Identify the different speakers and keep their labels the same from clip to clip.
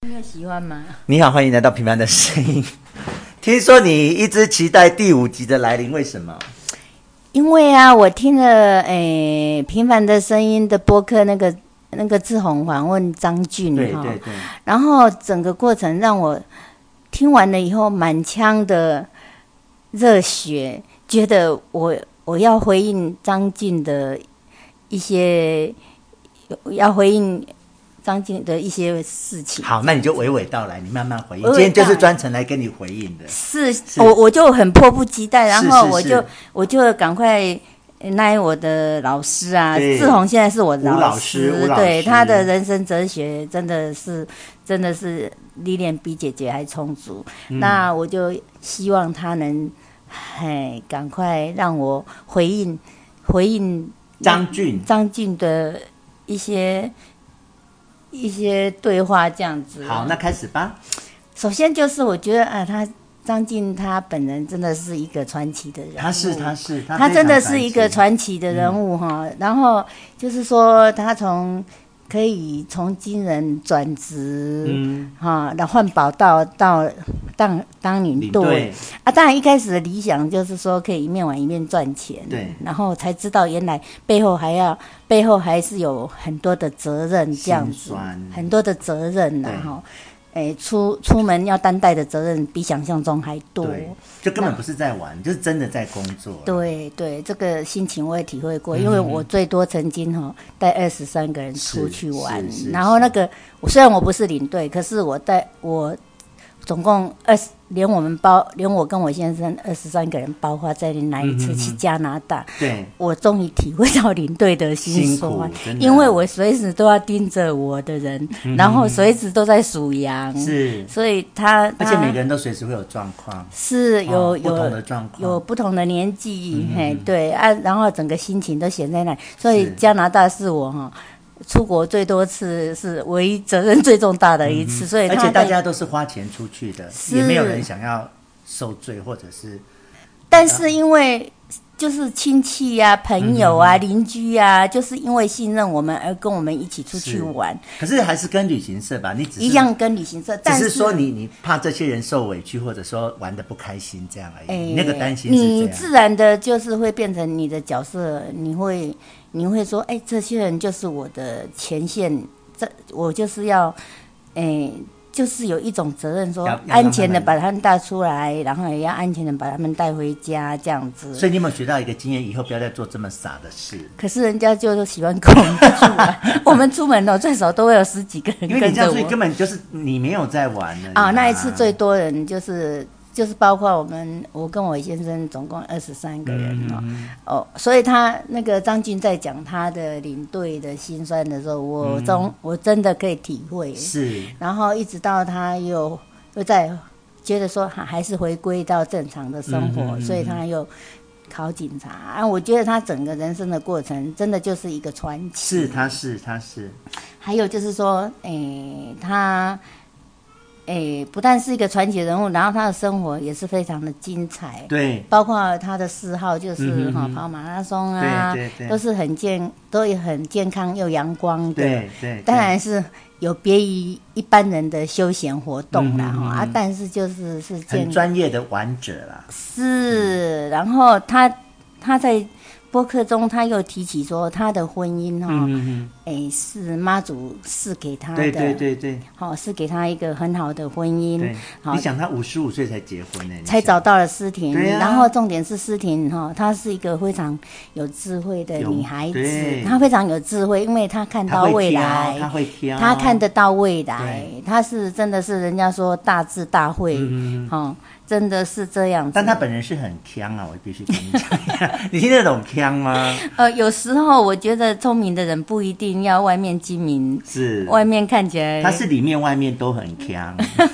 Speaker 1: 会喜欢吗？
Speaker 2: 你好，欢迎来到《平凡的声音》。听说你一直期待第五集的来临，为什么？
Speaker 1: 因为啊，我听了诶、平凡的声音》的播客那个那个志宏访问张俊
Speaker 2: 对
Speaker 1: 哈
Speaker 2: 对对，
Speaker 1: 然后整个过程让我听完了以后满腔的热血，觉得我我要回应张晋的一些，要回应张晋的一些事情。
Speaker 2: 好，那你就娓娓道来，你慢慢回应。
Speaker 1: 娓娓
Speaker 2: 今天就
Speaker 1: 道
Speaker 2: 是
Speaker 1: 来
Speaker 2: 专程来跟你回应的。
Speaker 1: 是我我就很迫不及待，然
Speaker 2: 是
Speaker 1: 后
Speaker 2: 是
Speaker 1: 我
Speaker 2: 是
Speaker 1: 就我就赶快。赖我的老师啊，
Speaker 2: 对
Speaker 1: 志宏现在是我的
Speaker 2: 吴老
Speaker 1: 师，
Speaker 2: 师吴老
Speaker 1: 对
Speaker 2: 师
Speaker 1: 他的人生哲学真的是真的是历练比姐姐还充足。
Speaker 2: 嗯
Speaker 1: 那我就希望他能，哎，赶快让我回应回应
Speaker 2: 张俊，
Speaker 1: 张晋的一些一些对话，这样子。
Speaker 2: 好，那开始吧。
Speaker 1: 首先就是我觉得啊，他张晋他本人真的是一个传奇的人物，
Speaker 2: 他是他是他，
Speaker 1: 嗯他
Speaker 2: 非
Speaker 1: 真的
Speaker 2: 常
Speaker 1: 是一个
Speaker 2: 传
Speaker 1: 传
Speaker 2: 奇。嗯
Speaker 1: 奇的人物哈、然后就是说他从可以从军人转职
Speaker 2: 嗯，
Speaker 1: 哈，那、换宝到到当当领
Speaker 2: 领
Speaker 1: 队
Speaker 2: 队，
Speaker 1: 啊，当然一开始的理想就是说可以一面玩一面赚钱，
Speaker 2: 对，
Speaker 1: 然后才知道原来背后还要背后还是有很多的责任这样
Speaker 2: 心
Speaker 1: 子
Speaker 2: 酸，
Speaker 1: 很多的责任呐、
Speaker 2: 对
Speaker 1: 哈。哎，出出门要担待的责任比想象中还多。
Speaker 2: 对，就根本不是在玩，就是真的在工作。，
Speaker 1: 对对，这个心情我也体会
Speaker 2: 嗯
Speaker 1: 过，因为我最多曾经哈、带二十三个人出
Speaker 2: 是
Speaker 1: 去
Speaker 2: 是
Speaker 1: 玩
Speaker 2: 是，
Speaker 1: 然后那个我虽然我不是领队，可是我带我总共二十，连我们包连我跟我先生二十三个人包括在那一
Speaker 2: 嗯
Speaker 1: 次去加拿大，
Speaker 2: 对，
Speaker 1: 我终于体会到领队的辛
Speaker 2: 辛
Speaker 1: 酸，
Speaker 2: 苦，真的嗯
Speaker 1: 因为我随时都要盯着我的人，然后随时都在数羊，
Speaker 2: 是，
Speaker 1: 所以嗯他
Speaker 2: 而且
Speaker 1: 他
Speaker 2: 每个人都随时会有状况，
Speaker 1: 是有、
Speaker 2: 哦不
Speaker 1: 有
Speaker 2: 同的状况，
Speaker 1: 有不同的年
Speaker 2: 嗯
Speaker 1: 纪，嘿，对啊，然后整个心情都显在那里，所以加拿大是我哈出国最多次，是唯一责任最重大的一次，所以
Speaker 2: 嗯而
Speaker 1: 他
Speaker 2: 且大
Speaker 1: 在，
Speaker 2: 家都是花钱出去的，
Speaker 1: 是
Speaker 2: 也没有人想要受罪或者是
Speaker 1: 但是因为。就是亲戚呀、朋友啊、邻居啊，就是因为信任我们而跟我们一起出去
Speaker 2: 是
Speaker 1: 玩，
Speaker 2: 可是还是跟旅行社吧，你只是
Speaker 1: 一，样跟旅行社。
Speaker 2: 只
Speaker 1: 但
Speaker 2: 是说你你怕这些人受委屈，或者说玩的不开心这样而已。
Speaker 1: 哎
Speaker 2: 你那个担心
Speaker 1: 你
Speaker 2: 是这
Speaker 1: 自
Speaker 2: 样，
Speaker 1: 然的就是会变成你的角色，你会你会说，哎、这些人就是我的前线，这我就是要，哎、就是有一种责任说
Speaker 2: 要要让他们
Speaker 1: 安全的把他们带出来，然后也要安全的把他们带回家，这样
Speaker 2: 所
Speaker 1: 子。
Speaker 2: 以你有没有学到一个经验？以后不要再做这么傻的事，
Speaker 1: 可是人家就是喜欢跟我们出来， 我们出门哦，最少都会有十几个人
Speaker 2: 因为
Speaker 1: 跟
Speaker 2: 你这样
Speaker 1: 着
Speaker 2: 所以
Speaker 1: 我
Speaker 2: 根本就是你没有在玩了
Speaker 1: 啊。
Speaker 2: 你
Speaker 1: 那一
Speaker 2: 知道
Speaker 1: 次
Speaker 2: 吗
Speaker 1: 最多人就是就是包括我们，我跟我先生总共二十三个人哦。
Speaker 2: 嗯
Speaker 1: 哦，所以他那个张军在讲他的领队的心酸的时候，我中、
Speaker 2: 嗯
Speaker 1: 我真的可以体会。
Speaker 2: 是
Speaker 1: 然后一直到他又又在觉得说还还是回归到正常的生活，
Speaker 2: 嗯哼嗯哼
Speaker 1: 所以他又考警察。啊，我觉得他整个人生的过程真的就是一个传奇。
Speaker 2: 是，他是他是
Speaker 1: 还有就是说，诶、他，诶、不但是一个传奇人物，然后他的生活也是非常的精彩。
Speaker 2: 对
Speaker 1: 包括他的嗜好就是
Speaker 2: 嗯哼
Speaker 1: 哈、
Speaker 2: 嗯哼
Speaker 1: 跑马拉松
Speaker 2: 对
Speaker 1: 啊，
Speaker 2: 对对
Speaker 1: 都是很健，都也很健康又阳光的。
Speaker 2: 对对，
Speaker 1: 当然是有别于一般人的休闲活动啦
Speaker 2: 嗯哼
Speaker 1: 哈、
Speaker 2: 嗯哼
Speaker 1: 啊，但是就是是健
Speaker 2: 很专业的玩者啦，
Speaker 1: 是，然后他他在播客中他又提起说他的婚姻哈、
Speaker 2: 嗯嗯
Speaker 1: 诶是妈祖赐给他
Speaker 2: 嗯，
Speaker 1: 的，
Speaker 2: 对对对对
Speaker 1: 好、是给他一个很好的婚姻
Speaker 2: 对，，
Speaker 1: 好
Speaker 2: 你想他五十五岁才结婚呢，你
Speaker 1: 才
Speaker 2: 想
Speaker 1: 找到了诗婷。
Speaker 2: 对啊
Speaker 1: 然后重点是诗婷哈、她是一个非常有智慧的
Speaker 2: 有
Speaker 1: 女孩子
Speaker 2: 对，
Speaker 1: 她非常有智慧，因为她看
Speaker 2: 他
Speaker 1: 到
Speaker 2: 会
Speaker 1: 未
Speaker 2: 挑
Speaker 1: 来，
Speaker 2: 他会挑，
Speaker 1: 她看得到未来，她是真的是人家说大智大慧，哈、真的是这样子。
Speaker 2: 嗯但他本人是很呛啊，我必须跟你讲，你听得懂 呛吗？
Speaker 1: 呃，有时候我觉得聪明的人不一定要外面精明，
Speaker 2: 是，
Speaker 1: 外面看起来
Speaker 2: 他是里面外面都很呛，啊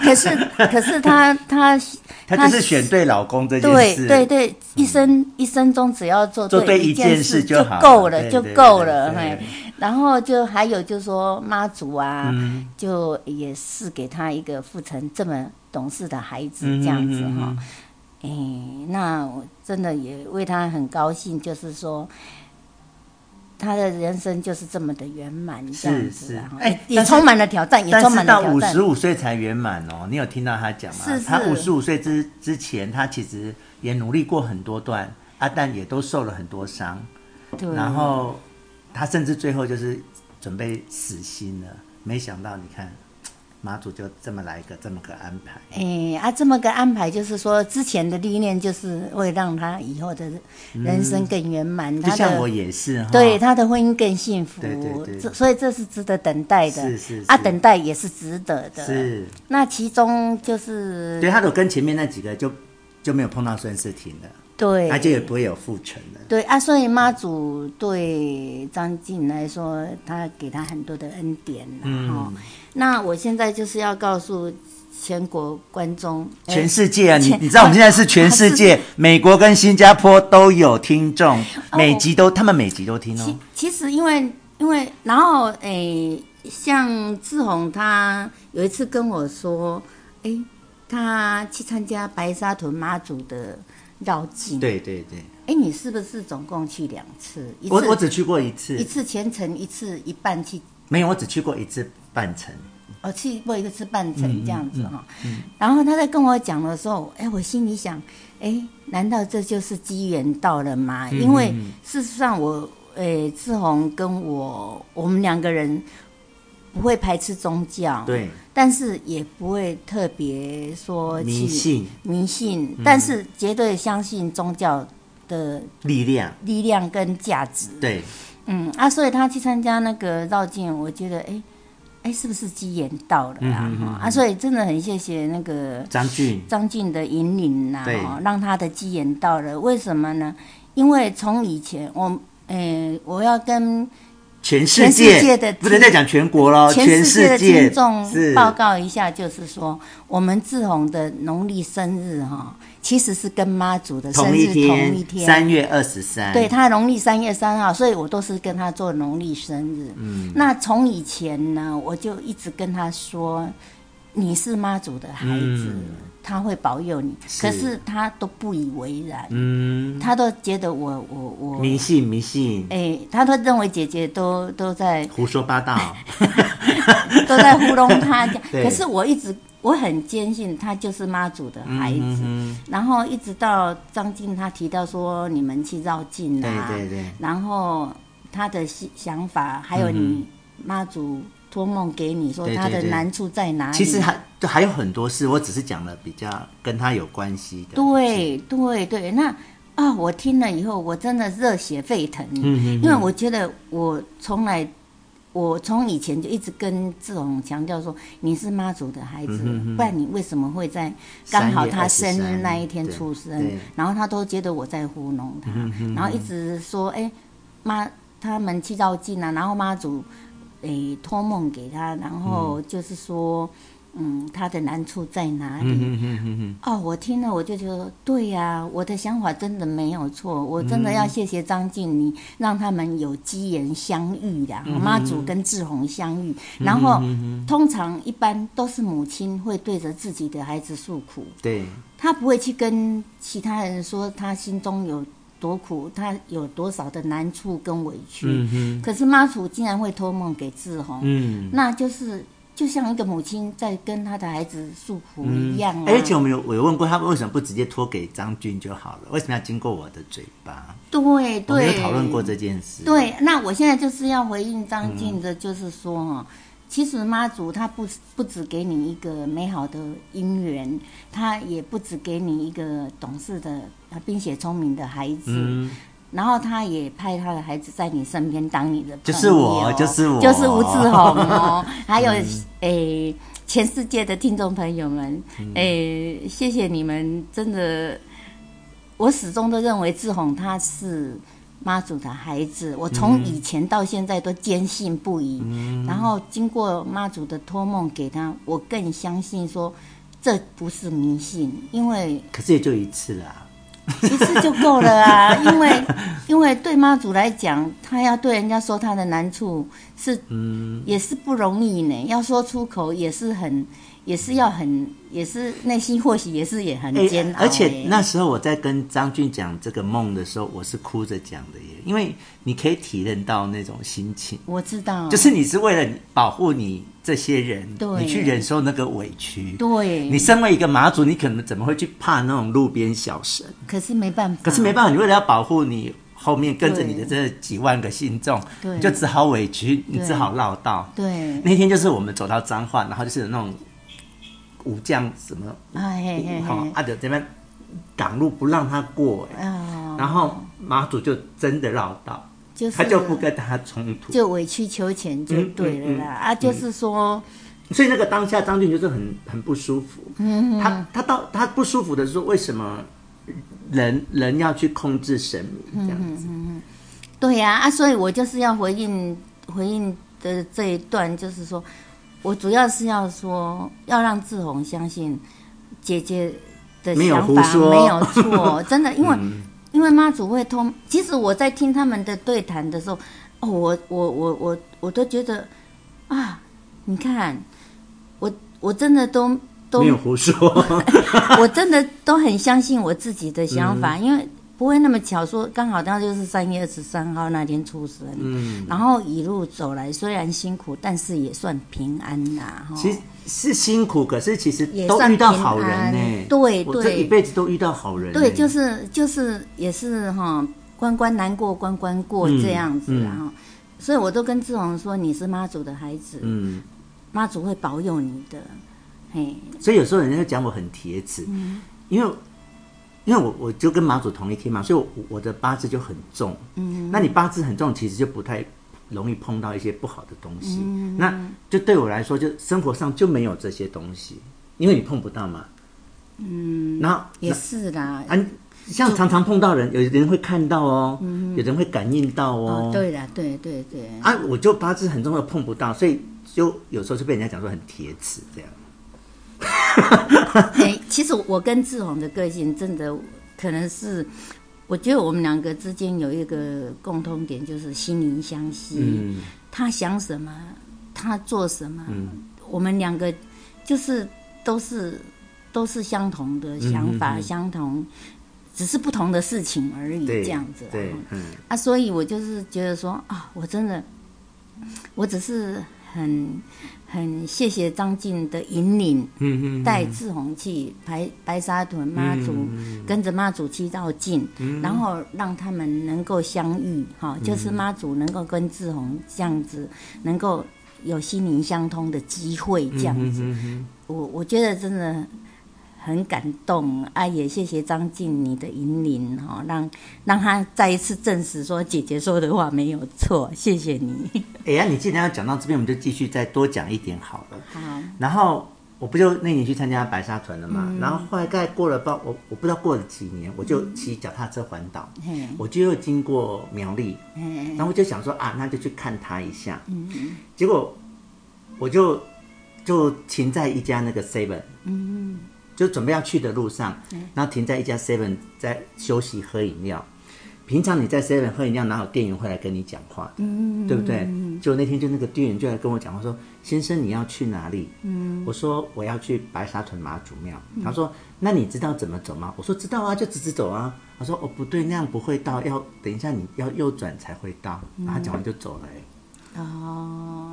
Speaker 1: 可是可是他 他
Speaker 2: 他就是选对老公这件
Speaker 1: 对
Speaker 2: 事，
Speaker 1: 对对，一生一生中只要做
Speaker 2: 做对
Speaker 1: 一
Speaker 2: 一件
Speaker 1: 事
Speaker 2: 事
Speaker 1: 就
Speaker 2: 就好
Speaker 1: 够
Speaker 2: 了
Speaker 1: 了，
Speaker 2: 对
Speaker 1: 就
Speaker 2: 对
Speaker 1: 够
Speaker 2: 对
Speaker 1: 了。
Speaker 2: 对
Speaker 1: 嘿
Speaker 2: 对，
Speaker 1: 然后就还有就是说妈祖啊，
Speaker 2: 嗯
Speaker 1: 就也是给他一个父成这么懂事的孩子
Speaker 2: 嗯
Speaker 1: 这样子
Speaker 2: 嗯
Speaker 1: 哈
Speaker 2: 嗯。
Speaker 1: 哎、那我真的也为他很高兴，就是说，他的人生就是这么的圆满，这样子啊
Speaker 2: 是，是
Speaker 1: 哎、
Speaker 2: 哎
Speaker 1: 也
Speaker 2: 但是
Speaker 1: 充满了挑战，也
Speaker 2: 但
Speaker 1: 充
Speaker 2: 是
Speaker 1: 满
Speaker 2: 到
Speaker 1: 了挑
Speaker 2: 五
Speaker 1: 战
Speaker 2: 十。五岁才圆满哦，你有听到他讲吗？
Speaker 1: 是是
Speaker 2: 他五十五岁之之前，他其实也努力过很多段，啊，但也都受了很多伤，
Speaker 1: 对，
Speaker 2: 然后他甚至最后就是准备死心了，没想到你看，马祖就这么来一个这么个安排，
Speaker 1: 哎、啊，这么个安排就是说，之前的历练就是会让他以后的人生更圆满、
Speaker 2: 嗯就
Speaker 1: 他
Speaker 2: 像我
Speaker 1: 的
Speaker 2: 也是哈，
Speaker 1: 对哎他的婚姻更幸福，
Speaker 2: 对对对
Speaker 1: 这所以这是值得等待的，
Speaker 2: 是是
Speaker 1: 啊，
Speaker 2: 是
Speaker 1: 等待也是值得的。
Speaker 2: 是，
Speaker 1: 那其中就是
Speaker 2: 对他都跟前面那几个就就没有碰到孙世廷了，
Speaker 1: 对
Speaker 2: 啊他就也不会有复成了。
Speaker 1: 对啊，所以妈祖对张晋来说，他给他很多的恩典啦，然
Speaker 2: 嗯
Speaker 1: 后、那我现在就是要告诉全国观众，呃
Speaker 2: 全世界啊，你
Speaker 1: 全
Speaker 2: 你知道我们现在是全 世界，美国跟新加坡都有听众，
Speaker 1: 哦
Speaker 2: 每集都他们每集都听哦
Speaker 1: 其。其实因为因为然后诶、像志宏他有一次跟我说，诶、他去参加白沙屯妈祖的绕境，，
Speaker 2: 对对对，
Speaker 1: 诶、你是不是总共去两次？一次
Speaker 2: 我我只去过一
Speaker 1: 一
Speaker 2: 次，
Speaker 1: 次全程，一次一半去
Speaker 2: 没有，我只去过一次半程。
Speaker 1: 哦，去过一个吃半程这
Speaker 2: 嗯
Speaker 1: 样子哈、然后他在跟我讲的时候，哎，我心里想，哎，难道这就是机缘到了吗？
Speaker 2: 嗯
Speaker 1: 因为事实上我，呃，志宏跟我我们两个人不会排斥宗教，，
Speaker 2: 对，
Speaker 1: 但是也不会特别说去
Speaker 2: 迷信嗯
Speaker 1: 迷信，但是绝对相信宗教的
Speaker 2: 力量，
Speaker 1: 力量跟价值。
Speaker 2: 对，
Speaker 1: 嗯啊，所以他去参加那个绕境，我觉得哎哎、诶是不是机缘到了啦？
Speaker 2: 嗯哼嗯哼
Speaker 1: 哈啊，所以真的很谢谢那个
Speaker 2: 张俊，
Speaker 1: 张晋的引领呐、
Speaker 2: 对
Speaker 1: 哦，让他的机缘到了。为什么呢？因为从以前我呃，我要跟
Speaker 2: 全世
Speaker 1: 全世界的
Speaker 2: 不能再讲全国喽，哦全
Speaker 1: 世的
Speaker 2: 世
Speaker 1: 听
Speaker 2: 界
Speaker 1: 众
Speaker 2: 是
Speaker 1: 报告一下，就是说我们志宏的农历生日哈、其实是跟妈祖的生
Speaker 2: 同
Speaker 1: 日
Speaker 2: 一
Speaker 1: 同一
Speaker 2: 天，
Speaker 1: 天，
Speaker 2: 三月二十三，
Speaker 1: 对，他农历三月三号，所以我都是跟他做农历生日。嗯，那从以前呢，我就一直跟他说，你是妈祖的孩子，
Speaker 2: 嗯
Speaker 1: 他会保佑你。
Speaker 2: 是
Speaker 1: 可是他都不以为然，
Speaker 2: 嗯，
Speaker 1: 他都觉得我我我，
Speaker 2: 迷信迷信，
Speaker 1: 哎，他都认为姐姐都都在
Speaker 2: 胡说八道，
Speaker 1: 都在糊弄他。
Speaker 2: 对
Speaker 1: 可是我一直我很坚信他就是妈祖的孩子。
Speaker 2: 嗯，
Speaker 1: 然后一直到张晋他提到说你们去绕境啊，
Speaker 2: 对对对
Speaker 1: 然后他的想想法，还有你妈祖托梦给你说
Speaker 2: 嗯对对
Speaker 1: 他的
Speaker 2: 对
Speaker 1: 难处在哪里， 啊
Speaker 2: 其实还就还有很多事，我只是讲了比较跟他有关系的，
Speaker 1: 对对对，那啊、我听了以后我真的热血沸腾，
Speaker 2: 嗯嗯嗯
Speaker 1: 因为我觉得我从来。我从以前就一直跟志宏强调说，你是妈祖的孩
Speaker 2: 嗯
Speaker 1: 子，不然你为什么会在刚好他生日那一天出
Speaker 2: 3月23
Speaker 1: 生
Speaker 2: 对？嗯
Speaker 1: 然后他都觉得我在糊弄他，然后一直说，哎、妈，他们去绕境啊，然后妈祖，哎、托梦给他，然后就是说，嗯，他的难处在哪里？
Speaker 2: 嗯嗯嗯嗯，
Speaker 1: 哦，我听了我就觉得，对呀、我的想法真的没有错，我真的
Speaker 2: 嗯
Speaker 1: 要谢谢张晋，你让他们有机缘相遇的，
Speaker 2: 嗯
Speaker 1: 妈祖跟志宏相遇。然后，通常一般都是母亲会对着自己的孩子诉苦，
Speaker 2: 对，
Speaker 1: 她不会去跟其他人说她心中有多苦，她有多少的难处跟委屈。
Speaker 2: 嗯哼，
Speaker 1: 可是妈祖竟然会托梦给志宏，
Speaker 2: 嗯。
Speaker 1: 那就是就像一个母亲在跟她的孩子诉苦一样、啊
Speaker 2: 嗯而且我们有我有问过他们为什么不直接托给张军就好了，为什么要经过我的嘴巴？
Speaker 1: 对
Speaker 2: 我们
Speaker 1: 对，
Speaker 2: 哦有讨论过这件事。，
Speaker 1: 对，那我现在就是要回应张晋
Speaker 2: 嗯
Speaker 1: 的，就是说哦，其实妈祖他不不只给你一个美好的姻缘，他也不只给你一个懂事的呃并且聪明的孩子，
Speaker 2: 嗯，
Speaker 1: 然后他也派他的孩子在你身边当你的朋友，
Speaker 2: 就是我就是我嗯
Speaker 1: 就是吴志宏哦，还有诶、全世界的听众朋友们，
Speaker 2: 嗯
Speaker 1: 诶、谢谢你们，真的，我始终都认为志宏他是妈祖的孩子，我从
Speaker 2: 嗯
Speaker 1: 以前到现在都坚信不疑，然后经过妈祖的托梦给他，我更相信说。这不是迷信，因为
Speaker 2: 可是也就一次啦。
Speaker 1: 一次就够 了啊，因为因为对妈祖来讲，他要对人家说他的难处，是，
Speaker 2: 嗯
Speaker 1: 也是不容易呢。要说出口也是很，也是要很，也是内心或许也是也很
Speaker 2: 哎
Speaker 1: 煎熬、
Speaker 2: 而且
Speaker 1: 哎
Speaker 2: 那时候我在跟张俊讲这个梦的时候，我是哭着讲的耶，因为你可以体认到那种心情，
Speaker 1: 我知道，
Speaker 2: 就是你是为了保护你这些人，
Speaker 1: 对
Speaker 2: 你去忍受那个委屈。
Speaker 1: 对，
Speaker 2: 你身为一个马祖，你可能怎么会去怕那种路边小神？
Speaker 1: 可是没办法，
Speaker 2: 可是没办法，你为了要保护你后面跟着你的这几万个信众，
Speaker 1: 对
Speaker 2: 你就只好委屈，你
Speaker 1: 对
Speaker 2: 只好绕道。
Speaker 1: 对，
Speaker 2: 那天就是我们走到彰化，然后就是有那种武将什么
Speaker 1: 啊嘿嘿
Speaker 2: 好
Speaker 1: 嘿，
Speaker 2: 阿德这边挡路不让他过，哎
Speaker 1: 啊，
Speaker 2: 然后马祖就真的绕道，
Speaker 1: 就是
Speaker 2: 他就不嗯跟他冲突，
Speaker 1: 就委曲求全就对了啦、啊，
Speaker 2: 嗯
Speaker 1: 就是说，
Speaker 2: 所以那个当下张俊就是很很不舒服。
Speaker 1: 嗯
Speaker 2: 他他到他不舒服的时候，为什么人人要去控制神明这样
Speaker 1: 嗯
Speaker 2: 子？
Speaker 1: 对呀啊所以我就是要回应回应的这一段，就是说我主要是要说，要让志宏相信姐姐的
Speaker 2: 没有
Speaker 1: 想
Speaker 2: 胡
Speaker 1: 法
Speaker 2: 说嗯
Speaker 1: 没有 错，真的，因为、因为妈祖会通。其实我在听他们的对谈的时候，哦，我我我我我都觉得啊，你看，我我真的都嗯都
Speaker 2: 没有胡说，
Speaker 1: 我真的都很相信我自己的想
Speaker 2: 嗯
Speaker 1: 法，因为不会那么巧说刚好那就是三月二十三号那天出生，
Speaker 2: 嗯，
Speaker 1: 然后一路走来虽然辛苦，但是也算平安啦。哈
Speaker 2: 其实是辛苦，可是其实
Speaker 1: 也
Speaker 2: 都
Speaker 1: 算
Speaker 2: 遇到
Speaker 1: 平
Speaker 2: 好人
Speaker 1: 安
Speaker 2: 呢、
Speaker 1: 对
Speaker 2: 我这
Speaker 1: 对
Speaker 2: 一辈子都遇到好人呢、
Speaker 1: 对，就是就是也是哈，关关难过关关过
Speaker 2: 嗯
Speaker 1: 这样子啦。哈所以我都跟志宏说，你是妈祖的孩子，
Speaker 2: 嗯，
Speaker 1: 妈祖会保佑你的。嘿，
Speaker 2: 所以有时候人家就讲我很铁齿，
Speaker 1: 嗯
Speaker 2: 因为因为我我就跟马祖同一天嘛，所以我我的八字就很重。嗯，那你八字很重，其实就不太容易碰到一些不好的东西。
Speaker 1: 嗯
Speaker 2: 那就对我来说，就生活上就没有这些东西，因为你碰不到嘛。嗯，然后
Speaker 1: 也是啦。
Speaker 2: 啊，像常常碰到人，有人会看到哦，有人会感应到哦。
Speaker 1: 嗯哦，对啦，对对对。
Speaker 2: 啊，我就八字很重，又碰不到，所以就有时候就被人家讲说很铁齿这样。
Speaker 1: 哎，其实我跟志宏的个性真的可能是，我觉得我们两个之间有一个共通点，就是心灵相惜。
Speaker 2: 嗯，
Speaker 1: 他想什么，他做什么，我们两个就是都是都是相同的想法，
Speaker 2: 嗯嗯嗯
Speaker 1: 相同，只是不同的事情而已，
Speaker 2: 对，
Speaker 1: 这样子、啊。
Speaker 2: 对，嗯。
Speaker 1: 啊，所以我就是觉得说啊，我真的，我只是很很谢谢张晋的引领，
Speaker 2: 嗯
Speaker 1: 带志宏去白白沙屯妈祖，跟着妈祖去绕境，
Speaker 2: 嗯
Speaker 1: 然后让他们能够相遇，哈、就是妈祖能够跟志宏这样子，能够有心灵相通的机会，
Speaker 2: 嗯
Speaker 1: 这样子，我我觉得真的很感动啊，也谢谢张静你的引领哈、让让他再一次证实说姐姐说的话没有错，谢谢你。
Speaker 2: 哎呀，你既然要讲到这边，我们就继续再多讲一点好了。
Speaker 1: 好，
Speaker 2: 然后我不就那年去参加白沙屯了嘛，然后后来大概过了不知道我我不知道过了几年，我就骑脚踏车环岛，
Speaker 1: 嘿，
Speaker 2: 我就又经过苗栗，
Speaker 1: 嘿，
Speaker 2: 然后我就想说啊，那就去看他一下。结果我就就停在一家那个 Seven，就准备要去的路上，然后停在一家 Seven 在休息喝饮料。平常你在 Seven 喝饮料，哪有店员会来跟你讲话的？对不对？就那天就那个店员就来跟我讲话说：“先生，你要去哪里？”我说：“我要去白沙屯妈祖庙。他说：“那你知道怎么走吗？”我说：“知道啊，就直直走啊。”他说：“哦，不对，那样不会到，要等一下你要右转才会到。”
Speaker 1: 嗯
Speaker 2: 然后他讲完就走了、欸。
Speaker 1: 哦，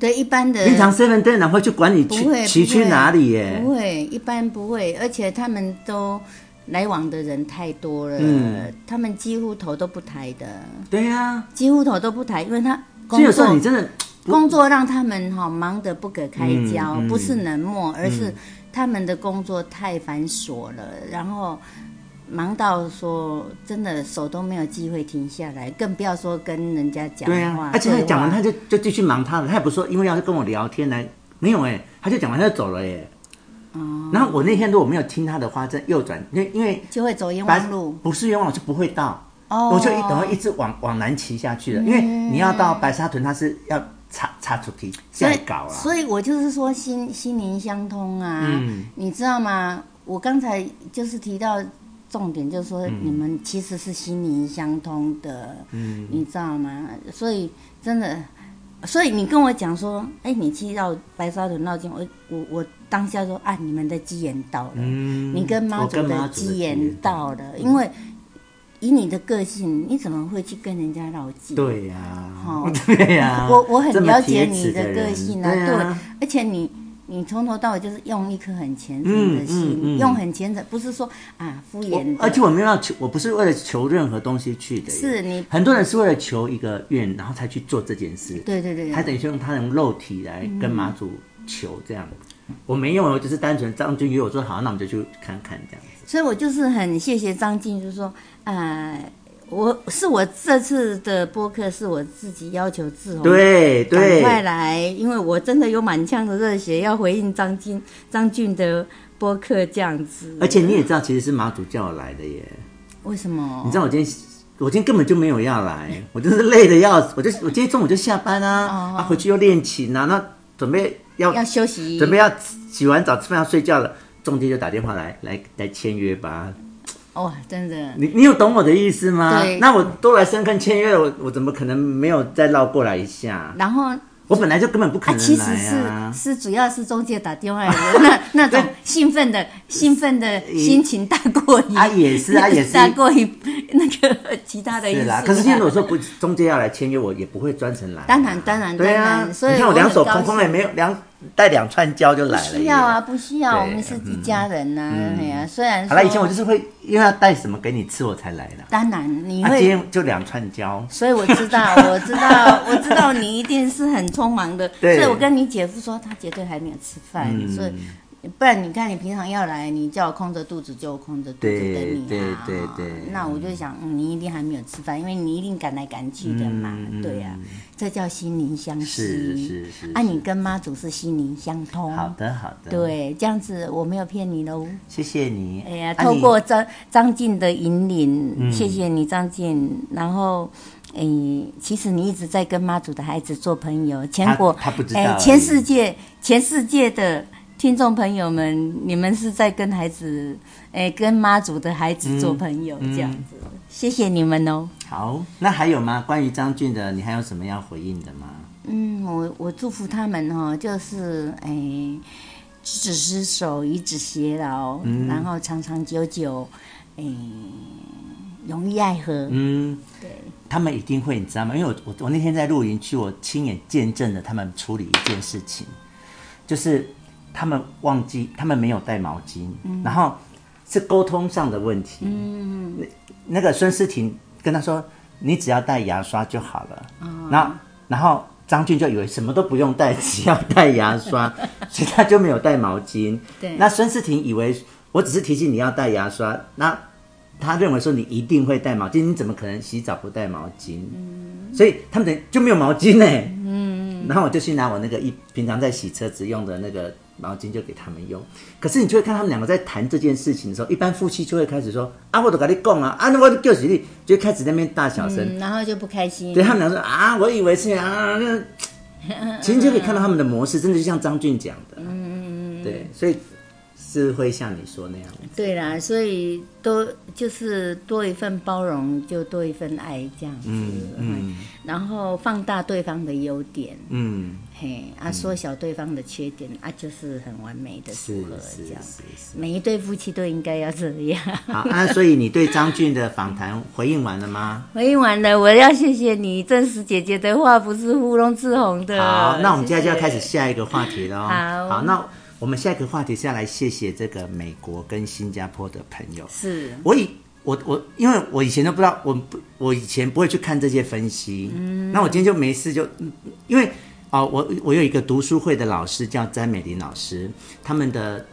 Speaker 1: 对，一般的
Speaker 2: 平常 seven 店长会去管你
Speaker 1: 不
Speaker 2: 去
Speaker 1: 会
Speaker 2: 骑
Speaker 1: 不会
Speaker 2: 去哪里耶、
Speaker 1: 不会，一般不会，而且他们都来往的人太多了，
Speaker 2: 嗯
Speaker 1: 他们几乎头都不抬的，
Speaker 2: 对呀、
Speaker 1: 几乎头都不抬，因为他
Speaker 2: 所以
Speaker 1: 工
Speaker 2: 有时候
Speaker 1: 作
Speaker 2: 你真的
Speaker 1: 工作让他们哈、忙得不可开交，
Speaker 2: 嗯嗯嗯
Speaker 1: 不是冷漠，而是他们的工作太繁琐了，然后忙到说真的手都没有机会停下来，更不要说跟人家讲
Speaker 2: 对呀、啊
Speaker 1: 话。
Speaker 2: 而且他
Speaker 1: 对话
Speaker 2: 讲完他就就继续忙他的，他也不说因为要跟我聊天来，没有哎、他就讲完他就走了耶、
Speaker 1: 哦
Speaker 2: 然后我那天如果没有听他的话，这右转，因为因为
Speaker 1: 就会走冤
Speaker 2: 白
Speaker 1: 枉路，
Speaker 2: 不是冤枉，我就不会到。
Speaker 1: 哦
Speaker 2: 我就一等会一直往往南骑下去了，因为你要到白沙屯，它是要插插出去
Speaker 1: 所
Speaker 2: 再
Speaker 1: 以
Speaker 2: 搞啊。
Speaker 1: 所以我就是说心心灵相通啊，
Speaker 2: 嗯
Speaker 1: 你知道吗？我刚才就是提到重点，就是说你们其
Speaker 2: 嗯
Speaker 1: 实是心灵相通的，你知道吗？所以真的所以你跟我讲说，哎、你去绕白沙屯绕境，我我我当下说啊，你们的鸡眼到了，
Speaker 2: 嗯，
Speaker 1: 哦你跟妈
Speaker 2: 我
Speaker 1: 祖的
Speaker 2: 妈祖
Speaker 1: 鸡
Speaker 2: 机
Speaker 1: 眼
Speaker 2: 缘
Speaker 1: 到了，因为以你的个性，你怎么会去跟人家绕境？
Speaker 2: 对呀、
Speaker 1: 哦
Speaker 2: 对呀、
Speaker 1: 我我很
Speaker 2: 这么
Speaker 1: 了解
Speaker 2: 铁
Speaker 1: 你
Speaker 2: 齿
Speaker 1: 的
Speaker 2: 的
Speaker 1: 个
Speaker 2: 人
Speaker 1: 性啊，
Speaker 2: 对啊
Speaker 1: 而且你你从头到尾就是用一颗很虔诚的
Speaker 2: 嗯
Speaker 1: 心，
Speaker 2: 嗯嗯
Speaker 1: 用很虔诚，不是说啊敷
Speaker 2: 我
Speaker 1: 衍的，
Speaker 2: 而且我没有要求，我不是为了求任何东西去的耶。
Speaker 1: 是你
Speaker 2: 很多人是为了求一个愿，然后才去做这件事。
Speaker 1: 对啊嗯对对
Speaker 2: 他等于是用他的肉体来跟马祖求这样。我没有，我就是单纯张君约我说好，那我们就去看看这样子。
Speaker 1: 所以我就是很谢谢张静，就是说，呃，我是我这次的播客是我自己要求志宏，，
Speaker 2: 对
Speaker 1: 哦赶
Speaker 2: 对，
Speaker 1: 快来，因为我真的有满腔的热血要回应张静张俊的播客这样子。
Speaker 2: 而且你也知道，其实是马祖叫我来的耶。
Speaker 1: 为什
Speaker 2: 你
Speaker 1: 么？
Speaker 2: 知道我今天。我今天根本就没有要 来，我就是累的要死。我就我今天中午就下班啊，啊回去又练琴啊，那准备要
Speaker 1: 哦要休息，
Speaker 2: 准备要洗完澡、吃饭要睡觉了，中介就打电话来来来签约吧。
Speaker 1: 哇，真的，
Speaker 2: 你你有懂我的意思吗
Speaker 1: 对？
Speaker 2: 那我都来深坑签约了，我我怎么可能没有再绕过来一下？
Speaker 1: 然后。
Speaker 2: 我本来就根本不可
Speaker 1: 啊，其
Speaker 2: 能
Speaker 1: 实
Speaker 2: 来
Speaker 1: 是
Speaker 2: 啊。
Speaker 1: 是主要是中介打电话来的那 那种兴奋的兴奋的心情大过于
Speaker 2: 啊也 是啊也是
Speaker 1: 大过于那个其他的意
Speaker 2: 是
Speaker 1: 思啊。
Speaker 2: 啦，可是现在我说不中介要来签约，我也不会专程来啊、
Speaker 1: 当然当然
Speaker 2: 对
Speaker 1: 当
Speaker 2: 啊
Speaker 1: 然，所以
Speaker 2: 你看我
Speaker 1: 我很
Speaker 2: 两手
Speaker 1: 高
Speaker 2: 空空，
Speaker 1: 兴
Speaker 2: 也没有两带两串胶就
Speaker 1: 不
Speaker 2: 来了。
Speaker 1: 需要啊，。不需要，
Speaker 2: 对嗯
Speaker 1: 我们是一家人呐、哎呀、虽然
Speaker 2: 好了，
Speaker 1: 说
Speaker 2: 以前我就是会因为要带什么给你吃，我才来的。
Speaker 1: 当然你
Speaker 2: 啊，今
Speaker 1: 会，
Speaker 2: 天就两串胶。
Speaker 1: 所以我知 道，我知道，我知道你一定是很匆忙的。所
Speaker 2: 对嗯
Speaker 1: 以我跟你姐夫说，他绝对还没有吃饭，所以不然你看你平常要来，你叫我空着肚子就空着肚子
Speaker 2: 对
Speaker 1: 等你啊。
Speaker 2: 对对对
Speaker 1: 那我就想、嗯你一定还没有吃饭，因为你一定赶来赶去的嘛，
Speaker 2: 嗯嗯
Speaker 1: 对呀、这叫心灵相
Speaker 2: 是
Speaker 1: 惜。
Speaker 2: 是是
Speaker 1: 啊，
Speaker 2: 是
Speaker 1: 你跟妈祖是心灵相通。
Speaker 2: 好的好的。，
Speaker 1: 对，这样子我没有骗你哦喽。
Speaker 2: 谢谢你。
Speaker 1: 哎呀，
Speaker 2: 啊
Speaker 1: 透
Speaker 2: 你嗯
Speaker 1: 过张张静的引领，谢谢你张静。然后，哎，其实你一直在跟妈祖的孩子做朋友，全国
Speaker 2: 他不知道
Speaker 1: 哎，
Speaker 2: 而已
Speaker 1: 全世界全世界的听众朋友们，你们是在跟孩子，哎，跟妈祖的孩
Speaker 2: 嗯
Speaker 1: 子做朋友、这样子，谢谢你们哦。
Speaker 2: 好，那还有吗？关于张俊的，你还有什么要回应的吗？
Speaker 1: 嗯，我我祝福他们哈、哦，就是哎，执子之手，与子偕老，
Speaker 2: 嗯
Speaker 1: 然后长长久久，哎，容易爱河。
Speaker 2: 嗯，
Speaker 1: 对，
Speaker 2: 他们一定会，你知道吗？因为我我我那天在露营区，我亲眼见证了他们处理一件事情，就是他们忘记，他们没有带毛巾，然后是沟通上的问题。嗯，那那个孙思婷跟他说：“你只要带牙刷就好了。然后然后张俊就以为什么都不用带，只要 带牙刷，所以他就没有带毛巾。
Speaker 1: 对
Speaker 2: 那孙思婷以为我只是提醒你要带牙刷，那他认为说你一定会带毛巾，你怎么可能洗澡不带毛巾？
Speaker 1: 嗯
Speaker 2: 所以他们等于就没有毛巾呢、嗯，然后我就去拿我那个一平常在洗车子用的那个毛巾，就给他们用。可是你就会看他们两个在谈这件事情的时候，一般夫妻就会开始说：“啊，我都跟你讲啊，啊，我都叫你，就开始在那边大小声。
Speaker 1: 嗯，然后就不开心
Speaker 2: 对。他们俩说啊，我以为是啊，那其实就可以看到他们的模式，真的就像张俊讲的，嗯嗯嗯，对，所以是会像你说那样，
Speaker 1: 对啦，所以多就是多一份包容，就多一份爱这样子。
Speaker 2: 嗯嗯
Speaker 1: 然后放大对方的优点，
Speaker 2: 嗯，
Speaker 1: 嘿啊，缩小对方的缺点、啊，就是很完美的
Speaker 2: 是
Speaker 1: 组合
Speaker 2: 是
Speaker 1: 这样子。
Speaker 2: 是是。
Speaker 1: 每一对夫妻都应该要这样。
Speaker 2: 好啊，所以你对张俊的访谈回应完了吗？
Speaker 1: 回应完了，我要谢谢你，正实姐姐的话不是糊弄志宏的。
Speaker 2: 好，那我们现在就要开
Speaker 1: 谢
Speaker 2: 始
Speaker 1: 谢。
Speaker 2: 下一个话题喽。
Speaker 1: 呃好
Speaker 2: 那我们下一个话题是要来谢谢这个美国跟新加坡的朋友。
Speaker 1: 是，
Speaker 2: 我以我我，因为我以前都不知道，我不我以前不会去看这些分析。嗯，那我今天就没事就，嗯因为哦、我我有一个读书会的老师叫詹美玲老师，他们的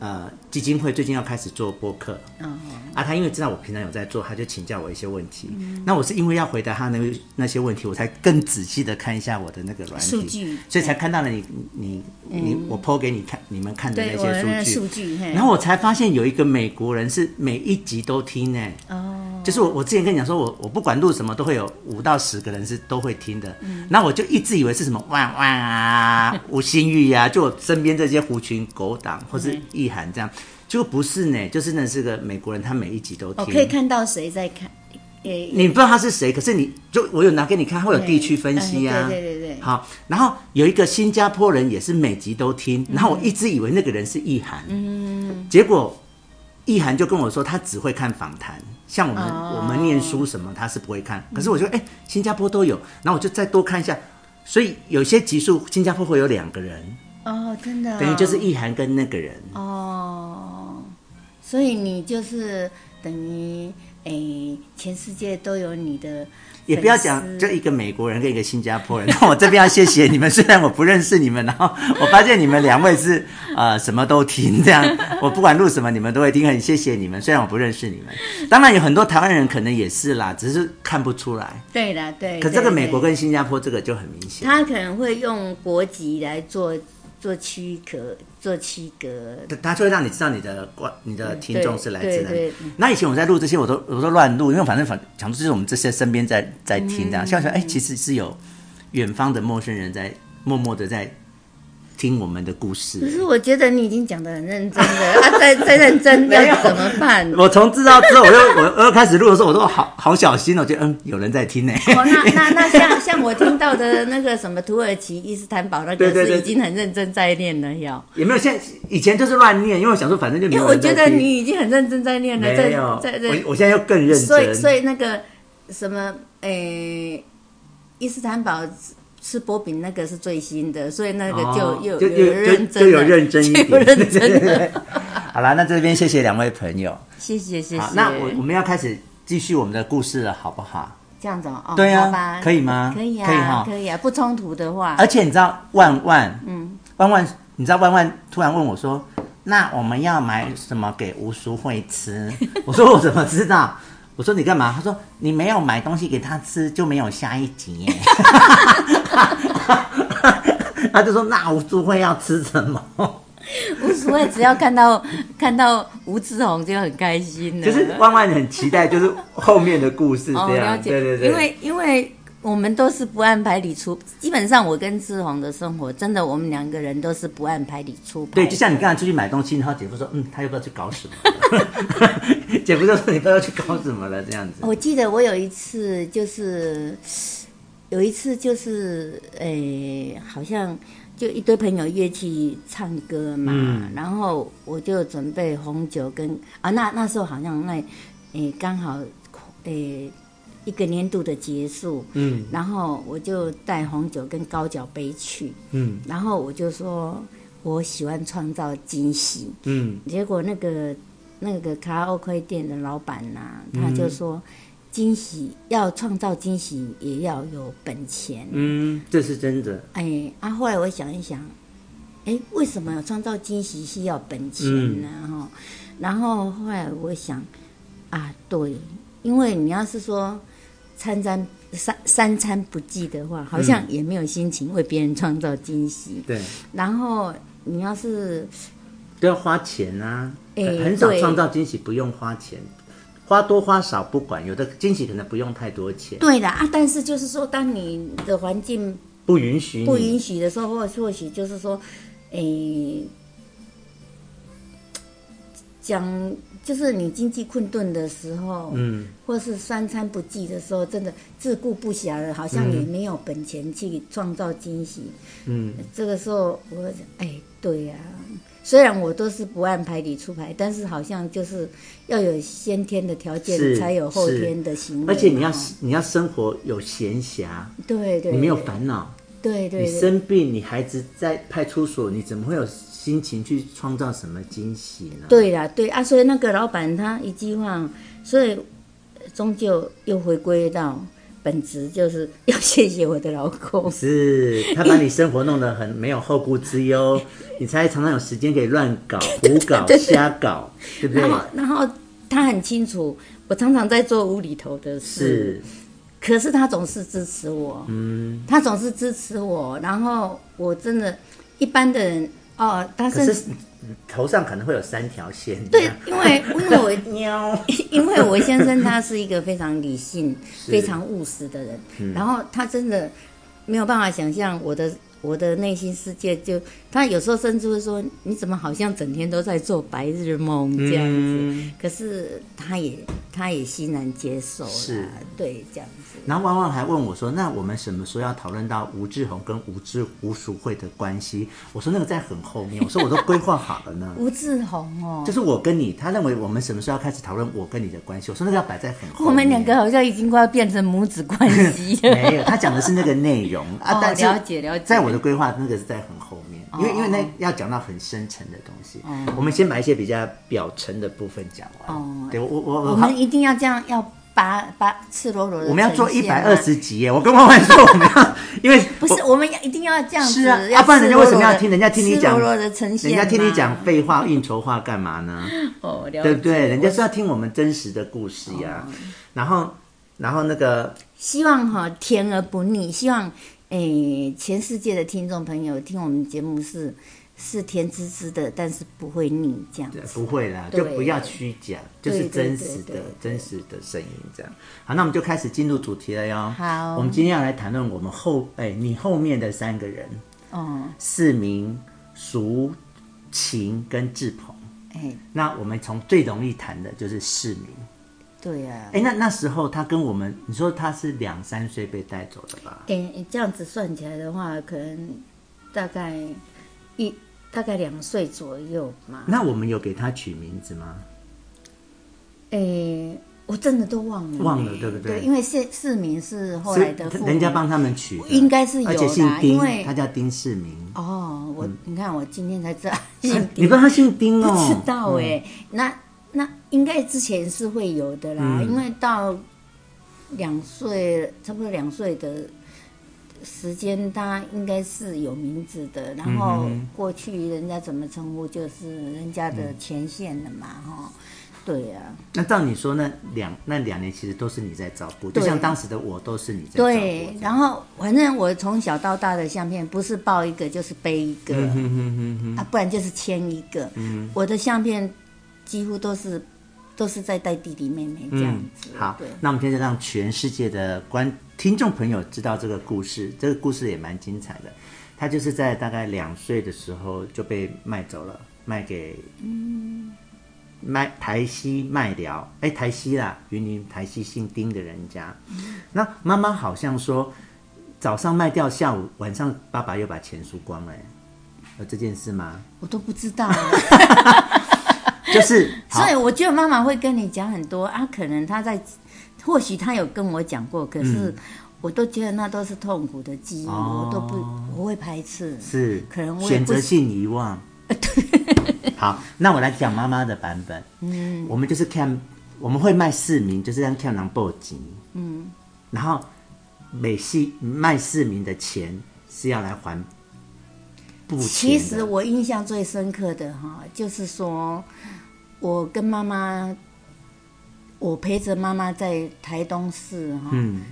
Speaker 2: 呃基金会最近要开始做播客。
Speaker 1: 嗯，
Speaker 2: 啊，他因为知道我平常有在做，他就请教我一些问题。
Speaker 1: 嗯
Speaker 2: 那我是因为要回答他那那些问题，我才更仔细的看一下我的那个软体
Speaker 1: 数据嗯
Speaker 2: 所以才看到了你你你、我剖给你看你们看的那
Speaker 1: 对我
Speaker 2: 些
Speaker 1: 那
Speaker 2: 数据。
Speaker 1: 数据，嘿
Speaker 2: 然后我才发现有一个美国人是每一集都听呢、
Speaker 1: 哦，
Speaker 2: 就是我我之前跟你讲说，我我不管录什么都会有五到十个人是都会听的，那我就一直以为是什么万万啊、吴新玉啊， 就我身边这些狐群狗党或是意涵这样，结果不是呢，就真的是个美国人，他每一集都
Speaker 1: 我
Speaker 2: 听，
Speaker 1: 可以看到谁在看，也
Speaker 2: 你不知道他是谁，可是你就我有拿给你看，会有地区分析啊。
Speaker 1: 对对对对，
Speaker 2: 好，然后有一个新加坡人也是每集都听，
Speaker 1: 嗯
Speaker 2: 然后我一直以为那个人是意涵，结果意涵就跟我说他只会看访谈，像我们、
Speaker 1: 哦
Speaker 2: 我们念书什么他是不会看，可是我就哎、新加坡都有，然后我就再多看一下，所以有些集数新加坡会有两个人，
Speaker 1: 哦，真的哦、
Speaker 2: 等于就是意涵跟那个人，
Speaker 1: 哦，所以你就是等于诶，全世界都有你的，
Speaker 2: 也不要讲就一个美国人跟一个新加坡人， 那我这边要谢谢你们，虽然我不认识你们，然后我发现你们两位是呃什么都听，这样 我不管录呃什么你们都会听，很谢谢你们，虽然我不认识你们，当然有很多台湾人可能也是啦，只是看不出来。
Speaker 1: 对啦，对。
Speaker 2: 可这个
Speaker 1: 对
Speaker 2: 美国
Speaker 1: 对
Speaker 2: 跟新加坡这个就很明显，
Speaker 1: 他可能会用国籍来做做区隔，做区隔。
Speaker 2: 它它就会让你知道你的观你的听众是来自
Speaker 1: 对
Speaker 2: 哪
Speaker 1: 对
Speaker 2: 里。那以前我在录这些我都我都乱录，因为反正反讲就是我们这些身边在在听这
Speaker 1: 嗯
Speaker 2: 样，想想哎其实是有远方的陌生人在默默的在。听我们的故事，
Speaker 1: 可是我觉得你已经讲的很 认真了，啊，再再认真
Speaker 2: 没有
Speaker 1: 要怎么 办？
Speaker 2: 我从知道之后，我又 我我又开始录的时候，我都好好小心哦，我觉得嗯，有人在听呢。
Speaker 1: 哦， 那那那像像我听到的那个什么土耳其伊斯坦堡那
Speaker 2: 对
Speaker 1: 个
Speaker 2: 对对
Speaker 1: 是已经很认真在念了哟，
Speaker 2: 也没有现在以前就是乱念，因为我想说反正就没
Speaker 1: 因为
Speaker 2: 有
Speaker 1: 我
Speaker 2: 人
Speaker 1: 觉
Speaker 2: 在听。
Speaker 1: 得你已经很认真在念了，在
Speaker 2: 没有，
Speaker 1: 在在
Speaker 2: 我我现在又更认真。
Speaker 1: 所以所以那个什么诶、伊斯坦堡吃薄饼那个是最新的，所以那个就、
Speaker 2: 哦
Speaker 1: 有
Speaker 2: 就
Speaker 1: 有认
Speaker 2: 就就
Speaker 1: 真
Speaker 2: 有
Speaker 1: 了，
Speaker 2: 认真一点，
Speaker 1: 就有认真 了。
Speaker 2: 好啦，那这边谢谢两位朋友。
Speaker 1: 谢谢谢谢
Speaker 2: 好，。那我我们要开始继续我们的故事了，好不好？
Speaker 1: 这样子哦，哦
Speaker 2: 对啊
Speaker 1: 好吧，
Speaker 2: 可以吗
Speaker 1: 可以啊，
Speaker 2: 可以哈
Speaker 1: 啊，不冲突的话，
Speaker 2: 而且你知道万万，嗯，万万，你知道万万突然问我说：“那我们要买什么给吴淑慧吃？” 我说：“我怎么知道？”我说：“你干嘛？”他说：“你没有买东西给她吃，就没有下一集 耶。” 他就说：“那吴淑慧要吃什么
Speaker 1: 无所谓，只要看到 看到吴志宏就很开心？”了。
Speaker 2: 就是万万很期待，就是后面的故事
Speaker 1: 哦，
Speaker 2: 这样。
Speaker 1: 了解，
Speaker 2: 对对对，
Speaker 1: 因为因为我们都是不按牌理出，基本上我跟志宏的生活，真的我们两个人都是不按牌理出牌。
Speaker 2: 对，就像你刚才出去买东西，然后姐夫说：“嗯，他又不知道去搞什么。” 姐夫就说：“嗯你不知道去搞什么了。”这样子。
Speaker 1: 我记得我有一次就是，有一次就是，诶、好像就一堆朋友约去唱歌嘛，然后我就准备红酒跟啊，那那时候好像那，诶、刚好，诶、一个年度的结束，
Speaker 2: 嗯
Speaker 1: 然后我就带红酒跟高脚杯去，
Speaker 2: 嗯
Speaker 1: 然后我就说我喜欢创造惊喜，
Speaker 2: 嗯。
Speaker 1: 结果那个那个卡拉 OK 店的老板呐、他就说，惊喜要创造惊喜，也要有本钱。
Speaker 2: 嗯，这是真的。
Speaker 1: 哎，啊，后来我想一想，哎，为什么创造惊喜是要本钱呢？哈、然后后来我想，啊，对，因为你要是说餐餐三三餐不济的话，好像也没有心情为别人创造惊喜。
Speaker 2: 对，
Speaker 1: 然后你要是
Speaker 2: 都要花钱啊，
Speaker 1: 哎
Speaker 2: 很很少
Speaker 1: 对
Speaker 2: 创造惊喜不用花钱，花多花少不管，有的惊喜可能不用太多钱，
Speaker 1: 对啦，啊，但是就是说，当你的环境
Speaker 2: 不允许你
Speaker 1: 不允许的时候，或或许就是说，诶、讲就是你经济困顿的时候，
Speaker 2: 嗯，
Speaker 1: 或是三餐不济的时候，真的自顾不暇了，好像也没有本钱去创造惊喜。
Speaker 2: 嗯，
Speaker 1: 这个时候我会想，哎，对呀、虽然我都是不按牌理出牌，但是好像就是要有先天的条件，
Speaker 2: 是
Speaker 1: 才有后
Speaker 2: 是
Speaker 1: 天的行为。
Speaker 2: 而且你要
Speaker 1: 哦
Speaker 2: 你要生活有闲暇，
Speaker 1: 对对，
Speaker 2: 你没有
Speaker 1: 对
Speaker 2: 烦恼，
Speaker 1: 对对，
Speaker 2: 你
Speaker 1: 对
Speaker 2: 生病，你孩子在派出所，你怎么会有心情去创造什么惊喜呢？，
Speaker 1: 对啦，对啊，所以那个老板他一句话，所以终究又回归到本质，就是要谢谢我的老公。
Speaker 2: 是他把你生活弄得很没有后顾之 忧，你才常常有时间可以乱搞、胡搞、瞎搞，对不 对
Speaker 1: 然？后，然后他很清楚，我常常在做无厘头的事，
Speaker 2: 是。
Speaker 1: 可是他总是支持我，嗯，他总是支持我。然后我真的，一般的人哦，他
Speaker 2: 可
Speaker 1: 甚至
Speaker 2: 是啊头上可能会有三条线。
Speaker 1: 对，因为因为我
Speaker 2: 喵，
Speaker 1: 因为我先生他是一个非常理
Speaker 2: 嗯
Speaker 1: 性、非常务实的人，然后他真的没有办法想象我的我的内心世界就，他有时候甚至会说：“你怎么好像整天都在做白日梦 这样子？”
Speaker 2: 嗯
Speaker 1: 可是他也他也欣然接受
Speaker 2: 是
Speaker 1: 了，对，这样子。。
Speaker 2: 然后汪汪还问我说：“那我们什么时候要讨论到吴志宏跟吴志吴淑慧的关系？”我说：“那个在很后面。”我说：“我都规划好了呢
Speaker 1: 吴志宏哦
Speaker 2: 就，是我跟你，他认为我们什么时候要开始讨论我跟你的关系？我说那个要摆在很后面。
Speaker 1: 我们两个好像已经快要变成母子关系了。
Speaker 2: 没有，他讲的是那个内容啊
Speaker 1: 哦，
Speaker 2: 但是
Speaker 1: 了解了解哦
Speaker 2: 在我的规划，那个是在很后面，因为因为那要讲到很深层的东西，我们先把一些比较表层的部分讲完。
Speaker 1: 哦
Speaker 2: 对我我我
Speaker 1: 我
Speaker 2: 好
Speaker 1: 们一定要这样，要拔拔赤裸裸的。
Speaker 2: 我们要做一
Speaker 1: 啊
Speaker 2: 百二，十集耶！我跟万万说我们要，因为
Speaker 1: 不是，
Speaker 2: 我
Speaker 1: 我们要一定要这样子。
Speaker 2: 是啊
Speaker 1: 要
Speaker 2: 啊不然人家为什么要听
Speaker 1: 赤
Speaker 2: 人家听你讲
Speaker 1: 裸裸地呈现
Speaker 2: 人家听你
Speaker 1: 嘛
Speaker 2: 讲废话、应酬话干嘛呢？
Speaker 1: 哦，了
Speaker 2: 对
Speaker 1: 解。
Speaker 2: 不对？人家
Speaker 1: 我
Speaker 2: 是要听我们真实的故事呀。
Speaker 1: 哦
Speaker 2: 然后然后那个
Speaker 1: 希望哈甜而不腻，希望诶全世界的听众朋友听我们节目是是甜滋滋的，但是不会腻这样子。
Speaker 2: 不会啦，
Speaker 1: 对
Speaker 2: 就不要虚假，就是
Speaker 1: 对对
Speaker 2: 真实的
Speaker 1: 对对、
Speaker 2: 真实的声音这样。好，那我们就开始进入主题了哟。
Speaker 1: 好
Speaker 2: 我们今天要来谈论我们后哎，你后面的三个人，
Speaker 1: 哦，
Speaker 2: 四名俗秦跟志鹏。
Speaker 1: 哎，
Speaker 2: 那我们从最容易谈的就是市民。
Speaker 1: 对呀、啊，
Speaker 2: 哎，那那时候他跟我们，你说他是两三岁被带走的吧？
Speaker 1: 哎，这样子算起来的话，可能大概一大概两岁左右嘛。
Speaker 2: 那我们有给他取名字吗？
Speaker 1: 哎，我真的都忘了，
Speaker 2: 忘了对不对
Speaker 1: 对，因为市市民是后来的
Speaker 2: 所以
Speaker 1: 父
Speaker 2: 人家
Speaker 1: 母
Speaker 2: 帮他们取的，
Speaker 1: 应该是有
Speaker 2: 而且姓
Speaker 1: 啦
Speaker 2: 丁
Speaker 1: 因为，
Speaker 2: 他叫丁世民。
Speaker 1: 哦，我、你看我今天才知道姓
Speaker 2: 哎你
Speaker 1: 丁
Speaker 2: 不知道他姓丁哦？
Speaker 1: 不知道哎、那那应该之前是会有的啦，因为到两岁，差不多两岁的时间，他应该是有名字的。然后过去人家怎么称呼，就是人家的前线了嘛，哈、对啊呀、
Speaker 2: 那照你说，那两那两年其实都是你在照顾，
Speaker 1: 对
Speaker 2: 就像当时的我都是你在照顾。
Speaker 1: 对。然后反正我从小到大的相片，不是抱一个就是背一个，
Speaker 2: 嗯哼哼哼，嗯
Speaker 1: 啊，不然就是签一个。我的相片几乎都是都是在带弟弟妹妹这样
Speaker 2: 嗯
Speaker 1: 子。，
Speaker 2: 好
Speaker 1: 对，，
Speaker 2: 那我们现在让全世界的观听众朋友知道这个故事，这个故事也蛮精彩的。他就是在大概两岁的时候就被卖走了，卖给嗯，卖台西卖寮，哎，台西啦，云林台西姓丁的人家。
Speaker 1: 嗯
Speaker 2: 那妈妈好像说，早上卖掉，下午晚上爸爸又把钱输光了，哎有这件 事吗？
Speaker 1: 我都不知道了，啊
Speaker 2: 就是好
Speaker 1: 所以我觉得妈妈会跟你讲很多啊，可能她在，或许她有跟我讲过，可
Speaker 2: 嗯
Speaker 1: 是我都觉得那都是痛苦的记忆，
Speaker 2: 哦
Speaker 1: 我都不我会排斥。
Speaker 2: 是
Speaker 1: 可能我也
Speaker 2: 选
Speaker 1: 不
Speaker 2: 择性遗 忘。好，那我来讲妈妈的版本。嗯，我们就是看我们会卖市民，就是让看人报警。嗯，然后每戏卖市民的钱是要来还不钱的。
Speaker 1: 其实我印象最深刻的哈，就是说我跟妈妈，我陪着妈妈在台东市哈、
Speaker 2: 嗯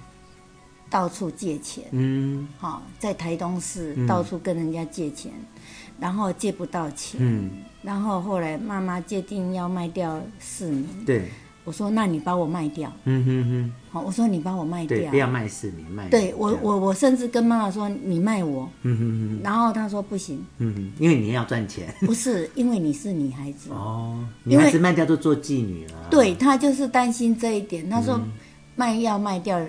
Speaker 1: 到处借钱。
Speaker 2: 嗯
Speaker 1: 哈、在台东市到处跟人家借钱，然后借不到钱，
Speaker 2: 嗯，
Speaker 1: 然后后来妈妈决定要卖掉市民，
Speaker 2: 对，
Speaker 1: 我说那你把我卖掉，
Speaker 2: 嗯哼哼，
Speaker 1: 好、我说你把我卖
Speaker 2: 对，
Speaker 1: 掉
Speaker 2: 不，要卖市民，卖
Speaker 1: 对
Speaker 2: 人
Speaker 1: 我
Speaker 2: 这样
Speaker 1: 我我甚至跟妈妈说你卖我，
Speaker 2: 嗯哼哼
Speaker 1: 然后她说不行，
Speaker 2: 嗯哼，因为你要赚钱
Speaker 1: 不是因为你是女孩子，
Speaker 2: 哦，女
Speaker 1: 因为
Speaker 2: 孩子卖掉就做妓女了。
Speaker 1: 对她就是担心这一点，她
Speaker 2: 嗯
Speaker 1: 说卖要卖掉，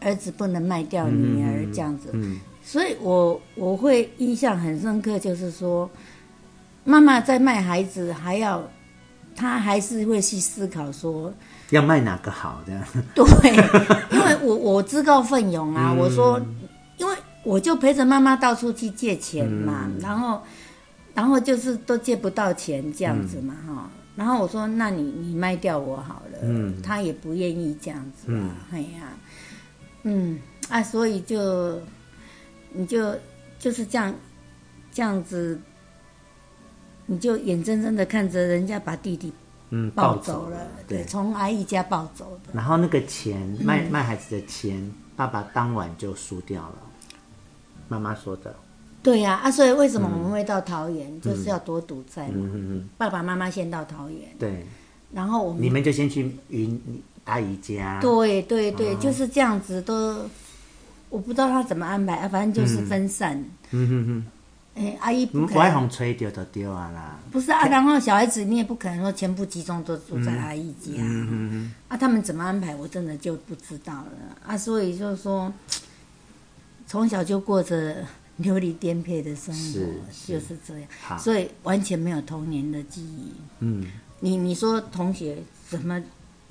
Speaker 1: 儿子不能卖掉女儿这样子，
Speaker 2: 嗯，
Speaker 1: 所以我我会印象很深刻，就是说，妈妈在卖孩子，还要她还是会去思考说，
Speaker 2: 要卖哪个好的？
Speaker 1: 对，因为我我自告奋勇啊，我说，因为我就陪着妈妈到处去借钱嘛，然后然后就是都借不到钱这样子嘛哈、然后我说，那你你卖掉我好了，
Speaker 2: 嗯
Speaker 1: 他也不愿意这样子啊，哎呀、嗯啊，所以就你就就是这样这样子。你就眼睁睁的看着人家把弟弟
Speaker 2: 嗯，
Speaker 1: 抱
Speaker 2: 抱
Speaker 1: 走了，
Speaker 2: 对。
Speaker 1: 从阿姨家抱走的。
Speaker 2: 然后那个钱卖
Speaker 1: 嗯
Speaker 2: 卖孩子的钱，爸爸当晚就输掉了。妈妈说的，
Speaker 1: 对呀、啊，所以为什么我们会到桃园，就是要多赌债嘛。
Speaker 2: 嗯嗯嗯，
Speaker 1: 爸爸妈妈先到桃园，
Speaker 2: 对，
Speaker 1: 然后我
Speaker 2: 你
Speaker 1: 们
Speaker 2: 们就先去云阿姨家，哦
Speaker 1: 对对对，就是这样子都。我不知道他怎么安排，啊，反正就是分散。
Speaker 2: 嗯
Speaker 1: 哎、阿姨不
Speaker 2: 哼哼，
Speaker 1: 可
Speaker 2: 不爱
Speaker 1: 能，
Speaker 2: 红嗯吹掉就丢啊啦。
Speaker 1: 不是啊，然后小孩子你也不可能说全部集中都住在阿姨家。
Speaker 2: 嗯
Speaker 1: 啊，他们怎么安排，我真的就不知道了啊。所以就是说，从小就过着流离颠沛的生活，
Speaker 2: 是是
Speaker 1: 就是这样，
Speaker 2: 好
Speaker 1: 所以完全没有童年的记忆。
Speaker 2: 嗯，
Speaker 1: 你你说同学怎么，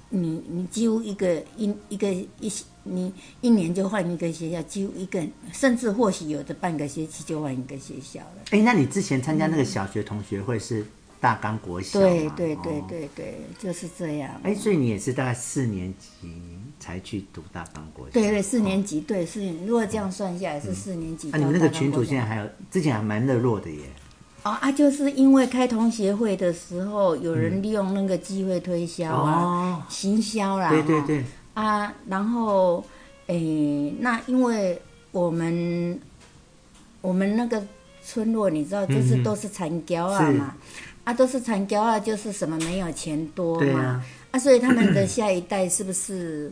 Speaker 1: 你你几乎一个一一个一你一年就换一个学校，几乎一个甚至或许有的半个学期就换一个学校了。
Speaker 2: 哎、那你之前参加那个小学同学会是大冈国小吗
Speaker 1: 对对对
Speaker 2: 哦
Speaker 1: 对对，就是这样。
Speaker 2: 哎、所以你也是大概四年级才去读大冈国小。
Speaker 1: 对对，四年级，对四年，如果这样算下来是四年级
Speaker 2: 啊，
Speaker 1: 到
Speaker 2: 你
Speaker 1: 大
Speaker 2: 们
Speaker 1: 概国小。
Speaker 2: 那个群主现在还有，之前还蛮热络的耶。
Speaker 1: 哦啊，就是因为开同协会的时候，有人利用那个机会推销啊、
Speaker 2: 嗯哦，
Speaker 1: 行销啦，
Speaker 2: 对对
Speaker 1: 哈
Speaker 2: 对，
Speaker 1: 啊，然后诶，那因为我们我们那个村落，你知道，就是
Speaker 2: 嗯嗯
Speaker 1: 都是残胶啊嘛，啊，都是残胶啊，就是什么没有钱多
Speaker 2: 对
Speaker 1: 嘛，
Speaker 2: 啊
Speaker 1: 啊，所以他 们的下一代是不是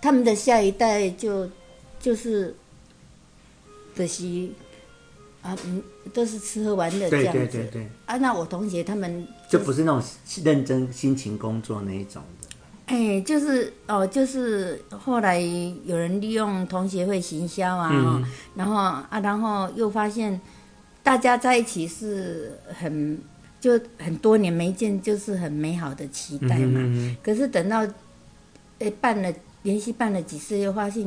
Speaker 1: 他们的下一代就就是就是啊，嗯，都是吃喝玩乐这
Speaker 2: 对
Speaker 1: 样子
Speaker 2: 对对对，
Speaker 1: 啊，那我同学他们
Speaker 2: 就不是那种认真辛勤工作那一种的。
Speaker 1: 哎，就是哦，就是后来有人利用同学会行销啊，
Speaker 2: 嗯
Speaker 1: 哦然后啊，然后又发现大家在一起是很就很多年没见，就是很美好的期待嘛。
Speaker 2: 嗯
Speaker 1: 可是等到哎办了连续办了几次，又发现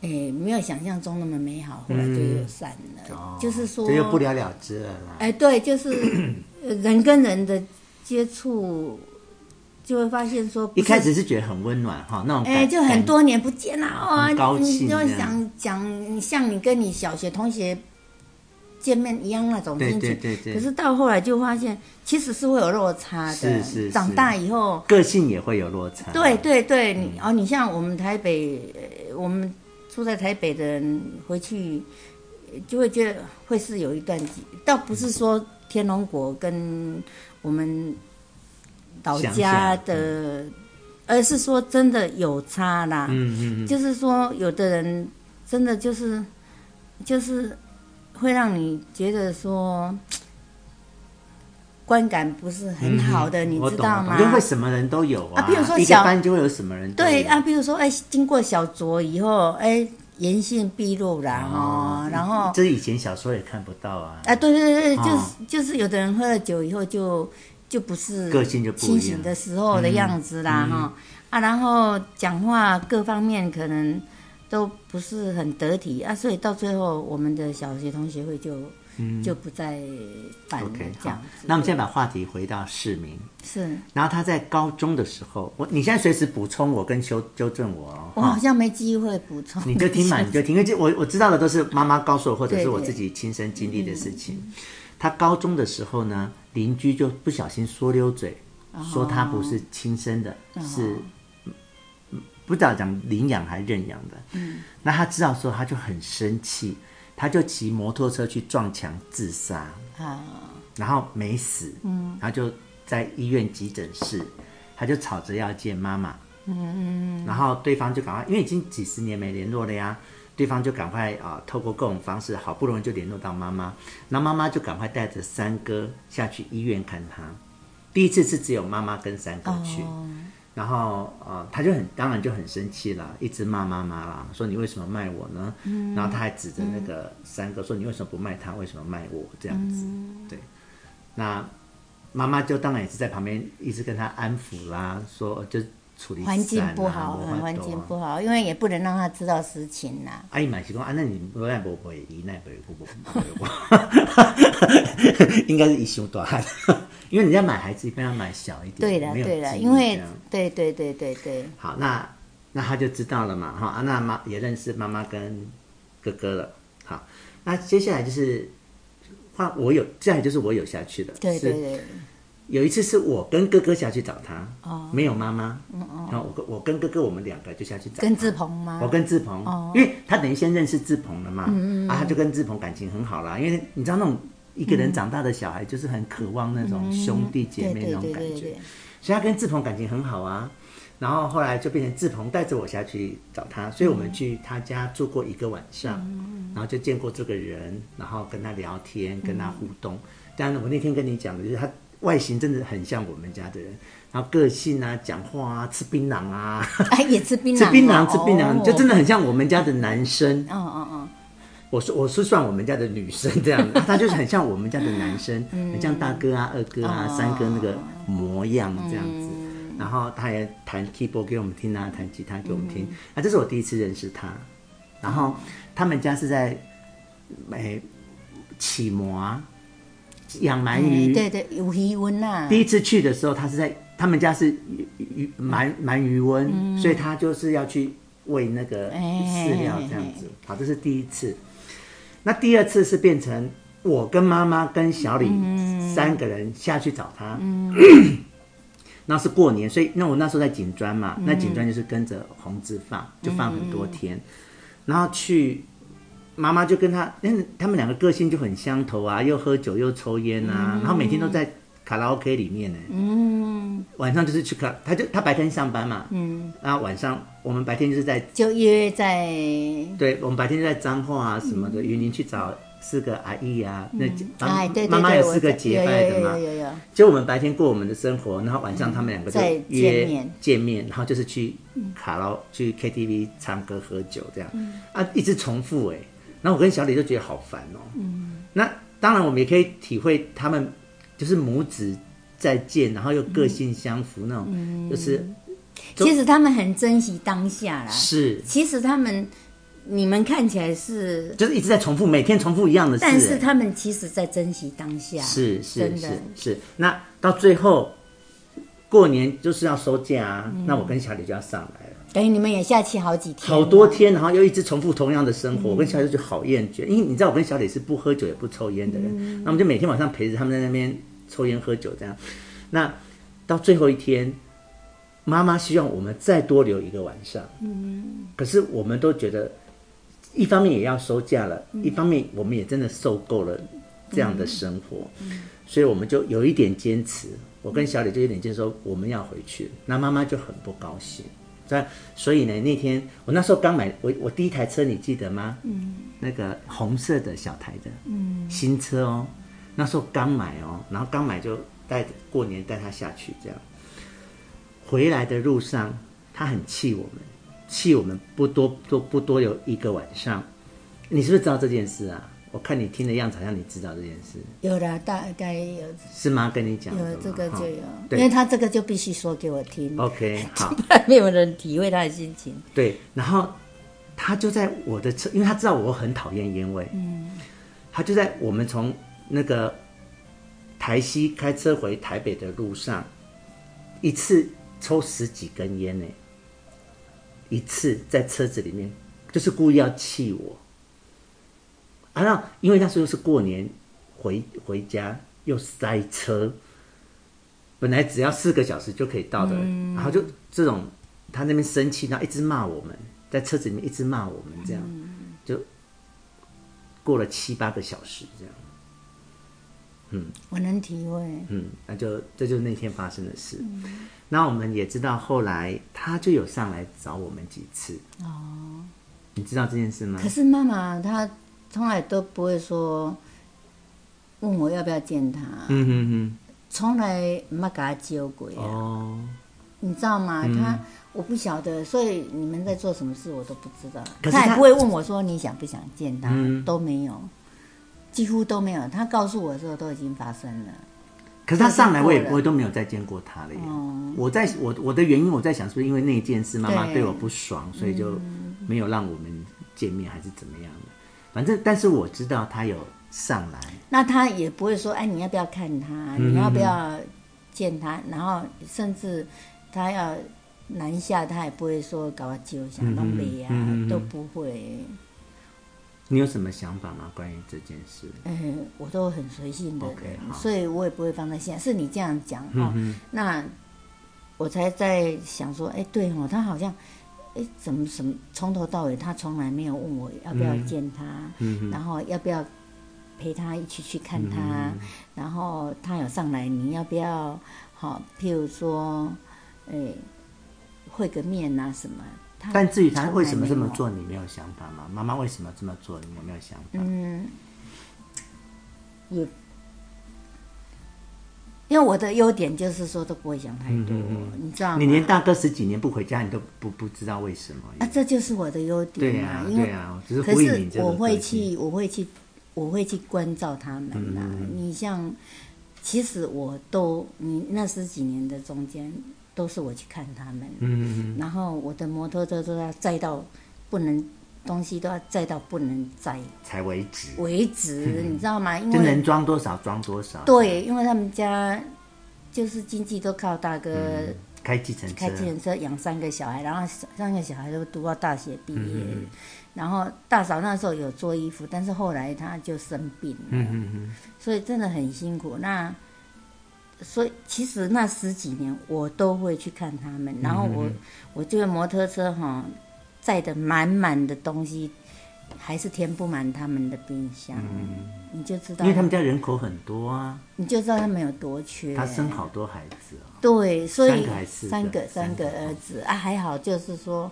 Speaker 1: 哎没有想象中那么美好，后来就又散了。
Speaker 2: 哦
Speaker 1: 就是说，
Speaker 2: 这又不了了之了啦。
Speaker 1: 哎，对，就是 呃人跟人的接触，就会发现说不
Speaker 2: 一
Speaker 1: 是
Speaker 2: 开始是觉得很温暖哈，那种感
Speaker 1: 哎、就很。
Speaker 2: 感
Speaker 1: 多年不见啦，哦，
Speaker 2: 很高
Speaker 1: 你
Speaker 2: 兴
Speaker 1: 就
Speaker 2: 这样
Speaker 1: 想讲像你跟你小学同学见面一样那种心情。
Speaker 2: 对对对对，
Speaker 1: 可是到后来就发现，其实是会有落差的。
Speaker 2: 是是是
Speaker 1: 长大以后，
Speaker 2: 个性也会有落差。
Speaker 1: 对对对，你哦，你像我们台北，呃我们住在台北的人回去，呃就会觉得会是有一段距，倒不是说天龙国跟我们老
Speaker 2: 乡
Speaker 1: 家
Speaker 2: 下
Speaker 1: 的，嗯而是说真的有差啦。
Speaker 2: 嗯，嗯嗯嗯，
Speaker 1: 就是说，有的人真的就是就是会让你觉得说观感不是很好的，你
Speaker 2: 嗯我
Speaker 1: 知
Speaker 2: 懂
Speaker 1: 道吗
Speaker 2: 我？懂就会什么人都有啊。
Speaker 1: 啊比如说
Speaker 2: 一个
Speaker 1: 小
Speaker 2: 班就会有什么人都有
Speaker 1: 对啊，，比如说哎，经过小酌以后，哎，言行毕露啦
Speaker 2: 啊
Speaker 1: 哦，然后
Speaker 2: 这以前小时候也看不到嗯啊。
Speaker 1: 啊，对对对，
Speaker 2: 哦
Speaker 1: 就是、就是有的人喝了酒以后就就不是
Speaker 2: 个性就不一样
Speaker 1: 清
Speaker 2: 嗯
Speaker 1: 醒的时候的样子啦哈、啊，然后讲话各方面可能都不是很得体啊，所以到最后我们的小学同学会就、就不再办了
Speaker 2: 嗯 OK，
Speaker 1: 嗯这样
Speaker 2: 好
Speaker 1: 子。，
Speaker 2: 那我们现在把话题回到市民，
Speaker 1: 是
Speaker 2: 然后他在高中的时候，我你现在随时补充我跟修纠正我哦。
Speaker 1: 我
Speaker 2: 哈
Speaker 1: 好像没机会补充，
Speaker 2: 你 就听嘛，你就听，因为这我我知道的都是妈妈告诉我，或者
Speaker 1: 对
Speaker 2: 是
Speaker 1: 对嗯
Speaker 2: 我自己亲身经历的事情。他高中的时候呢，邻居就不小心说溜嘴，
Speaker 1: 哦
Speaker 2: 说他不是亲生的，是嗯不知道讲领养还是认养的。
Speaker 1: 嗯
Speaker 2: 那他知道之后，他就很生气，他就骑摩托车去撞墙自杀，
Speaker 1: 啊，
Speaker 2: 然后没死，嗯，然后就在医院急诊室，他就吵着要见妈妈，嗯嗯，然后对方就赶快，因为已经几十年没联络了呀，对方就赶快啊、透过各种方式，好不容易就联络到妈妈，那妈妈就赶快带着三哥下去医院看他，第一次是只有妈妈跟三哥去。
Speaker 1: 哦
Speaker 2: 然后呃，他就很当然就很生气啦，一直骂妈妈啦，说你为什么卖我呢？
Speaker 1: 嗯
Speaker 2: 然后他还指着那个三哥说你为什么不卖他，为什么卖我这样子？
Speaker 1: 嗯
Speaker 2: 对，那妈妈就当然也是在旁边一直跟他安抚啦，说就处理、啊、
Speaker 1: 环境不好，
Speaker 2: 没
Speaker 1: 嗯环
Speaker 2: 办法
Speaker 1: 境不好，因为也不能让他知道实情啦。
Speaker 2: 阿姨买是讲啊，那你不爱不陪你，那陪不不不， 应该是一胸大汉，因为人家买孩子一般要买小一点，
Speaker 1: 对的，
Speaker 2: 没有
Speaker 1: 对的，
Speaker 2: 记忆
Speaker 1: 因为
Speaker 2: 这样
Speaker 1: 对对对对对，
Speaker 2: 好，那那他就知道了嘛，哈、啊，那妈也认识妈妈跟哥哥了。好，那接下来就是换我有，接下来就是我有下去了。
Speaker 1: 对对
Speaker 2: 是
Speaker 1: 对，
Speaker 2: 有一次是我跟哥哥下去找他，
Speaker 1: 哦
Speaker 2: 没有妈妈，嗯哦，然后我跟我跟哥哥我们两个就下去找他
Speaker 1: 跟志鹏吗？
Speaker 2: 我哦跟志鹏，因为他等于先认识志鹏了嘛，啊，他就跟志鹏感情很好啦。因为你知道那种一个人长大的小孩就是很渴望那种兄弟姐妹那种感觉，所以他跟志鹏感情很好啊。然后后来就变成志鹏带着我下去找他，所以我们去他家住过一个晚上，然后就见过这个人，然后跟他聊天，跟他互动。当然，我那天跟你讲的就是他外形真的很像我们家的人，然后个性啊、讲话啊、吃槟榔啊、
Speaker 1: 哎，也吃槟榔
Speaker 2: 吃
Speaker 1: 啊，
Speaker 2: 槟榔、吃槟榔，
Speaker 1: 哦
Speaker 2: 就真的很像我们家的男生。
Speaker 1: 哦哦哦，
Speaker 2: 我是我是算我们家的女生 这样，他就是很像我们家的男生，
Speaker 1: 嗯
Speaker 2: 很像大哥啊、二哥
Speaker 1: 哦
Speaker 2: 啊、三哥那个模样这样子。
Speaker 1: 嗯
Speaker 2: 然后他也弹 keyboard 给我们听啊，弹吉他给我们听。
Speaker 1: 嗯
Speaker 2: 啊，这是我第一次认识他。然后他们家是在诶起摩啊养鳗
Speaker 1: 哎
Speaker 2: 鱼，
Speaker 1: 对对，有鱼温呐，
Speaker 2: 第一次去的时候，他是在他们家是鱼鱼鳗鳗鱼温，
Speaker 1: 嗯
Speaker 2: 所以他就是要去喂那个饲料这样子。好，这是第一次。那第二次是变成我跟妈妈跟小李三个人下去找他。那是过年，所以那我那时候在锦专嘛，那锦专就是跟着红字放，就放很多天，然后去妈妈就跟他，那他们两个个性就很相投啊，又喝酒又抽烟啊，然后每天都在卡拉 OK 里面呢、嗯，晚上就是去卡，他就他白天上班嘛，嗯，然后晚上我们白天就是在，
Speaker 1: 就约在
Speaker 2: 对我们白天就在彰化啊什么的，云林去找四个阿姨啊，那
Speaker 1: 嗯哎，对对对，
Speaker 2: 妈妈有四个
Speaker 1: 我知
Speaker 2: 结拜的
Speaker 1: 有有
Speaker 2: 嘛
Speaker 1: 有，有有有，
Speaker 2: 就我们白天过我们的生活，然后晚上他们两个就
Speaker 1: 再
Speaker 2: 约
Speaker 1: 见面嗯
Speaker 2: 见面，然后就是去卡拉去 KTV 唱歌喝酒这样，啊，一直重复哎、然后我跟小李就觉得好烦哦、
Speaker 1: 嗯
Speaker 2: 那当然我们也可以体会他们就是母子再见，然后又个性相符那种，
Speaker 1: 嗯
Speaker 2: 就是就
Speaker 1: 其实他们很珍惜当下啦，
Speaker 2: 是
Speaker 1: 其实他们你们看起来是，
Speaker 2: 就是一直在重复，每天重复一样的事、欸。
Speaker 1: 但是他们其实在珍惜当下，
Speaker 2: 是是
Speaker 1: 真
Speaker 2: 是
Speaker 1: 的
Speaker 2: 是，那到最后过年就是要收假啊，
Speaker 1: 嗯
Speaker 2: 那我跟小李就要上来了。
Speaker 1: 等于你们也下去好几天，
Speaker 2: 好多，天，然后又一直重复同样的生
Speaker 1: 嗯
Speaker 2: 活，我跟小李就好厌倦，因为你知道我跟小李是不喝酒也不抽烟的人，
Speaker 1: 嗯
Speaker 2: 那我们就每天晚上陪着他们在那边抽烟喝酒这样。那到最后一天，妈妈希望我们再多留一个晚上，
Speaker 1: 嗯
Speaker 2: 可是我们都觉得，一方面也要收假了，
Speaker 1: 嗯
Speaker 2: 一方面我们也真的受够了这样的生活，所以我们就有一点坚持。我跟小李就有点坚持说我们要回去，那妈妈就很不高兴。所以所以呢，那天我那时候刚买我我第一台车，你记得吗？嗯，那个红色的小台的，嗯，新车哦，那时候刚买哦，然后刚买就带着过年带他下去这样。回来的路上，他很气我们，气我们不多多不多有一个晚上。你是不是知道这件事啊？我看你听的样子，好像你知道这件事，
Speaker 1: 有了大概有
Speaker 2: 是妈跟你讲的
Speaker 1: 有
Speaker 2: 吗
Speaker 1: 这个就有
Speaker 2: 哈，
Speaker 1: 因为
Speaker 2: 对哦
Speaker 1: 他这个就必须说给我听，
Speaker 2: ，OK，好，
Speaker 1: 不 然没有人体会他的心情。
Speaker 2: 对，然后他就在我的车，因为他知道我很讨厌烟味，嗯，他就在我们从那个台西开车回台北的路上，一次抽十几根烟呢，一次在车子里面，就是故意要气我。啊，那因为那时候是过年回回家又塞车，本来只要四个小时就可以到的，
Speaker 1: 嗯
Speaker 2: 然后就这种他那边生气，然后一直骂我们，在车子里面一直骂我们，这样、
Speaker 1: 嗯
Speaker 2: 就过了七八个小时这样。
Speaker 1: 我能体会，
Speaker 2: 嗯，那就这就是那天发生的事。
Speaker 1: 嗯
Speaker 2: 那我们也知道，后来他就有上来找我们几次。哦，你知道这件事吗
Speaker 1: 可？是妈妈她从来都不会说问我要不要见她，
Speaker 2: 嗯哼
Speaker 1: 从来没给她揪过
Speaker 2: 哼，
Speaker 1: 啊，
Speaker 2: 哦，嗯
Speaker 1: 你知道吗？她我不晓得，所以你们在做什么事我都不知道。
Speaker 2: 可是
Speaker 1: 她也
Speaker 2: 她嗯
Speaker 1: 不会问我说你想不想见她，都没有，几乎都没有。她告诉我的时候都已经发生了。
Speaker 2: 可是他上来，我
Speaker 1: 都见过了
Speaker 2: 也
Speaker 1: 哦
Speaker 2: 我也都没有再见过他了耶。我在我我的原因，我在想是不是因为那件事，妈妈
Speaker 1: 对嗯
Speaker 2: 对我不爽，所以就没有让我们见面，还是怎么样的？反正，但是我知道他有上来，
Speaker 1: 那他也不会说，哎，你要不要看他？你要不要见他？然后甚至他要南下，他也不会说搞我揪下东北啊，都不会。
Speaker 2: 你有什么想法吗？关于这件事？
Speaker 1: 嗯，我都很随性的人
Speaker 2: OK，好嗯
Speaker 1: 所以我也不会放在心上。是你这样讲哦，那我才在想说，哎，对哦，他好像，哎，怎么
Speaker 2: 嗯
Speaker 1: 什么从头到尾他从来没有问我要不要见他，然后要不要陪他一起去看他，
Speaker 2: 嗯
Speaker 1: 然后他有上来，你要不要？好，譬如说，诶、会个面啊什么。他
Speaker 2: 但至于他
Speaker 1: 从来
Speaker 2: 为什么
Speaker 1: 没
Speaker 2: 这么
Speaker 1: 有
Speaker 2: 做，你没有想法吗？妈妈为什么这么做，你有没有想法？
Speaker 1: 嗯，也，因为我的优点就是说都不会想太多，你知道
Speaker 2: 嗯你连
Speaker 1: 吗？
Speaker 2: 大哥十几年不回家，你都不不知道为什么。
Speaker 1: 啊，这就是我的优
Speaker 2: 对
Speaker 1: 点啊
Speaker 2: 呀、
Speaker 1: 因
Speaker 2: 对
Speaker 1: 为
Speaker 2: 呀、只是
Speaker 1: 哎可
Speaker 2: 呼应你
Speaker 1: 是
Speaker 2: 这个
Speaker 1: 我会
Speaker 2: 个性嗯
Speaker 1: 去，我会去，我会去关照他们呐、你像，其实我都，你那十几年的中间，都是我去看他们，
Speaker 2: 嗯，嗯
Speaker 1: 然后我的摩托车都要载到不能，东西都要载到不能载
Speaker 2: 嗯才为止，
Speaker 1: 为止，你知道吗？因
Speaker 2: 嗯就
Speaker 1: 为
Speaker 2: 能装多少装多少。，
Speaker 1: 对，因为他们家就是经济都靠大哥
Speaker 2: 开计程车
Speaker 1: 开，自行车养三个小孩，然后三个小孩都读到大学毕业。
Speaker 2: 嗯
Speaker 1: 然后大嫂那时候有做衣服，但是后来她就生病了，
Speaker 2: 嗯嗯嗯，
Speaker 1: 所以真的很辛苦。那所以其实那十几年我都会去看他们，
Speaker 2: 嗯
Speaker 1: 然后我、我这个摩托车哈载的满满的东西，还是填不满他们的冰箱，你就知道
Speaker 2: 嗯因为，他们家人口很多啊，
Speaker 1: 你就知道他们有多缺。
Speaker 2: 他生好多孩子哦。
Speaker 1: 对，所以
Speaker 2: 三个还是四个
Speaker 1: 三个三个
Speaker 2: 三个
Speaker 1: 儿子啊，还好就是说，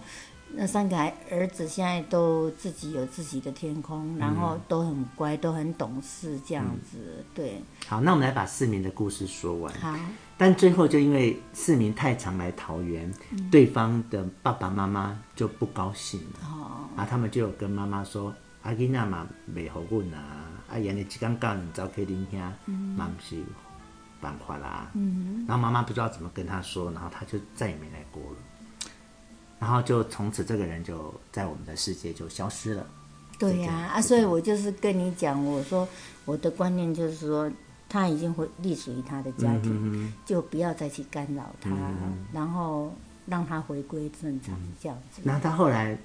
Speaker 1: 那三个孩儿子现在都自己有自己的天空，然后
Speaker 2: 嗯
Speaker 1: 都很乖，都很懂事，这样子。对，
Speaker 2: 好，那我们来把市民的故事说完。
Speaker 1: 好，
Speaker 2: 但最后就因为市民太常来桃园，对方的爸爸妈妈就不高兴了，
Speaker 1: 哦，
Speaker 2: 啊，他们就有跟妈妈说：“阿囡仔嘛袂好阮啊，啊，原来一天到你走去恁遐，嘛不是有办法啦。”嗯，然后妈妈不知道怎么跟他说，然后他就再也没来过了。然后就从此这个人就在我们的世界就消失了。
Speaker 1: 对呀、
Speaker 2: 对
Speaker 1: 啊，所以我就是跟你讲，我说我的观念就是说，他已经回隶属于他的家
Speaker 2: 嗯
Speaker 1: 庭，就不要再去干扰他，然后让他回归正常，这样子。
Speaker 2: 然后他后来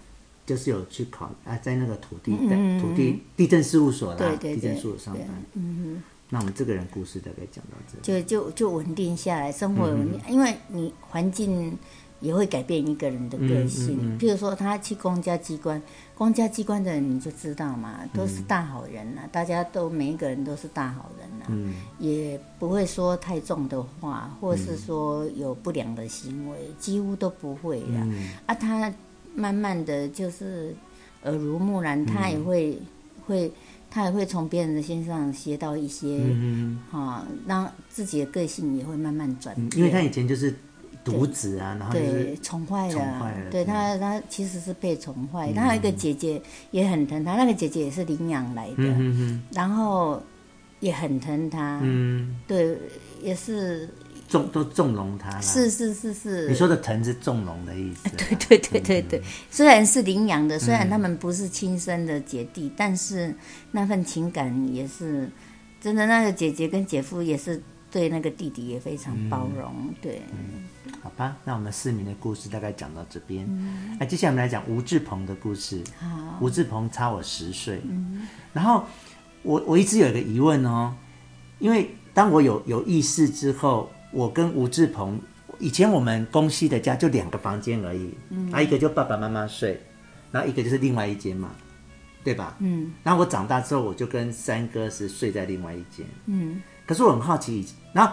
Speaker 2: 就是有去考啊，在那个土地
Speaker 1: 嗯
Speaker 2: 的、土地地震事务所啦，
Speaker 1: 对对对
Speaker 2: 地震事务所上班。嗯那我们这个人故事大概讲到这里。
Speaker 1: 就就就稳定下来，生活稳定，因为你环境也会改变一个人的个性。譬如说，他去公家机关，公家机关的人你就知道嘛，都是大好人呐、大家都每一个人都是大好人呐、也不会说太重的话，或是说有不良的行为，几乎都不会的。啊，他慢慢的就是耳濡目染，他也会、会。他也会从别人的身上学到一些
Speaker 2: 嗯，
Speaker 1: 哈、让哦自己的个性也会慢慢转变。
Speaker 2: 因为他以前就是独子啊，然后就是
Speaker 1: 对宠坏
Speaker 2: 宠
Speaker 1: 了，
Speaker 2: 坏了
Speaker 1: 对
Speaker 2: 对嗯
Speaker 1: 他他其实是被宠坏。他有一个姐姐也很疼他，那个姐姐也是领养来的，
Speaker 2: 嗯
Speaker 1: 然后也很疼他，
Speaker 2: 嗯，
Speaker 1: 对，也是
Speaker 2: 纵都纵容他啦。
Speaker 1: 是是是是。
Speaker 2: 你说的疼是纵容的意思啊。
Speaker 1: 对对对对对，虽然是领养
Speaker 2: 嗯
Speaker 1: 的，虽然他们不是亲生的姐弟，但是那份情感也是真的。那个姐姐跟姐夫也是对那个弟弟也非常包
Speaker 2: 嗯
Speaker 1: 容，对。嗯
Speaker 2: 好吧，那我们市民的故事大概讲到这边。那、接下来我们来讲吴志鹏的故事。吴志鹏差我十岁。然后我我一直有一个疑问哦，因为当我有有意识之后，我跟吴志鹏以前我们公西的家就两个房间而已，嗯，然后一个就爸爸妈妈睡，然后一个就是另外一间嘛，对吧？嗯。然后我长大之后，我就跟三哥是睡在另外一间。嗯。可是我很好奇，然后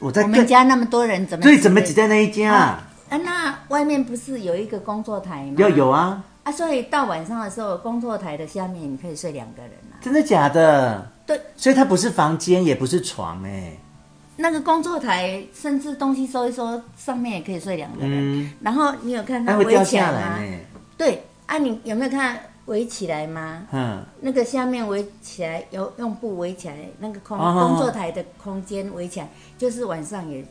Speaker 2: 我在
Speaker 1: 我
Speaker 2: 更
Speaker 1: 们家那么多人，怎么
Speaker 2: 所以怎么
Speaker 1: 挤
Speaker 2: 挤在那一间啊？
Speaker 1: 啊，那外面不是有一个工作台吗？
Speaker 2: 要有啊，
Speaker 1: 啊，所以到晚上的时候，工作台的下面你可以睡两个人啊。
Speaker 2: 真的假的？
Speaker 1: 对，
Speaker 2: 所以它不是房间，也不是床、哎
Speaker 1: 那个工作台甚至东西收一收，上面也可以睡两个人。然后你有看
Speaker 2: 哎，
Speaker 1: 到
Speaker 2: 它会
Speaker 1: 围
Speaker 2: 掉
Speaker 1: 起来
Speaker 2: 下
Speaker 1: 吗？
Speaker 2: 来呢、
Speaker 1: 对啊，你有没有看围起来吗？
Speaker 2: 嗯，
Speaker 1: 那个下面围起来，有用布围起来，那个空、
Speaker 2: 哦
Speaker 1: 工作台的空间围起来，就是晚上也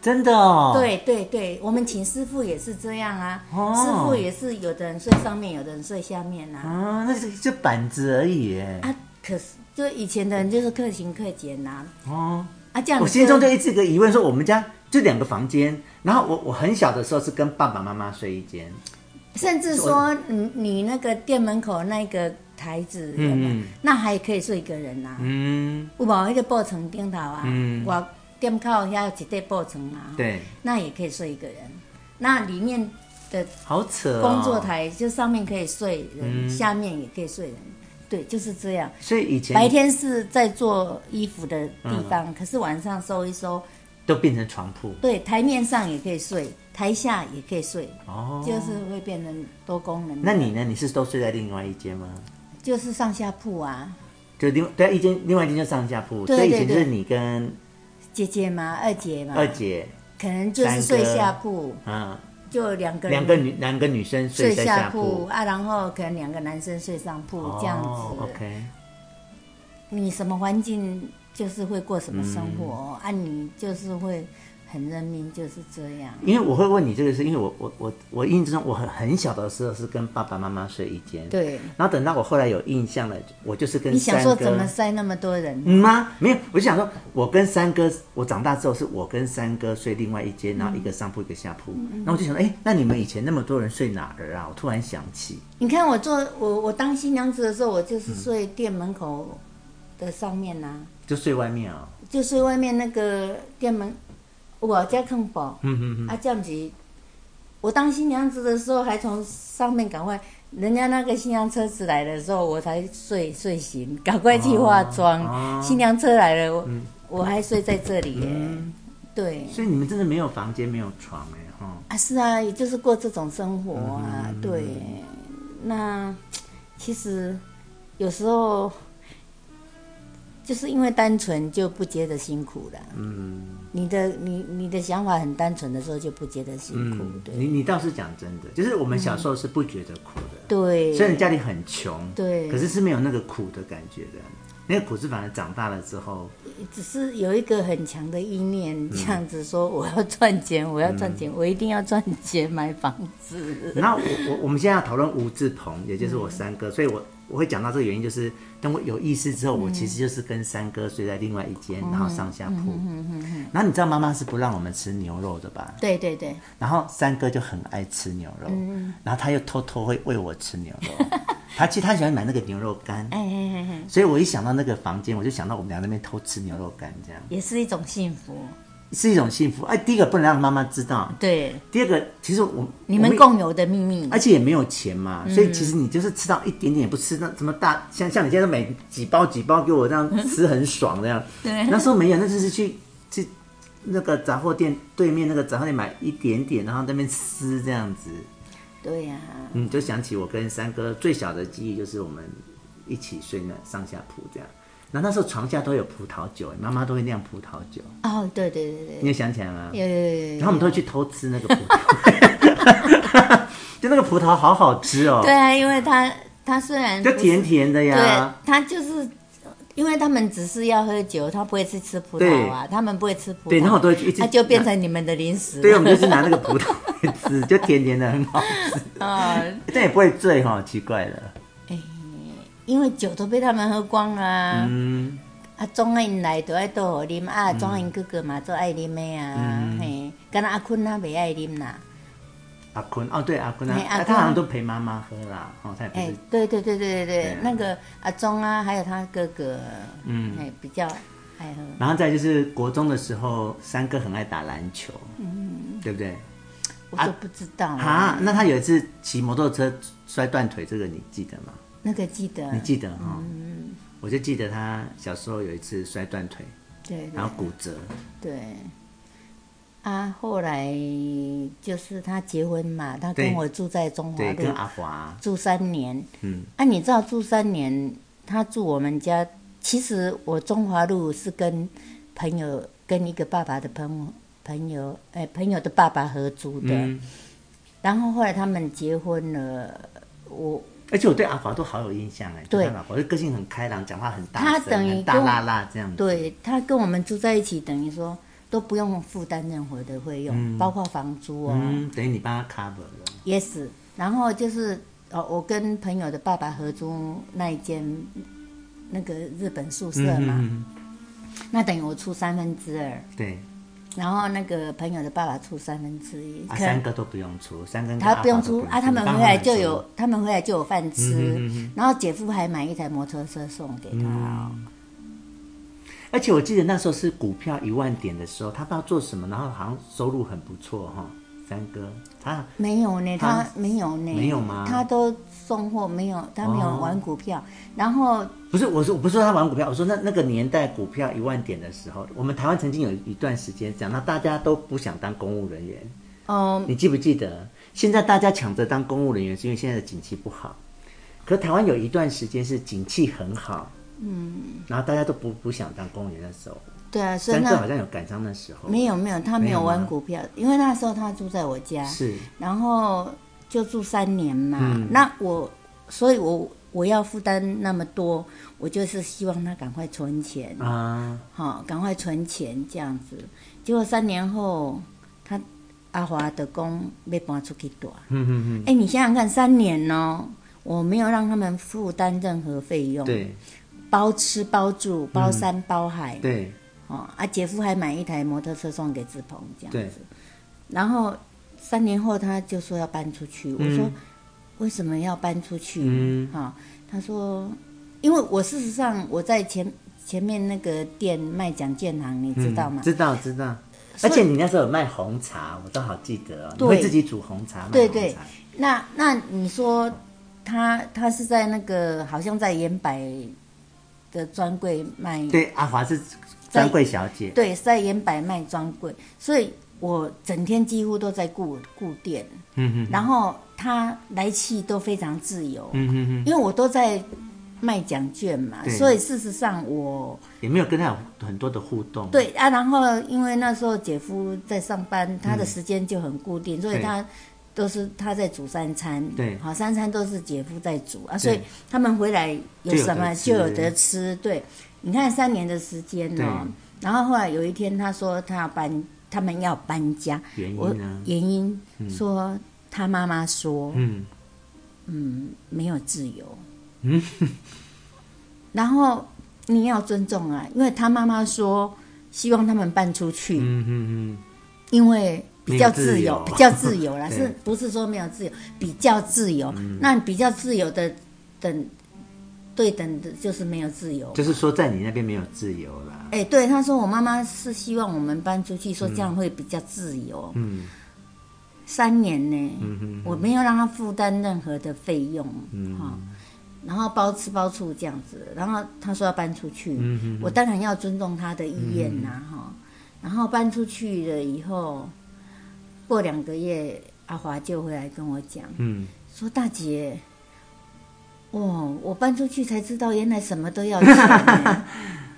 Speaker 2: 真的哦。，
Speaker 1: 对对对，我们请师傅也是这样啊，
Speaker 2: 哦
Speaker 1: 师傅也是有的人睡上面，有的人睡下面啊。
Speaker 2: 啊，那是就板子而已、耶。
Speaker 1: 啊，可是就以前的人就是克勤克俭呐、
Speaker 2: 哦，
Speaker 1: 啊，这样
Speaker 2: 我
Speaker 1: 子
Speaker 2: 心中就一直有个疑问，说我们家就两个房间，然后我我很小的时候是跟爸爸妈妈睡一间，
Speaker 1: 甚至说你你那个店门口那个台子有没有？
Speaker 2: 嗯
Speaker 1: 那还可以睡一个人呐、啊，
Speaker 2: 嗯，
Speaker 1: 有某一个布床顶头啊，
Speaker 2: 嗯
Speaker 1: 我店口遐有一块布床啊，
Speaker 2: 对，
Speaker 1: 那也可以睡一个人，那里面的
Speaker 2: 好扯、哦。嗯
Speaker 1: 工作台就上面可以睡人，下面也可以睡人，对，就是这样。
Speaker 2: 所以以前
Speaker 1: 白天是在做衣服的地
Speaker 2: 嗯
Speaker 1: 方，可是晚上收一收，
Speaker 2: 都变成床铺
Speaker 1: 对，台面上也可以睡，台下也可以睡，
Speaker 2: 哦。
Speaker 1: 就是会变成多功能。
Speaker 2: 那你呢？你是都睡在另外一间吗？
Speaker 1: 就是上下铺啊，
Speaker 2: 就另对啊一间，另外一间就上下铺。
Speaker 1: 对
Speaker 2: 所以以
Speaker 1: 对
Speaker 2: 前就是
Speaker 1: 对
Speaker 2: 你跟
Speaker 1: 姐姐嘛，二姐嘛，
Speaker 2: 二姐，
Speaker 1: 可能就是
Speaker 2: 三
Speaker 1: 睡
Speaker 2: 哥
Speaker 1: 下铺，
Speaker 2: 嗯，
Speaker 1: 就两个人
Speaker 2: 两个女两个女生睡
Speaker 1: 睡
Speaker 2: 在
Speaker 1: 下铺
Speaker 2: 铺，
Speaker 1: 啊，然后可能两个男生睡上铺、这样
Speaker 2: 哦
Speaker 1: 子。
Speaker 2: OK，
Speaker 1: 你什么环境就是会过什么生活、
Speaker 2: 嗯
Speaker 1: 哦啊，你就是会很认命，就是这样。
Speaker 2: 因为我会问你这个是因为我我我我印象中我很很小的时候是跟爸爸妈妈睡一间，
Speaker 1: 对，
Speaker 2: 然后等到我后来有印象了，我就是跟
Speaker 1: 你想
Speaker 2: 三
Speaker 1: 说
Speaker 2: 哥。
Speaker 1: 怎么塞那么多人？
Speaker 2: 嗯吗？没有，我就想说，我跟三哥，我长大之后是我跟三哥睡另外一间，然后一个上铺一个下铺。
Speaker 1: 嗯
Speaker 2: 然后我就想说，哎，那你们以前那么多人睡哪儿啊？我突然想起，
Speaker 1: 你看我做我我当新娘子的时候，我就是睡店门口的上面呐、
Speaker 2: 就睡外面啊、
Speaker 1: 就睡外面那个店门，我家坑宝。
Speaker 2: 嗯嗯嗯，
Speaker 1: 啊，这样子，我当新娘子的时候还从上面赶快，人家那个新娘车子来的时候，我才睡睡醒，赶快去化妆。
Speaker 2: 哦哦嗯
Speaker 1: 新娘车来了，我、我还睡在这里耶。对
Speaker 2: 所以你们真的没有房间，没有床哎、哈、
Speaker 1: 啊，是啊，也就是过这种生活
Speaker 2: 嗯
Speaker 1: 啊。对，那其实有时候就是因为单纯，就不觉得辛苦了。嗯。你的你你的想法很单纯的时候，就不觉得辛苦，
Speaker 2: 嗯，
Speaker 1: 对。嗯
Speaker 2: 你你倒是讲真的，就是我们小时候是不觉得苦的，
Speaker 1: 对，
Speaker 2: 虽然家里很穷，
Speaker 1: 对
Speaker 2: 可是是没有那个苦的感觉的。那个苦是反而长大了之后，
Speaker 1: 只是有一个很强的意
Speaker 2: 嗯
Speaker 1: 念， 这样子说我要赚钱，我要赚钱，我一定要赚钱买房子。
Speaker 2: 然后我我我们现在要讨论吴志鹏，也就是我三哥，所以我我会讲到这个原因，就是等我有意识之后，我其实就是跟三哥睡在另外一间，
Speaker 1: 嗯
Speaker 2: 然后上下铺。然后你知道妈妈是不让我们吃牛肉的吧？
Speaker 1: 对对对，
Speaker 2: 然后三哥就很爱吃牛肉，
Speaker 1: 嗯
Speaker 2: 然后他又偷偷会喂我吃牛 肉。他其实他喜欢买那个牛肉干，
Speaker 1: 哎哎哎哎，
Speaker 2: 所以我一想到那个房间，我就想到我们俩在那边偷吃牛肉干，这样
Speaker 1: 也是一种幸福。
Speaker 2: 是一种幸福。哎，第一个不能让妈妈知道，
Speaker 1: 对，
Speaker 2: 第二个其实我
Speaker 1: 你
Speaker 2: 我哎
Speaker 1: 们共嗯有的秘密
Speaker 2: 而。且也没有钱嘛，所以其实你就是吃到一点点，也不吃那什么大，像像你现在每几包几包给我这样吃，很爽这样。
Speaker 1: 对
Speaker 2: 那时候没有，那就是去去那个杂货店对面那个杂货店买一点点，然后在那边撕这样子。
Speaker 1: 对呀、
Speaker 2: 嗯，就想起我跟三哥最小的记忆就是我们一起睡那上下铺这样。然后那时候床下都有葡萄酒，妈妈都会酿葡萄酒，
Speaker 1: 哦，对对对对
Speaker 2: 你有想起来吗？
Speaker 1: 有有有有
Speaker 2: 然后我们都会去偷吃那个葡萄，就那个葡萄 好好吃哦。
Speaker 1: 对啊，因为他他虽然
Speaker 2: 就
Speaker 1: 不是
Speaker 2: 甜啊甜的
Speaker 1: 对
Speaker 2: 呀。，
Speaker 1: 他就是。因为他们只是要喝酒，他不会去吃葡萄啊，他们不会吃葡萄，
Speaker 2: 对然后我都一直
Speaker 1: 他就变成你们的零食。
Speaker 2: 对，我们就是拿那个葡萄来吃，就甜甜的，很好吃，
Speaker 1: 啊，
Speaker 2: 但也不会醉哈、奇怪了。
Speaker 1: 因为酒都被他们喝光了、啊。
Speaker 2: 嗯，
Speaker 1: 啊，总爱因来就爱倒互啉啊，总爱因哥哥嘛做爱啉的啊，
Speaker 2: 嗯
Speaker 1: 嘿，敢若阿坤啊袂爱啉啦，
Speaker 2: 阿坤哦，对阿坤啊
Speaker 1: 哎，阿
Speaker 2: 啊
Speaker 1: 坤
Speaker 2: 他好像都陪妈妈喝啦，哦，他也不
Speaker 1: 哎、
Speaker 2: 是，
Speaker 1: 对对对对对
Speaker 2: 对
Speaker 1: 对
Speaker 2: 啊，
Speaker 1: 那个阿忠啊，还有他哥哥，嗯，哎，比较爱喝，
Speaker 2: 然后再就是国中的时候，三哥很爱打篮球，嗯，对不对？
Speaker 1: 我都不知道啊，
Speaker 2: 啊，那他有一次骑摩托车摔断腿，这个你记得吗？
Speaker 1: 那个记得，
Speaker 2: 你记得哈、
Speaker 1: 嗯
Speaker 2: 我就记得他小时候有一次摔断腿，
Speaker 1: 对
Speaker 2: 然
Speaker 1: 对
Speaker 2: 后骨折，
Speaker 1: 对，啊，后来就是他结婚嘛，他
Speaker 2: 对
Speaker 1: 跟我住在中华
Speaker 2: 对，
Speaker 1: 路
Speaker 2: 跟阿华，
Speaker 1: 住三年，
Speaker 2: 嗯，
Speaker 1: 啊，你知道住三年，他住我们家。其实我中华路是跟朋友，跟一个爸爸的朋友朋友，哎、朋友的爸爸合租的。
Speaker 2: 嗯，
Speaker 1: 然后后来他们结婚了，我
Speaker 2: 而且我对阿华都好有印象哎，
Speaker 1: 对
Speaker 2: 就他老婆就个性很开朗，讲话很大
Speaker 1: 他
Speaker 2: 声
Speaker 1: 等于
Speaker 2: 很大
Speaker 1: 跟我
Speaker 2: 辣辣这样子。，
Speaker 1: 对他跟我们住在一起，等于说都不用负担任何的费用，包括房租哦。
Speaker 2: 嗯，等于你帮他 cover 了。
Speaker 1: yes，然后就是哦，我跟朋友的爸爸合租那一间那个日本宿舍嘛，
Speaker 2: 嗯，
Speaker 1: 那等于我出三分之二。
Speaker 2: 对，
Speaker 1: 然后那个朋友的爸爸出三分之一，
Speaker 2: 啊，
Speaker 1: 可
Speaker 2: 三
Speaker 1: 能
Speaker 2: 个都不用出，三个跟
Speaker 1: 他
Speaker 2: 阿华
Speaker 1: 不用
Speaker 2: 都
Speaker 1: 出啊，他们
Speaker 2: 帮
Speaker 1: 回来
Speaker 2: 出
Speaker 1: 就有，他们回来就有饭吃。然后姐夫还买一台摩托车送给他哦，
Speaker 2: 而且我记得那时候是股票一万点的时候，他不知道做什么，然后好像收入很不错哈。三哥，他
Speaker 1: 没有呢，
Speaker 2: 他
Speaker 1: 他没有呢，
Speaker 2: 没有吗
Speaker 1: 他都送货没有，他没有
Speaker 2: 哦
Speaker 1: 玩股票。然后
Speaker 2: 不是我说我不是说他玩股票，我说那那个年代股票一万点的时候，我们台湾曾经有一段时间讲到大家都不想当公务人员，
Speaker 1: 嗯，
Speaker 2: 你记不记得？现在大家抢着当公务人员，是因为现在的景气不好。可台湾有一段时间是景气很好，嗯，然后大家都不不想当公务员的时候，
Speaker 1: 对啊，所以
Speaker 2: 三哥
Speaker 1: 那
Speaker 2: 好像有赶上那时候，
Speaker 1: 没有没有，他没
Speaker 2: 没有
Speaker 1: 有玩
Speaker 2: 吗
Speaker 1: 股票，因为那时候他住在我家，
Speaker 2: 是嗯
Speaker 1: 然后就住三年嘛。那我，所以我我要负担那么多，我就是希望他赶快存钱，
Speaker 2: 啊，
Speaker 1: 好、赶快存钱这样子。结果三年后，他阿华的工被搬出去住。
Speaker 2: 嗯嗯
Speaker 1: 哎，你想想看，三年哦，我没有让他们负担任何费用，
Speaker 2: 嗯，，对嗯
Speaker 1: 包吃包住包山、包海，
Speaker 2: 对
Speaker 1: 哦，啊，姐夫还买一台摩托车送给志鹏这
Speaker 2: 对
Speaker 1: 样子。然后三年后他就说要搬出去，我说为什么要搬出去？
Speaker 2: 嗯
Speaker 1: 哈、他说因为我事实上我在前前面那个店卖蒋建行，你知道吗？
Speaker 2: 嗯知道知道。
Speaker 1: 所
Speaker 2: 而
Speaker 1: 以
Speaker 2: 且你那时候有卖红茶，我都好记得哦。你
Speaker 1: 对
Speaker 2: 会自己煮红茶，卖
Speaker 1: 对
Speaker 2: 红
Speaker 1: 对
Speaker 2: 茶
Speaker 1: 那那你说他他是在那个好像在岩柏的专柜卖
Speaker 2: 对，阿华是专柜小姐，
Speaker 1: 对，是在岩柏卖专柜，所以我整天几乎都在顾顾店，
Speaker 2: 嗯嗯
Speaker 1: 然后他来去都非常自由，
Speaker 2: 嗯嗯嗯，
Speaker 1: 因为我都在卖奖券嘛，
Speaker 2: 对
Speaker 1: 所以事实上我
Speaker 2: 也没有跟她有很多的互动。，
Speaker 1: 对啊，然后因为那时候姐夫在上班，他的时间就很固定，所以
Speaker 2: 嗯对
Speaker 1: 他。都是他在煮三餐，
Speaker 2: 对
Speaker 1: 好三餐都是姐夫在煮啊，所以他们回来有什么
Speaker 2: 就
Speaker 1: 就有
Speaker 2: 有得吃
Speaker 1: 得吃。对，你看三年的时间哦
Speaker 2: 对，
Speaker 1: 然后后来有一天他说他要搬，他们要搬家，
Speaker 2: 原
Speaker 1: 我
Speaker 2: 因呢？
Speaker 1: 原因说他妈妈说，
Speaker 2: 嗯，
Speaker 1: 嗯没有自由。 然后你要尊重啊，因为他妈妈说希望他们搬出去，
Speaker 2: 嗯嗯嗯，
Speaker 1: 因为比较自
Speaker 2: 没
Speaker 1: 由
Speaker 2: 有自由，
Speaker 1: 比较自由 啦，
Speaker 2: 对嗯
Speaker 1: 是不是说没有自由？比较自由，那比较自由的等对等的就是没有自由。
Speaker 2: 就是说在你那边没有自由啦。
Speaker 1: 哎，对，他说我妈妈是希望我们搬出去，说这样会比较自由。
Speaker 2: 嗯
Speaker 1: 三年呢，
Speaker 2: 嗯嗯，
Speaker 1: 我没有让他负担任何的费用，哈、然后包吃包住这样子，然后他说要搬出去，
Speaker 2: 嗯
Speaker 1: 我当然要尊重他的意愿呐、哈、然后搬出去了以后，过两个月，阿华就回来跟我讲，
Speaker 2: 嗯，
Speaker 1: 说大姐，哦，我搬出去才知道，原来什么都要钱 呢、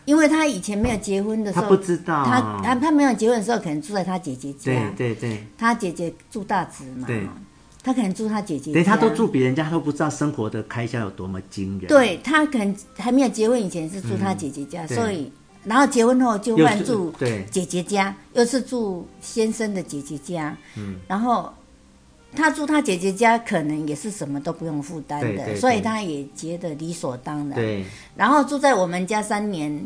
Speaker 1: 因为他以前没有结婚的时
Speaker 2: 他
Speaker 1: 候，
Speaker 2: 不知道，
Speaker 1: 他他他没有结婚的时候，可能住在他姐姐家，
Speaker 2: 对对对，
Speaker 1: 他姐姐住大直嘛
Speaker 2: 对，
Speaker 1: 他可能住他姐姐
Speaker 2: 等于
Speaker 1: 家，
Speaker 2: 他都住别人家，他都不知道生活的开销有多么惊人。，
Speaker 1: 对他可能还没有结婚以前是住他姐姐家，
Speaker 2: 对
Speaker 1: 所以然后结婚后就
Speaker 2: 嗯又
Speaker 1: 换
Speaker 2: 是
Speaker 1: 住
Speaker 2: 对
Speaker 1: 姐姐家，又是住先生的姐姐家，嗯，然后。他住他姐姐家，可能也是什么都不用负担
Speaker 2: 对对
Speaker 1: 的，所以
Speaker 2: 对
Speaker 1: 他也觉得理所当然。
Speaker 2: 对，
Speaker 1: 然后住在我们家三年，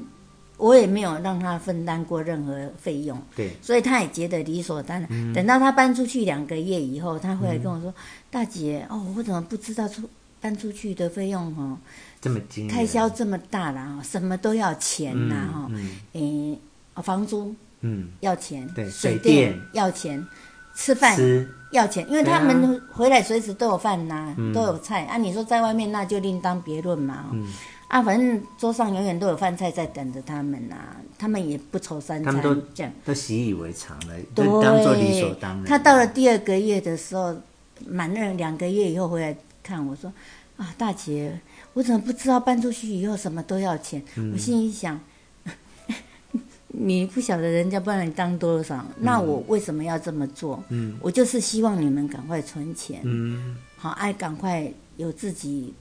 Speaker 1: 我也没有让他分担过任何费用。
Speaker 2: 对，
Speaker 1: 所以他也觉得理所当然。
Speaker 2: 嗯
Speaker 1: 等到他搬出去两个月以后，他回来跟我说：“大姐，哦，我怎么不知道出搬出去的费用哦，
Speaker 2: 这么惊人
Speaker 1: 开销，这么大啦，哦什么都要钱呐、哈、
Speaker 2: 嗯嗯
Speaker 1: 诶、哦房租
Speaker 2: 嗯，
Speaker 1: 要钱，
Speaker 2: 对
Speaker 1: 水
Speaker 2: 水电
Speaker 1: 要钱，吃
Speaker 2: 嗯
Speaker 1: 饭
Speaker 2: 吃
Speaker 1: 要钱，因为
Speaker 2: 对啊嗯
Speaker 1: 他们回来随时都有饭呐、都有菜啊。你说在外面那就另当别论嘛、哦啊，反正桌上永远都有饭菜在等着他们呐、他们也不愁三
Speaker 2: 他
Speaker 1: 餐
Speaker 2: 们都
Speaker 1: 这样。
Speaker 2: 都习以为常了，
Speaker 1: 对，
Speaker 2: 就当做理所当然。
Speaker 1: 他到了第二个月的时候，满了两个月以后回来看我说：“啊，大姐，我怎么不知道搬出去以后什么都要钱？”
Speaker 2: 嗯
Speaker 1: 我心里想。 你不晓得人家帮你当多少，那我为什么要这么做？嗯，我就是希望你们赶快存钱，
Speaker 2: 嗯
Speaker 1: 好，哎，赶快有自己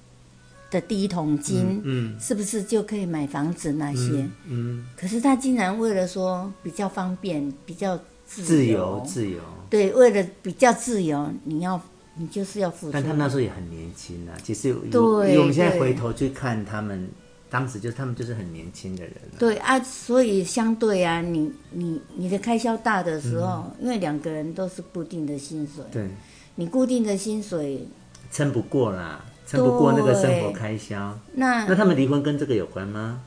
Speaker 1: 的第一桶金，
Speaker 2: 嗯
Speaker 1: 是不是就可以买房子那些？
Speaker 2: 嗯，
Speaker 1: 可是他竟然为了说比较方便、比较
Speaker 2: 自由自由，
Speaker 1: 对，为了比较自由，你要你就是要付出。
Speaker 2: 但他们那时候也很年轻啊。其实以
Speaker 1: 对
Speaker 2: 以我们现在
Speaker 1: 对
Speaker 2: 回头去看他们，当时就是他们就是很年轻的人了。
Speaker 1: 对啊，所以相对啊，你你你的开销大的时候，因为两个人都是固定的薪水，
Speaker 2: 嗯对，
Speaker 1: 你固定的薪水，
Speaker 2: 撑不过啦，撑不过那个生活
Speaker 1: 对
Speaker 2: 开销。那
Speaker 1: 那
Speaker 2: 他们离婚跟这个有关吗？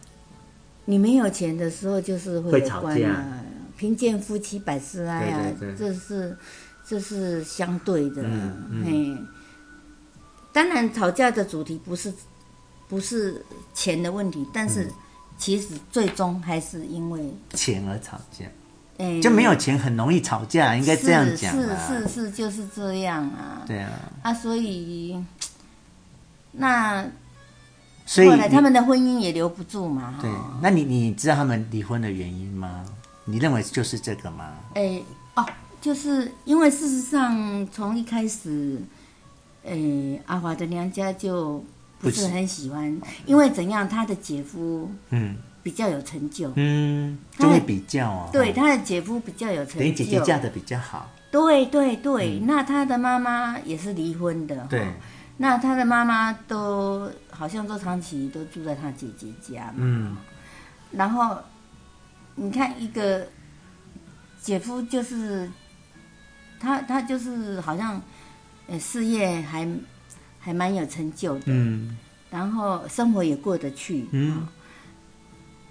Speaker 1: 你没有钱的时候就是
Speaker 2: 会
Speaker 1: 会有
Speaker 2: 吵
Speaker 1: 关
Speaker 2: 架
Speaker 1: 啊，贫贱夫妻百事哀啊，
Speaker 2: 对对对
Speaker 1: 这是这是相对的，
Speaker 2: 嗯嗯
Speaker 1: 嘿。当然，吵架的主题不是不是钱的问题，但
Speaker 2: 嗯
Speaker 1: 是其实最终还是因为，
Speaker 2: 钱而吵架，
Speaker 1: 哎、
Speaker 2: 就没有钱很容易吵架，应该这样讲啊。
Speaker 1: 嗯是是是，就是这样啊
Speaker 2: 对啊，
Speaker 1: 啊！所以那
Speaker 2: 所以
Speaker 1: 后来
Speaker 2: 你
Speaker 1: 他们的婚姻也留不住嘛，哈
Speaker 2: 对，那你你知道他们离婚的原因吗？你认为就是这个吗？
Speaker 1: 诶、哦，就是因为事实上从一开始，诶、阿华的娘家就不
Speaker 2: 不
Speaker 1: 是
Speaker 2: 是
Speaker 1: 很喜欢，因为怎样，他的姐夫
Speaker 2: 嗯
Speaker 1: 比较有成就，
Speaker 2: 嗯，
Speaker 1: 他
Speaker 2: 就会比较哦。
Speaker 1: 对，
Speaker 2: 哦，
Speaker 1: 他的姐夫比较有成
Speaker 2: 等于
Speaker 1: 就，
Speaker 2: 姐姐嫁的比较好。
Speaker 1: 对对对，那他的妈妈也是离婚的，
Speaker 2: 对，
Speaker 1: 那他的妈妈都好像都长期都住在他姐姐家嘛，
Speaker 2: 嗯，
Speaker 1: 然后你看一个姐夫，就是他，他就是好像呃事业还还蛮有成就的，
Speaker 2: 嗯
Speaker 1: 然后生活也过得去，
Speaker 2: 嗯，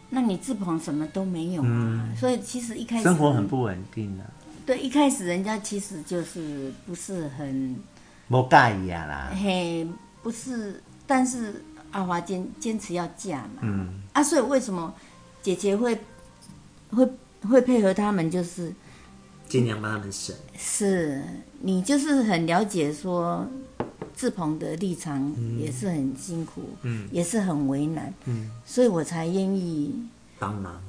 Speaker 1: 那你志鹏什么都没有啊，
Speaker 2: 嗯
Speaker 1: 所以其实一开始
Speaker 2: 生活很不稳定啊，
Speaker 1: 对，一开始人家其实就是不是很
Speaker 2: 没介意啊啦。
Speaker 1: 嘿，不是，但是阿华坚坚持要嫁嘛，
Speaker 2: 嗯
Speaker 1: 啊，所以为什么姐姐会会会配合他们，就是。
Speaker 2: 尽量帮他们省。
Speaker 1: 是你就是很了解说志鹏的立场也是很辛苦，
Speaker 2: 嗯
Speaker 1: 也是很为难，
Speaker 2: 嗯，
Speaker 1: 所以我才愿意
Speaker 2: 帮忙。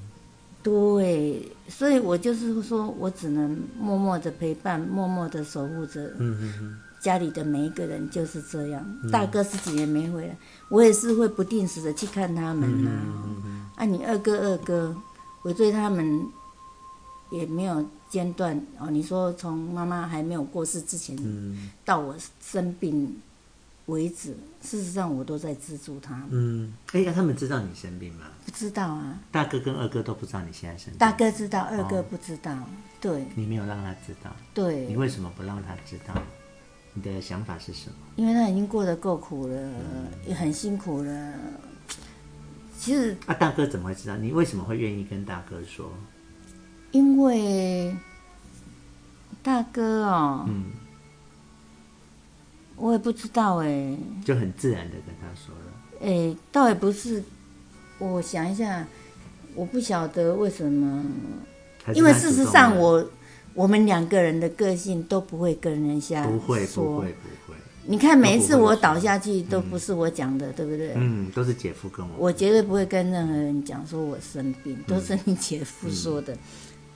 Speaker 1: 对，所以我就是说我只能默默的陪伴，默默的守护着
Speaker 2: 嗯嗯嗯，
Speaker 1: 家里的每一个人，就是这样。大哥是几年没回来，我也是会不定时的去看他们呐、啊。你二哥二哥，我对他们也没有间断哦。你说从妈妈还没有过世之前，到我生病为止，事实上我都在资助他们。
Speaker 2: 嗯，哎、那他们知道你生病吗？
Speaker 1: 不知道啊，
Speaker 2: 大哥跟二哥都不知道你现在生病。
Speaker 1: 大，哥知道，二哥
Speaker 2: 哦
Speaker 1: 不知道。对
Speaker 2: 你没有让他知道，
Speaker 1: 对
Speaker 2: 你，为什么不让他知道？你的想法是什么？
Speaker 1: 因为他已经过得够苦了，也很辛苦了。其实
Speaker 2: 啊，大哥怎么会知道？你为什么会愿意跟大哥说？
Speaker 1: 因为大哥哦，
Speaker 2: 嗯，
Speaker 1: 我也不知道哎、
Speaker 2: 就很自然的跟他说了。
Speaker 1: 哎、倒也不是，我想一下，我不晓得为什么，
Speaker 2: 还是
Speaker 1: 因为
Speaker 2: 他主
Speaker 1: 事
Speaker 2: 动
Speaker 1: 实上
Speaker 2: 问
Speaker 1: 我我们两个人的个性都不会跟人家
Speaker 2: 不会不
Speaker 1: 说
Speaker 2: 会不会，
Speaker 1: 你看每一次
Speaker 2: 都不会
Speaker 1: 我
Speaker 2: 说
Speaker 1: 倒下去都不是我讲的，对不对？
Speaker 2: 嗯，都是姐夫跟我。
Speaker 1: 我绝对不会跟任何人讲说我生
Speaker 2: 嗯
Speaker 1: 病，都是你姐夫说的。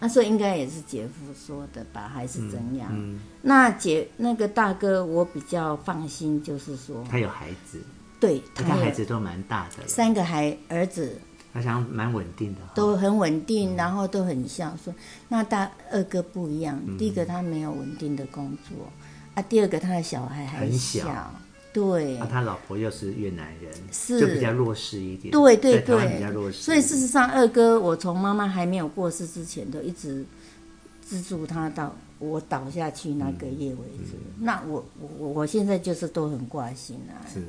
Speaker 1: 那所以应该也是姐夫说的吧，还是怎样？
Speaker 2: 嗯，
Speaker 1: 那姐那个大哥，我比较放心，就是说，
Speaker 2: 他有孩子，
Speaker 1: 对
Speaker 2: 他孩
Speaker 1: 有
Speaker 2: 子都蛮大的了，
Speaker 1: 三个孩儿子
Speaker 2: 好像蛮稳定的哈。
Speaker 1: 都很稳
Speaker 2: 嗯
Speaker 1: 定，然后都很孝顺。那大二哥不一样，
Speaker 2: 嗯
Speaker 1: 第一个他没有稳定的工作，啊，第二个他的小孩还
Speaker 2: 很小
Speaker 1: 对
Speaker 2: 啊，他老婆又是越南人，
Speaker 1: 是
Speaker 2: 就比较弱势一点。
Speaker 1: 对对
Speaker 2: 在台湾比较弱
Speaker 1: 对，
Speaker 2: 势，
Speaker 1: 所以事实上，二哥我从妈妈还没有过世之前，都一直资助他到我倒下去那个
Speaker 2: 嗯
Speaker 1: 夜为止。那我我我我现在就是都很挂心啊，
Speaker 2: 是。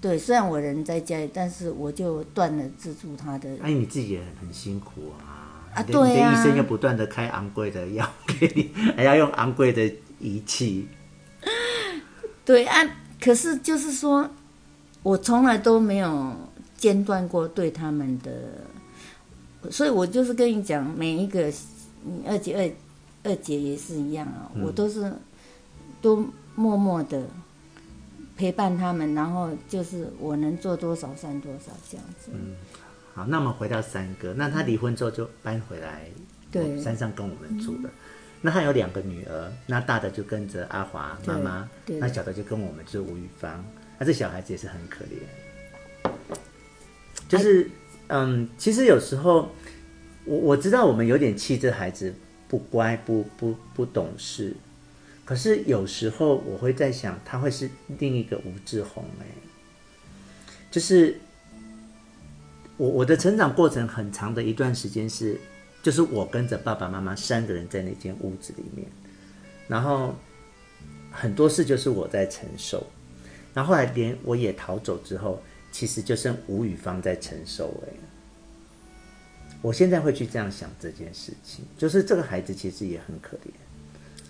Speaker 1: 对，虽然我人在家里，但是我就断了资助他的。
Speaker 2: 哎，你自己也很辛苦啊！
Speaker 1: 啊
Speaker 2: 你的
Speaker 1: 对啊
Speaker 2: 你的医生又不断的开昂贵的药给你，还要用昂贵的仪器，
Speaker 1: 对啊，可是就是说，我从来都没有间断过对他们的，所以我就是跟你讲，每一个你二姐二二姐也是一样啊，
Speaker 2: 嗯
Speaker 1: 我都是都默默的陪伴他们，然后就是我能做多少算多少这样子。
Speaker 2: 嗯好，那我们回到三哥，那他离婚之后就搬回来
Speaker 1: 对
Speaker 2: 山上跟我们住了。那他有两个女儿，那大的就跟着阿华
Speaker 1: 对
Speaker 2: 妈妈，
Speaker 1: 对
Speaker 2: 那小的就跟我们就是吴玉芳。那这小孩子也是很可怜，就是嗯，其实有时候我我知道我们有点气这孩子不乖不不不懂事，可是有时候我会在想，他会是另一个吴志宏哎、就是我我的成长过程很长的一段时间是，就是我跟着爸爸妈妈三个人在那间屋子里面，然后很多事就是我在承受，然后后来连我也逃走之后，其实就剩吴宇芳在承受哎、我现在会去这样想这件事情，就是这个孩子其实也很可怜，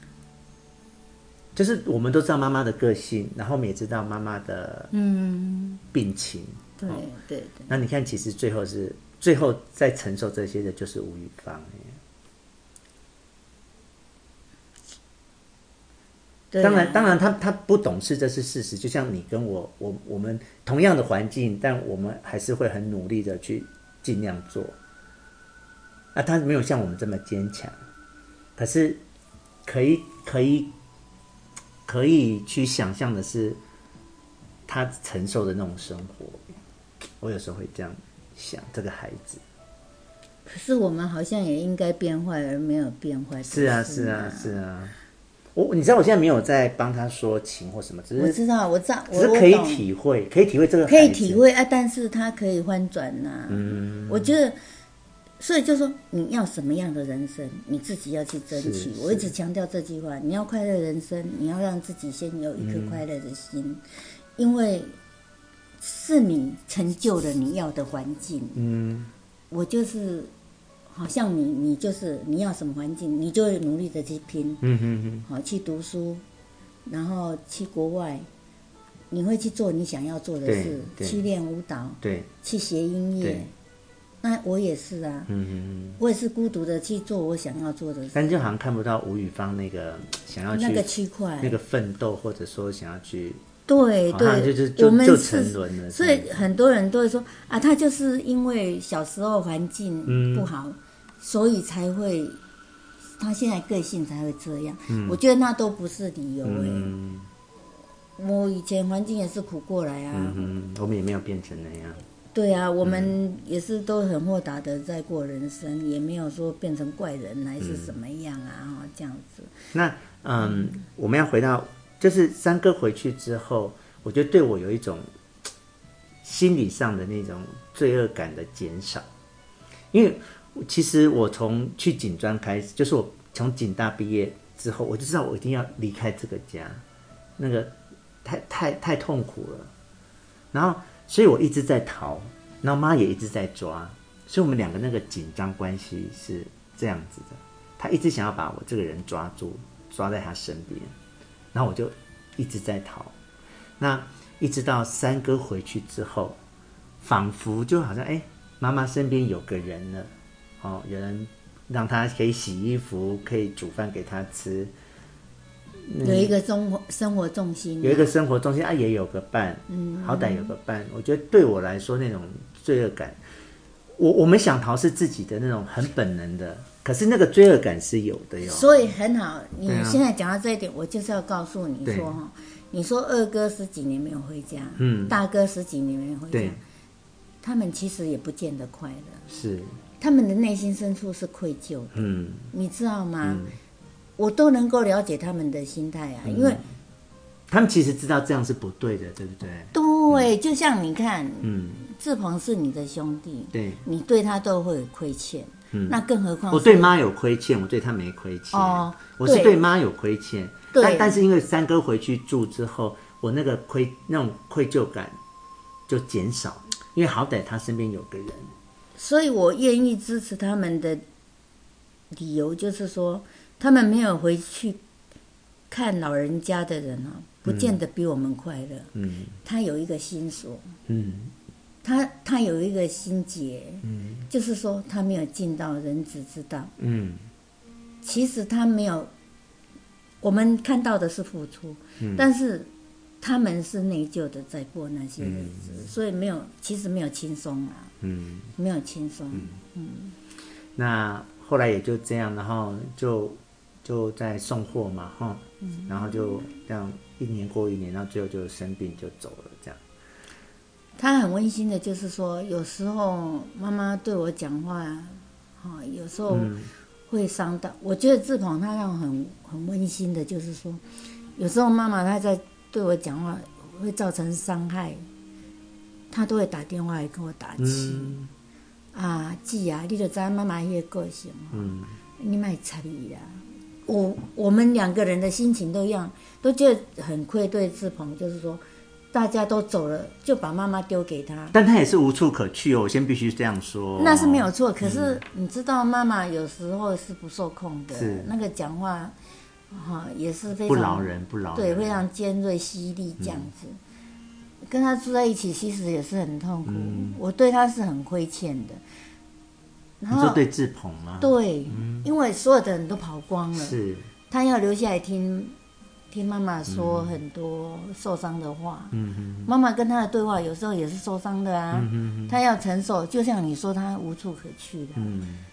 Speaker 2: 就是我们都知道妈妈的个性，然后我们也知道妈妈的
Speaker 1: 嗯，
Speaker 2: 病情。
Speaker 1: 对对对，
Speaker 2: 那你看，其实最后是最后在承受这些的就是吴玉芳。
Speaker 1: 对啊
Speaker 2: 当然，当然他，他不懂事，这是事实。就像你跟我，我我们同样的环境，但我们还是会很努力的去尽量做。啊，他没有像我们这么坚强，可是可以可以可以去想象的是，他承受的那种生活。我有时候会这样想，这个孩子
Speaker 1: 可是我们好像也应该变坏，而没有变坏。
Speaker 2: 是啊，
Speaker 1: 不
Speaker 2: 是啊，
Speaker 1: 吗
Speaker 2: 是啊。我你知道，我现在没有在帮他说情或什么，只
Speaker 1: 啊我
Speaker 2: 是
Speaker 1: 知道，我知道，
Speaker 2: 只
Speaker 1: 我
Speaker 2: 是可以
Speaker 1: 哦我懂
Speaker 2: 体会，可以体会这个
Speaker 1: 可
Speaker 2: 孩
Speaker 1: 以
Speaker 2: 子
Speaker 1: 体会啊，但是他可以翻转呐、嗯，我觉得，所以就说你要什么样的人生，你自己要去争取
Speaker 2: 是。
Speaker 1: 我一直强调这句话：你要快乐人生，你要让自己先有一颗快乐的心，因为是你成就了你要的环境。嗯，我就是。好像你，你就是你要什么环境，你就会努力的去拼，
Speaker 2: 嗯哼哼，
Speaker 1: 好去读书，然后去国外，你会去做你想要做的事，
Speaker 2: 对对
Speaker 1: 去练舞蹈，
Speaker 2: 对，
Speaker 1: 去学音乐
Speaker 2: 对。
Speaker 1: 那我也是啊，
Speaker 2: 嗯哼哼。
Speaker 1: 我也是孤独的去做我想要做的事，
Speaker 2: 但就好像看不到吴宇芳那个想要去
Speaker 1: 那个区块，
Speaker 2: 那个奋斗，或者说想要去，
Speaker 1: 对
Speaker 2: 好像
Speaker 1: 哎对，
Speaker 2: 就是就
Speaker 1: 我们
Speaker 2: 就是沉沦了。
Speaker 1: 所
Speaker 2: 这样
Speaker 1: 以
Speaker 2: 子
Speaker 1: 很多人都会说啊，他就是因为小时候环
Speaker 2: 嗯
Speaker 1: 境不好，所以才会他现在个性才会这样。我觉得那都不是理由哎、欸
Speaker 2: 嗯
Speaker 1: 我以前环境也是苦过来啊，
Speaker 2: 嗯哼，我们也没有变成那样。
Speaker 1: 对啊，我们也是都很豁达的在过人生，也没有说变成怪人还
Speaker 2: 嗯
Speaker 1: 是怎么样啊，哈、这样子。
Speaker 2: 那嗯，我们要回到，就是三哥回去之后，我觉得对我有一种心理上的那种罪恶感的减少，因为其实我从去警专开始，就是我从警大毕业之后，我就知道我一定要离开这个家，那个太太太痛苦了，然后所以我一直在逃，然后妈也一直在抓，所以我们两个那个紧张关系是这样子的。他一直想要把我这个人抓住，抓在他身边，然后我就一直在逃。那一直到三哥回去之后，仿佛就好像哎，妈妈身边有个人了，哦，有人让他可以洗衣服，可以煮饭给他吃，
Speaker 1: 有一个生活生活重心、
Speaker 2: 嗯有一个生活中心啊，也有个伴，嗯，好歹有个伴。我觉得对我来说，那种罪恶感，我我们想逃是自己的那种很本能的，可是那个罪恶感是有的哟。
Speaker 1: 所以很好。你
Speaker 2: 对啊
Speaker 1: 现在讲到这一点，我就是要告诉你说哈，你说二哥十几年没有回家，
Speaker 2: 嗯
Speaker 1: 大哥十几年没有回
Speaker 2: 对
Speaker 1: 家，，他们其实也不见得快乐，
Speaker 2: 是，
Speaker 1: 他们的内心深处是愧疚的。
Speaker 2: 嗯，
Speaker 1: 你知道吗？我都能够了解他们的心态啊，
Speaker 2: 嗯
Speaker 1: 因为
Speaker 2: 他们其实知道这样是不对的，对不对？
Speaker 1: 对，就像你看，
Speaker 2: 嗯，
Speaker 1: 志鹏是你的兄弟，
Speaker 2: 对。嗯
Speaker 1: 你对他都会有亏欠，那更何况
Speaker 2: 我
Speaker 1: 是
Speaker 2: 对妈有亏欠，我对他没亏欠。
Speaker 1: 哦
Speaker 2: 我是
Speaker 1: 对
Speaker 2: 对妈有亏欠，
Speaker 1: 对
Speaker 2: 但但是因为三哥回去住之后，我那个亏那种愧疚感就减少，因为好歹他身边有个人。
Speaker 1: 所以我愿意支持他们的理由就是说，他们没有回去看老人家的人啊，不见得比我们快乐。
Speaker 2: 嗯
Speaker 1: 他有一个心锁，
Speaker 2: 嗯，
Speaker 1: 他他有一个心结，就是说他没有尽到人子之道。
Speaker 2: 嗯，
Speaker 1: 其实他没有，我们看到的是付出，
Speaker 2: 嗯
Speaker 1: 但是他们是内疚的在过那些日子，所以没有，其实没有轻松啊，
Speaker 2: 嗯，
Speaker 1: 没有轻松。
Speaker 2: 那后来也就这样，然后就就在送货嘛，哈，
Speaker 1: 嗯
Speaker 2: 然后就这样一年过一年，然后最后就生病就走了，这样。
Speaker 1: 他很温馨的，就是说，有时候妈妈对我讲话，哈、有时候会伤到。我觉得志鹏他让我很很温馨的，就是说，有时候妈妈她在对我讲话会造成伤害，她都会打电话来跟我打气。
Speaker 2: 嗯
Speaker 1: 啊，姊啊，你就知道妈妈迄个个性哦，
Speaker 2: 嗯
Speaker 1: 你莫插伊啦。我我们两个人的心情都一样，都觉得很愧对志鹏，就是说大家都走了，就把妈妈丢给他，
Speaker 2: 但他也是无处可去哦，我先必须这样说。
Speaker 1: 那是没
Speaker 2: 嗯
Speaker 1: 有错。可是你知道，妈妈有时候是不受控的
Speaker 2: 是，
Speaker 1: 那个讲话哈，也是非常
Speaker 2: 不饶人，不饶人，嗯
Speaker 1: 对，非常尖锐犀利这样子。跟他住在一起，其实也是很痛苦，我对他是很亏欠的。然
Speaker 2: 你说
Speaker 1: 后
Speaker 2: 对志鹏吗？
Speaker 1: 对因为所有的人都跑光了，
Speaker 2: 嗯是，
Speaker 1: 他要留下来听听妈妈说很多受伤的话。
Speaker 2: 嗯嗯
Speaker 1: 妈妈跟他的对话有时候也是受伤的啊，
Speaker 2: 嗯
Speaker 1: 他要承受。就像你说，他无处可去的，
Speaker 2: 嗯，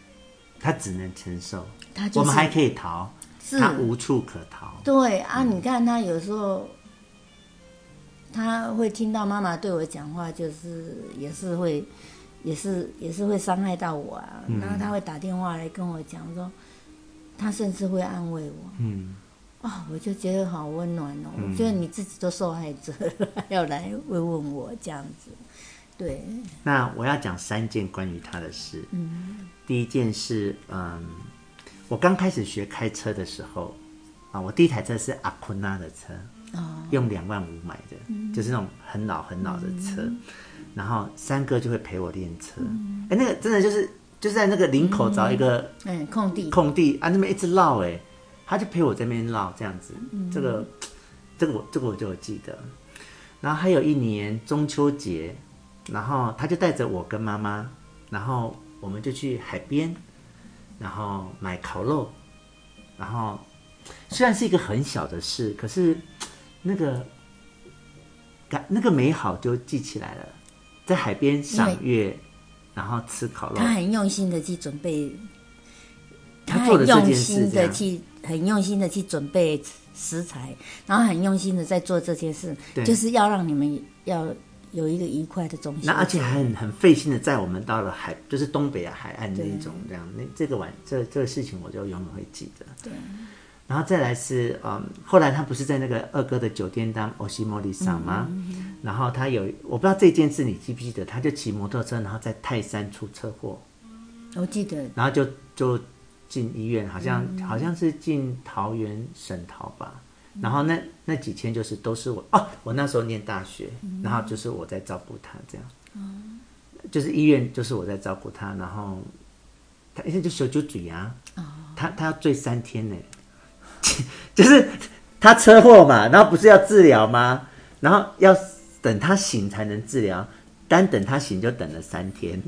Speaker 2: 他只能承受。
Speaker 1: 他就是
Speaker 2: 我们还可以逃，
Speaker 1: 是
Speaker 2: 他无处可逃。
Speaker 1: 对啊，你看他有时候，他会听到妈妈对我讲话，就是也是会，也是也是会伤害到我啊。然后他会打电话来跟我讲说，他甚至会安慰我。
Speaker 2: 嗯，
Speaker 1: 哦，我就觉得好温暖哦。我觉得你自己都受害者了， 还要来慰问我这样子。对，
Speaker 2: 那我要讲三件关于他的事。嗯，第一件是，嗯，我刚开始学开车的时候，啊，我第一台车是阿坤纳的车，
Speaker 1: 哦，
Speaker 2: 用两万五买的，就是那种很老很老的车。然后三哥就会陪我练车，哎、那个真的就是就是在那个林口找一个
Speaker 1: 嗯，空地，
Speaker 2: 空地啊，那边一直绕哎、他就陪我这边绕这样子，这个这个我这个我就有记得。然后还有一年中秋节，然后他就带着我跟妈妈，然后我们就去海边，然后买烤肉，然后虽然是一个很小的事，可是那个感那个美好就记起来了，在海边赏月，然后吃烤肉
Speaker 1: 他，很用心的去准备，
Speaker 2: 他做
Speaker 1: 很
Speaker 2: 了这
Speaker 1: 用
Speaker 2: 件事
Speaker 1: 心
Speaker 2: 这
Speaker 1: 的
Speaker 2: 样。
Speaker 1: 去，很用心的去准备食材，然后很用心的在做这件事，
Speaker 2: 对
Speaker 1: 就是要让你们要有一个愉快的中心
Speaker 2: 那。而且还很很费心的载我们到了海，就是东北啊海岸那一种这样。那这个晚这这个事情我就永远会记得。对。然后再来是嗯，后来他不是在那个二哥的酒店当欧西莫里桑吗？然后他有我不知道这件事你记不记得，他就骑摩托车，然后在泰山出车祸，
Speaker 1: 我记得
Speaker 2: 然后就就进医院，好像、好像是进桃园省桃吧。然后那那几天就是都是我哦，我那时候念大学，然后就是我在照顾他这样，就是医院就是我在照顾他，然后他一下就小酒嘴啊，他他要醉三天呢， 就是他车祸嘛，然后不是要治疗吗？然后要等他醒才能治疗，单等他醒就等了三天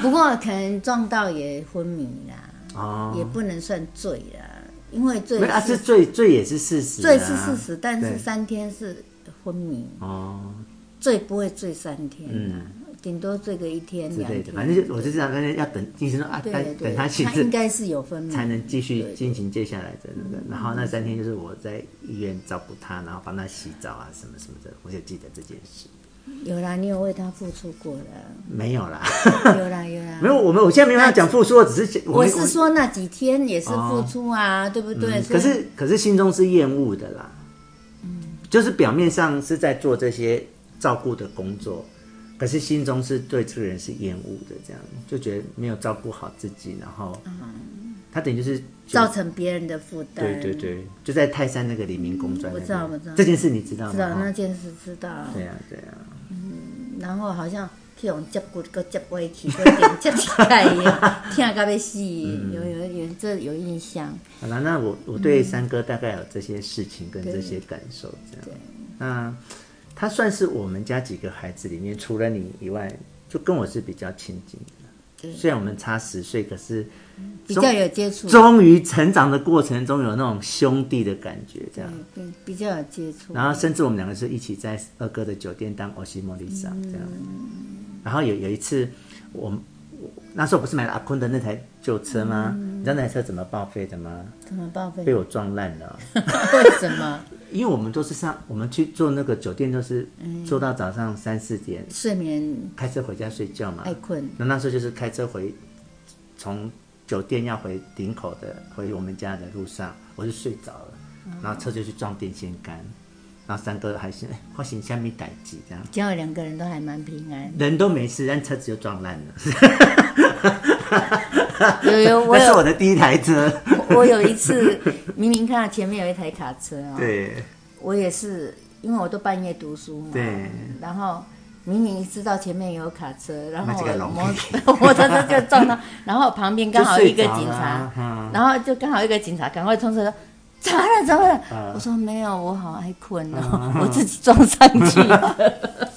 Speaker 1: 不过可能撞到也昏迷啦，
Speaker 2: 哦，
Speaker 1: 也不能算醉啦，因为醉
Speaker 2: 没有啊，
Speaker 1: 是
Speaker 2: 是醉醉也是事实、啊，
Speaker 1: 醉是事实，但
Speaker 2: 对
Speaker 1: 是三天是昏迷，
Speaker 2: 哦
Speaker 1: 醉不会醉三天啦，顶多醉个一天
Speaker 2: 嗯之
Speaker 1: 两
Speaker 2: 类
Speaker 1: 天
Speaker 2: 的，。反正就我就知道，但是要等医生说啊，
Speaker 1: 对
Speaker 2: 等
Speaker 1: 对
Speaker 2: 等
Speaker 1: 对，
Speaker 2: 他醒
Speaker 1: 应该是有分明
Speaker 2: 才能继续
Speaker 1: 对嗯
Speaker 2: 进行接下来的那个。然后那三天就是我在医院照顾他，然后帮他洗澡啊什么什么的，我就记得这件事。
Speaker 1: 有啦，你有为他付出过 了，
Speaker 2: 没有啦，
Speaker 1: 有啦有啦
Speaker 2: 没。有，我们我现在没有要讲复述，我只是
Speaker 1: 我
Speaker 2: 们
Speaker 1: 是说那几天也是付出啊，对不对？嗯
Speaker 2: 嗯
Speaker 1: 所以
Speaker 2: 可是可是心中是厌恶的啦，就是表面上是在做这些照顾的工作，可是心中是对这个人是厌恶的，这样就觉得没有照顾好自己，然后，
Speaker 1: 嗯
Speaker 2: 他等于就是
Speaker 1: 造成别人的负担。
Speaker 2: 对对，对，就在泰山那个黎明公专
Speaker 1: 嗯
Speaker 2: 那边、
Speaker 1: 我知道我知道
Speaker 2: 这件事你知道吗？
Speaker 1: 知道
Speaker 2: 哦
Speaker 1: 那件事知道。
Speaker 2: 对啊对啊，
Speaker 1: 然后好像去用接骨个接歪去，个点接起来呀，疼到要死。
Speaker 2: 嗯
Speaker 1: 有有有，这有印象。
Speaker 2: 好了，那我我对三哥大概有这些事情跟这些感受这样。那他算是我们家几个孩子里面，除了你以外，就跟我是比较亲近的。
Speaker 1: 对嗯
Speaker 2: 虽然我们差十岁，可是
Speaker 1: 比较有接触，
Speaker 2: 终于成长的过程中有那种兄弟的感觉，这样。
Speaker 1: 嗯比比较有接触。
Speaker 2: 然后甚至我们两个是一起在二哥的酒店当欧西莫里桑这样。然后有有一次，我我那时候不是买了阿坤的那台旧车吗？你知道那台车怎么报废的吗？
Speaker 1: 怎么报废？
Speaker 2: 被我撞烂了。
Speaker 1: 为什么
Speaker 2: 因为我们都是上，我们去做那个酒店都是
Speaker 1: 嗯
Speaker 2: 做到早上三四点，
Speaker 1: 睡眠
Speaker 2: 开车回家睡觉嘛
Speaker 1: 爱。困？
Speaker 2: 那那时候就是开车回，从酒店要回林口的回我们家的路上，我就睡着了，
Speaker 1: 哦
Speaker 2: 然后车就去撞电线杆，然后三哥还是 哎发现下面逮机这样，
Speaker 1: 结果两个人都还蛮平 安。
Speaker 2: 人都没事，但车子就撞烂了。
Speaker 1: 有有， 我
Speaker 2: 那是
Speaker 1: 有
Speaker 2: 我的第一台车。
Speaker 1: 我有一次 明明看到前面有一台卡车哦，
Speaker 2: 对
Speaker 1: 我也是，因为我都半夜读书嘛，
Speaker 2: 对，
Speaker 1: 然后明明知道前面有卡车，然后
Speaker 2: 那这个
Speaker 1: 我
Speaker 2: 容易
Speaker 1: 摩摩托车 就撞到，然后旁边刚好一个警
Speaker 2: 就睡着了
Speaker 1: 察
Speaker 2: 啊，
Speaker 1: 然后就刚好一个警察赶快冲出来说。怎么了？怎么了？
Speaker 2: 嗯
Speaker 1: 我说没有，我好爱困哦， 我自己撞上去的。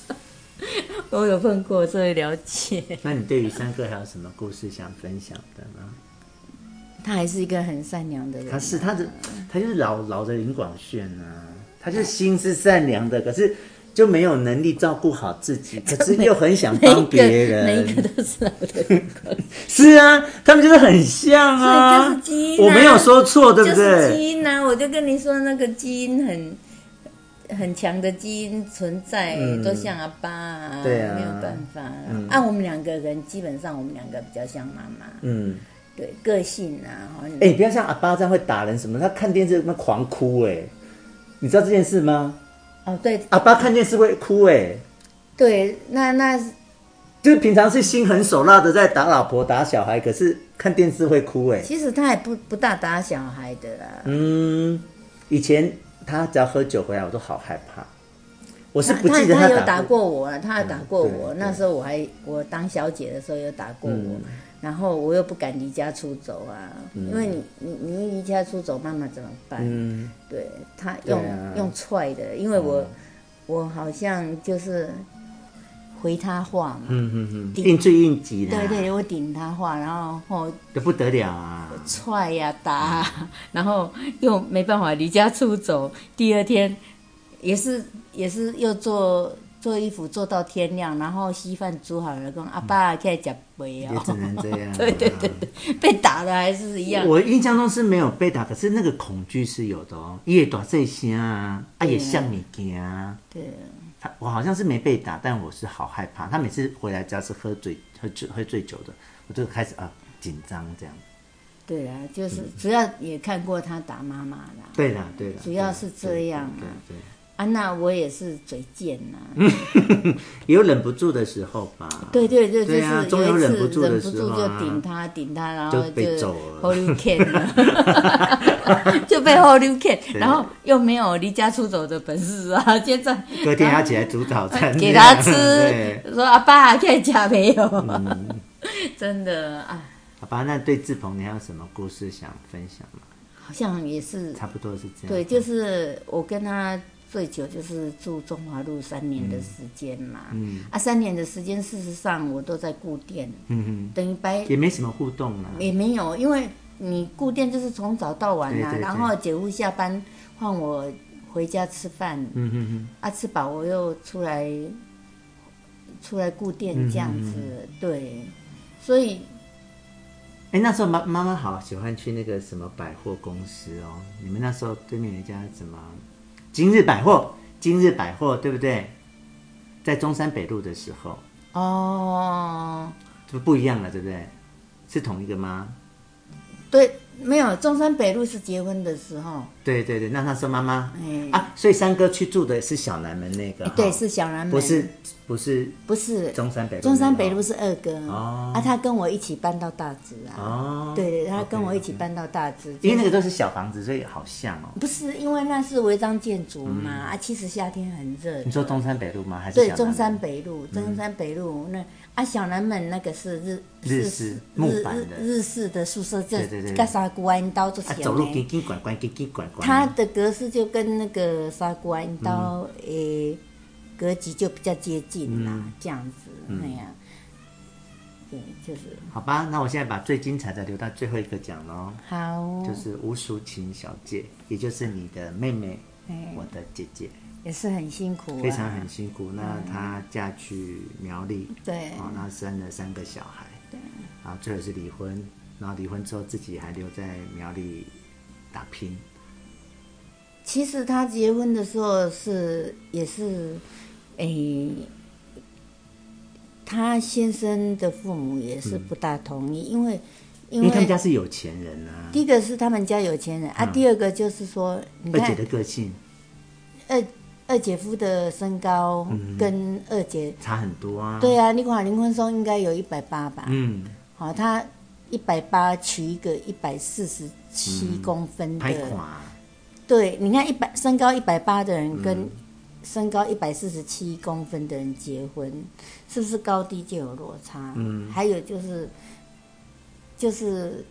Speaker 1: 我有问过，所以了解。
Speaker 2: 那你对于三哥还有什么故事想分享的吗？
Speaker 1: 他还是一个很善良的人。
Speaker 2: 他是他的，他就是老老的林广炫啊，他就是心是善良的，可是就没有能力照顾好自 己，可是又很想帮别
Speaker 1: 每一
Speaker 2: 人。
Speaker 1: 个都是我的
Speaker 2: 是啊，他们就是很像
Speaker 1: 所
Speaker 2: 啊，
Speaker 1: 以就是基因啊
Speaker 2: 我没有说错，对
Speaker 1: 就
Speaker 2: 不
Speaker 1: 是
Speaker 2: 对？
Speaker 1: 基因呐、我就跟你说，那个基因很很强的基因存在，
Speaker 2: 嗯
Speaker 1: 都像阿爸啊，
Speaker 2: 对啊
Speaker 1: 没有办法、啊。啊，我们两个人基本上我们两个比较像妈妈，
Speaker 2: 嗯，
Speaker 1: 对个性啊，好像
Speaker 2: 哎、不要像阿巴这样会打人什么，他看电视那狂哭哎、你知道这件事吗？
Speaker 1: 哦对
Speaker 2: 阿巴看电视会哭哎、
Speaker 1: 对，那那
Speaker 2: 就是平常是心狠手辣的在打老婆打小孩，可是看电视会哭哎、
Speaker 1: 其实他也不不大打小孩的啦，
Speaker 2: 嗯，以前他只要喝酒回来，我都好害怕。我是
Speaker 1: 他
Speaker 2: 不记得
Speaker 1: 他
Speaker 2: 打
Speaker 1: 有打
Speaker 2: 过，
Speaker 1: 过我了，他有打过我。
Speaker 2: 嗯对嗯
Speaker 1: 那时候我还我当小姐的时候有打过我，然后我又不敢离家出走啊，因为你你你一离家出走，妈妈怎么办？
Speaker 2: 嗯，
Speaker 1: 对他用、
Speaker 2: 对啊嗯
Speaker 1: 用踹的，因为我、我好像就是回他话嘛，
Speaker 2: 嗯嗯嗯，应最应急的、
Speaker 1: 对，对，我顶他话，然后后
Speaker 2: 这不得了啊！
Speaker 1: 踹呀、打 啊，然后又没办法离家出走。第二天也是也是又做做衣服做到天亮，然后稀饭煮好了，跟阿爸开始吃杯
Speaker 2: 也只
Speaker 1: 哦，
Speaker 2: 能这样、啊。
Speaker 1: 对对对对，被打的还是一样。
Speaker 2: 我印象中是没有被打，可是那个恐惧是有的哦。也打这些啊，啊也像你惊啊。
Speaker 1: 对，
Speaker 2: 他我好像是没被打，但我是好害怕。他每次回来家是喝醉、喝醉、喝醉酒的，我就开始啊紧张这样。
Speaker 1: 对啊，就是主要也看过他打妈妈啦。
Speaker 2: 对啦，对啦，
Speaker 1: 主要是这样啊
Speaker 2: 对对对
Speaker 1: 啊，那我也是嘴贱呐、
Speaker 2: 也有忍不住的时候吧。
Speaker 1: 对对对，就
Speaker 2: 对
Speaker 1: 是
Speaker 2: 啊
Speaker 1: 有
Speaker 2: 终有
Speaker 1: 一
Speaker 2: 忍
Speaker 1: 次
Speaker 2: 不住
Speaker 1: 忍
Speaker 2: 的
Speaker 1: 不
Speaker 2: 时
Speaker 1: 住
Speaker 2: 候
Speaker 1: 就
Speaker 2: 啊
Speaker 1: 顶他顶他，然后
Speaker 2: 就
Speaker 1: 就
Speaker 2: 被揍了
Speaker 1: Holy Can 了， 就被 Holy Can，然后又没有离家出走的本事啊， 现在
Speaker 2: 隔天要起来煮早餐，
Speaker 1: 给他吃
Speaker 2: 对，嗯
Speaker 1: 说阿爸可以加没有？ 真的啊，
Speaker 2: 好吧，那对志鹏，你还有什么故事想分享吗？
Speaker 1: 好像也是
Speaker 2: 差不多是这样。
Speaker 1: 对，就是我跟他最久就是住中华路三年的时间嘛，啊，三年的时间，事实上我都在顾店，
Speaker 2: 嗯
Speaker 1: 等于白
Speaker 2: 嗯，也没什么互动啦。
Speaker 1: 也没有，因为你固定就是从早到晚啊，
Speaker 2: 对对对
Speaker 1: 然后姐夫下班换我回家吃饭，
Speaker 2: 嗯嗯嗯，
Speaker 1: 啊，吃饱我又出来出来顾店这样子，
Speaker 2: 嗯
Speaker 1: 对，所以
Speaker 2: 哎，那时候妈妈妈好喜欢去那个什么百货公司哦，你们那时候对面有一家什么今日百货，今日百货对不对？在中山北路的时候，
Speaker 1: 哦，
Speaker 2: 就不一样了，对不对？是同一个吗？
Speaker 1: 对，没有中山北路是结婚的时候，
Speaker 2: 对对对，那那时候妈妈、
Speaker 1: 哎
Speaker 2: 啊，所以三哥去住的是小南门那个，
Speaker 1: 对，
Speaker 2: 哈
Speaker 1: 是小南门，
Speaker 2: 不是不是
Speaker 1: 不是
Speaker 2: 中山北路那个？
Speaker 1: 中山北路是二哥、
Speaker 2: 哦
Speaker 1: 啊，他跟我一起搬到大直啊，
Speaker 2: 哦，
Speaker 1: 对对，他跟我
Speaker 2: OK，
Speaker 1: 一起搬到大直，
Speaker 2: 因为那个都是小房子，所以好像哦。
Speaker 1: 不是因为那是违章建筑嘛、啊，其实夏天很热
Speaker 2: 嗯你。嗯说中山北路啊吗？还是
Speaker 1: 对，
Speaker 2: 小南门
Speaker 1: 中山北路，中山北路那啊，小南门那个是日
Speaker 2: 日
Speaker 1: 是
Speaker 2: 式
Speaker 1: 日
Speaker 2: 木板的
Speaker 1: 日日式的宿舍，这
Speaker 2: 对对对
Speaker 1: 跟沙古弯刀做
Speaker 2: 啊
Speaker 1: 起，来
Speaker 2: 走路
Speaker 1: 呢
Speaker 2: 叽叽拐拐，叽叽拐拐。
Speaker 1: 它的格式就跟那个砂锅弯刀
Speaker 2: 嗯
Speaker 1: 诶、格局就比较接近啦，这样子，
Speaker 2: 嗯
Speaker 1: 哎呀、对，就是
Speaker 2: 好吧，那我现在把最精彩的留到最后一个讲喽，
Speaker 1: 好，
Speaker 2: 就是吴淑琴小姐，也就是你的妹妹，
Speaker 1: 哎
Speaker 2: 我的姐姐，
Speaker 1: 也是很辛苦、啊，
Speaker 2: 非常很辛苦。那她嫁去苗栗，
Speaker 1: 对
Speaker 2: 哦，那生了三个小孩，对，然后最后是离婚，然后离婚之后自己还留在苗栗打拼，
Speaker 1: 其实他结婚的时候是也是，诶、他先生的父母也是不大同意，因为因
Speaker 2: 嗯因为他们
Speaker 1: 为
Speaker 2: 家是有钱人啊，
Speaker 1: 第一个是他们家有钱人、啊，第二个就是说，你
Speaker 2: 二
Speaker 1: 看
Speaker 2: 姐的个性
Speaker 1: 二二姐夫的身高跟二姐，
Speaker 2: 差很多嗯啊，
Speaker 1: 对啊，你看林坤松应该有一百八吧，
Speaker 2: 嗯，
Speaker 1: 好、他一百八娶一个一百四十七
Speaker 2: 嗯
Speaker 1: 公分的。
Speaker 2: 拍垮，啊
Speaker 1: 对，你看一百身高一百八的人跟身高一百四十七公分的人结婚，是不是高低就有落差？嗯，还有就是就是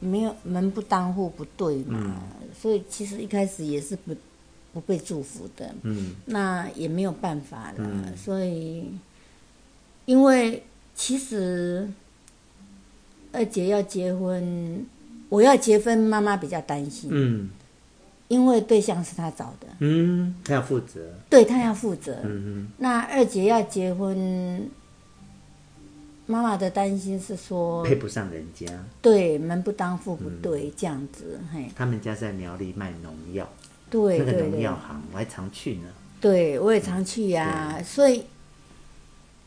Speaker 1: 没有门不当户不对嘛，所以其实一开始也是不不被祝福的，
Speaker 2: 嗯
Speaker 1: 那也没有办法了。
Speaker 2: 嗯
Speaker 1: 所以，因为其实二姐要结婚，我要结婚，妈妈比较担心，
Speaker 2: 嗯
Speaker 1: 因为对象是她找的，
Speaker 2: 嗯，他要负责，
Speaker 1: 对她要负责。
Speaker 2: 嗯
Speaker 1: 那二姐要结婚，妈妈的担心是
Speaker 2: 嗯，
Speaker 1: 说
Speaker 2: 配，不上人家，
Speaker 1: 对门不当户不对、
Speaker 2: 嗯
Speaker 1: 这样子，嘿，
Speaker 2: 他们家在苗栗卖农药，
Speaker 1: 对
Speaker 2: 那个
Speaker 1: 对
Speaker 2: 农
Speaker 1: 对
Speaker 2: 药，行我还常去呢，
Speaker 1: 对我也常去呀、
Speaker 2: 嗯
Speaker 1: 所以，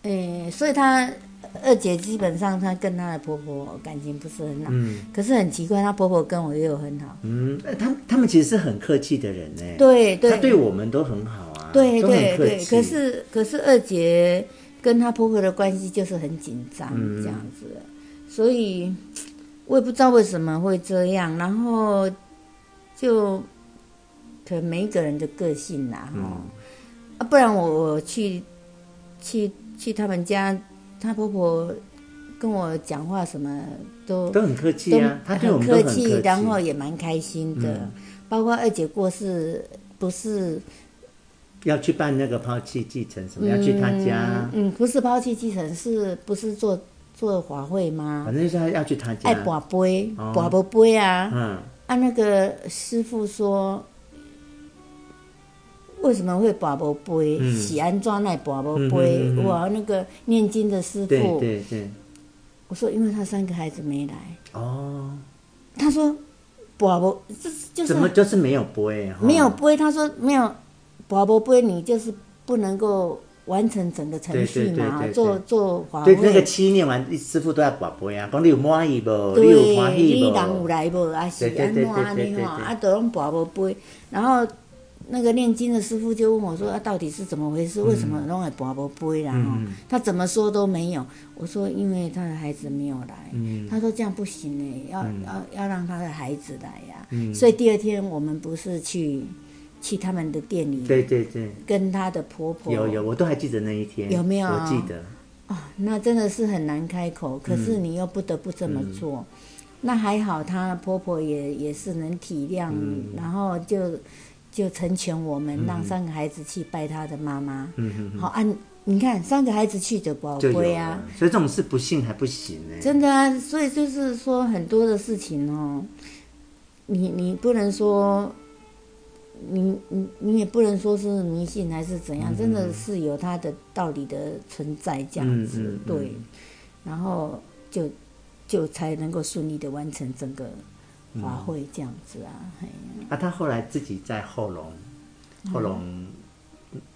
Speaker 1: 诶、所以她二姐基本上她跟她的婆婆感情不是很好，
Speaker 2: 嗯
Speaker 1: 可是很奇怪，她婆婆跟我也有很好，
Speaker 2: 嗯，呃他他们其实是很客气的人呢，
Speaker 1: 对
Speaker 2: 他
Speaker 1: 对
Speaker 2: 对我们都很好啊，
Speaker 1: 对
Speaker 2: 都很
Speaker 1: 对
Speaker 2: 客
Speaker 1: 对，
Speaker 2: 气，
Speaker 1: 可是可是二姐跟她婆婆的关系就是很紧张、
Speaker 2: 嗯
Speaker 1: 这样子，所以我也不知道为什么会这样，然后就可能每一个人的个性啦、
Speaker 2: 嗯
Speaker 1: 哈、啊，不然我我去去去他们家，她婆婆跟我讲话什么都
Speaker 2: 都很客气啊，他对我们都
Speaker 1: 客
Speaker 2: 很客
Speaker 1: 气
Speaker 2: 气，，嗯
Speaker 1: 然后也蛮开心的，包括二姐过世不是。
Speaker 2: 要去办那个抛弃继承什么，要去他家，
Speaker 1: 嗯，不是抛弃继承，是不是做做法会吗？
Speaker 2: 反正就是要去他家
Speaker 1: 爱，拔杯
Speaker 2: 哦，
Speaker 1: 拔不杯啊！
Speaker 2: 嗯
Speaker 1: 啊，那个师傅说，为什么会拔不杯？
Speaker 2: 嗯
Speaker 1: 喜安庄那拔不
Speaker 2: 嗯
Speaker 1: 杯
Speaker 2: 嗯嗯嗯？
Speaker 1: 我那个念经的师
Speaker 2: 对
Speaker 1: 傅，
Speaker 2: 对对，
Speaker 1: 我说因为他三个孩子没来，
Speaker 2: 哦，
Speaker 1: 他说拔不，这就
Speaker 2: 怎么
Speaker 1: 是
Speaker 2: 就是没有播哎，哈
Speaker 1: 没有杯，他说没有拔不杯，你就是不能够完成整个程序嘛
Speaker 2: 对对对对对，
Speaker 1: 做做法
Speaker 2: 对
Speaker 1: 啊会。
Speaker 2: 那个七念完，师傅都要广播呀，讲你有满意无？哦你有欢
Speaker 1: 对，
Speaker 2: 喜
Speaker 1: 你人有
Speaker 2: 无？
Speaker 1: 来无，啊是
Speaker 2: 对对
Speaker 1: 安
Speaker 2: 对
Speaker 1: 怎安
Speaker 2: 对对
Speaker 1: 尼
Speaker 2: 对
Speaker 1: 吼，啊都拢跋无杯。然后那个念经的师傅就问我说：“啊，到底是怎么回事？为什么拢会跋无杯啦？吼
Speaker 2: 嗯，
Speaker 1: 他怎么说都没有。”我说：“因为他的孩子没有来。”
Speaker 2: 嗯
Speaker 1: 他说：“这样不行呢，要要要让他的孩子来呀。”
Speaker 2: 嗯
Speaker 1: 所以第二天我们不是去去他们的店里
Speaker 2: 对对对，
Speaker 1: 跟他的婆婆
Speaker 2: 有有，我都还记得那一天，
Speaker 1: 哦有没有
Speaker 2: 我记得，
Speaker 1: 啊，那真的是很难开口，可
Speaker 2: 嗯
Speaker 1: 是你又不得不这么做。那还好，她婆婆也也是能体谅，
Speaker 2: 嗯
Speaker 1: 然后就就成全我们，让三个孩子去拜她的妈妈。
Speaker 2: 嗯
Speaker 1: 好啊，你看三个孩子去的宝
Speaker 2: 哼，就有
Speaker 1: 贝啊
Speaker 2: 了，。所以这种事不信还不行呢。
Speaker 1: 真的啊，所以就是说很多的事情哦，你你不能说，你你你也不能说是迷信还是怎样，
Speaker 2: 嗯
Speaker 1: 真的是有它的道理的存在这样子，
Speaker 2: 嗯嗯嗯
Speaker 1: 对，然后就就才能够顺利的完成整个法会这样子啊，嘿
Speaker 2: 啊，他后来自己在后龙，
Speaker 1: 嗯
Speaker 2: 后龙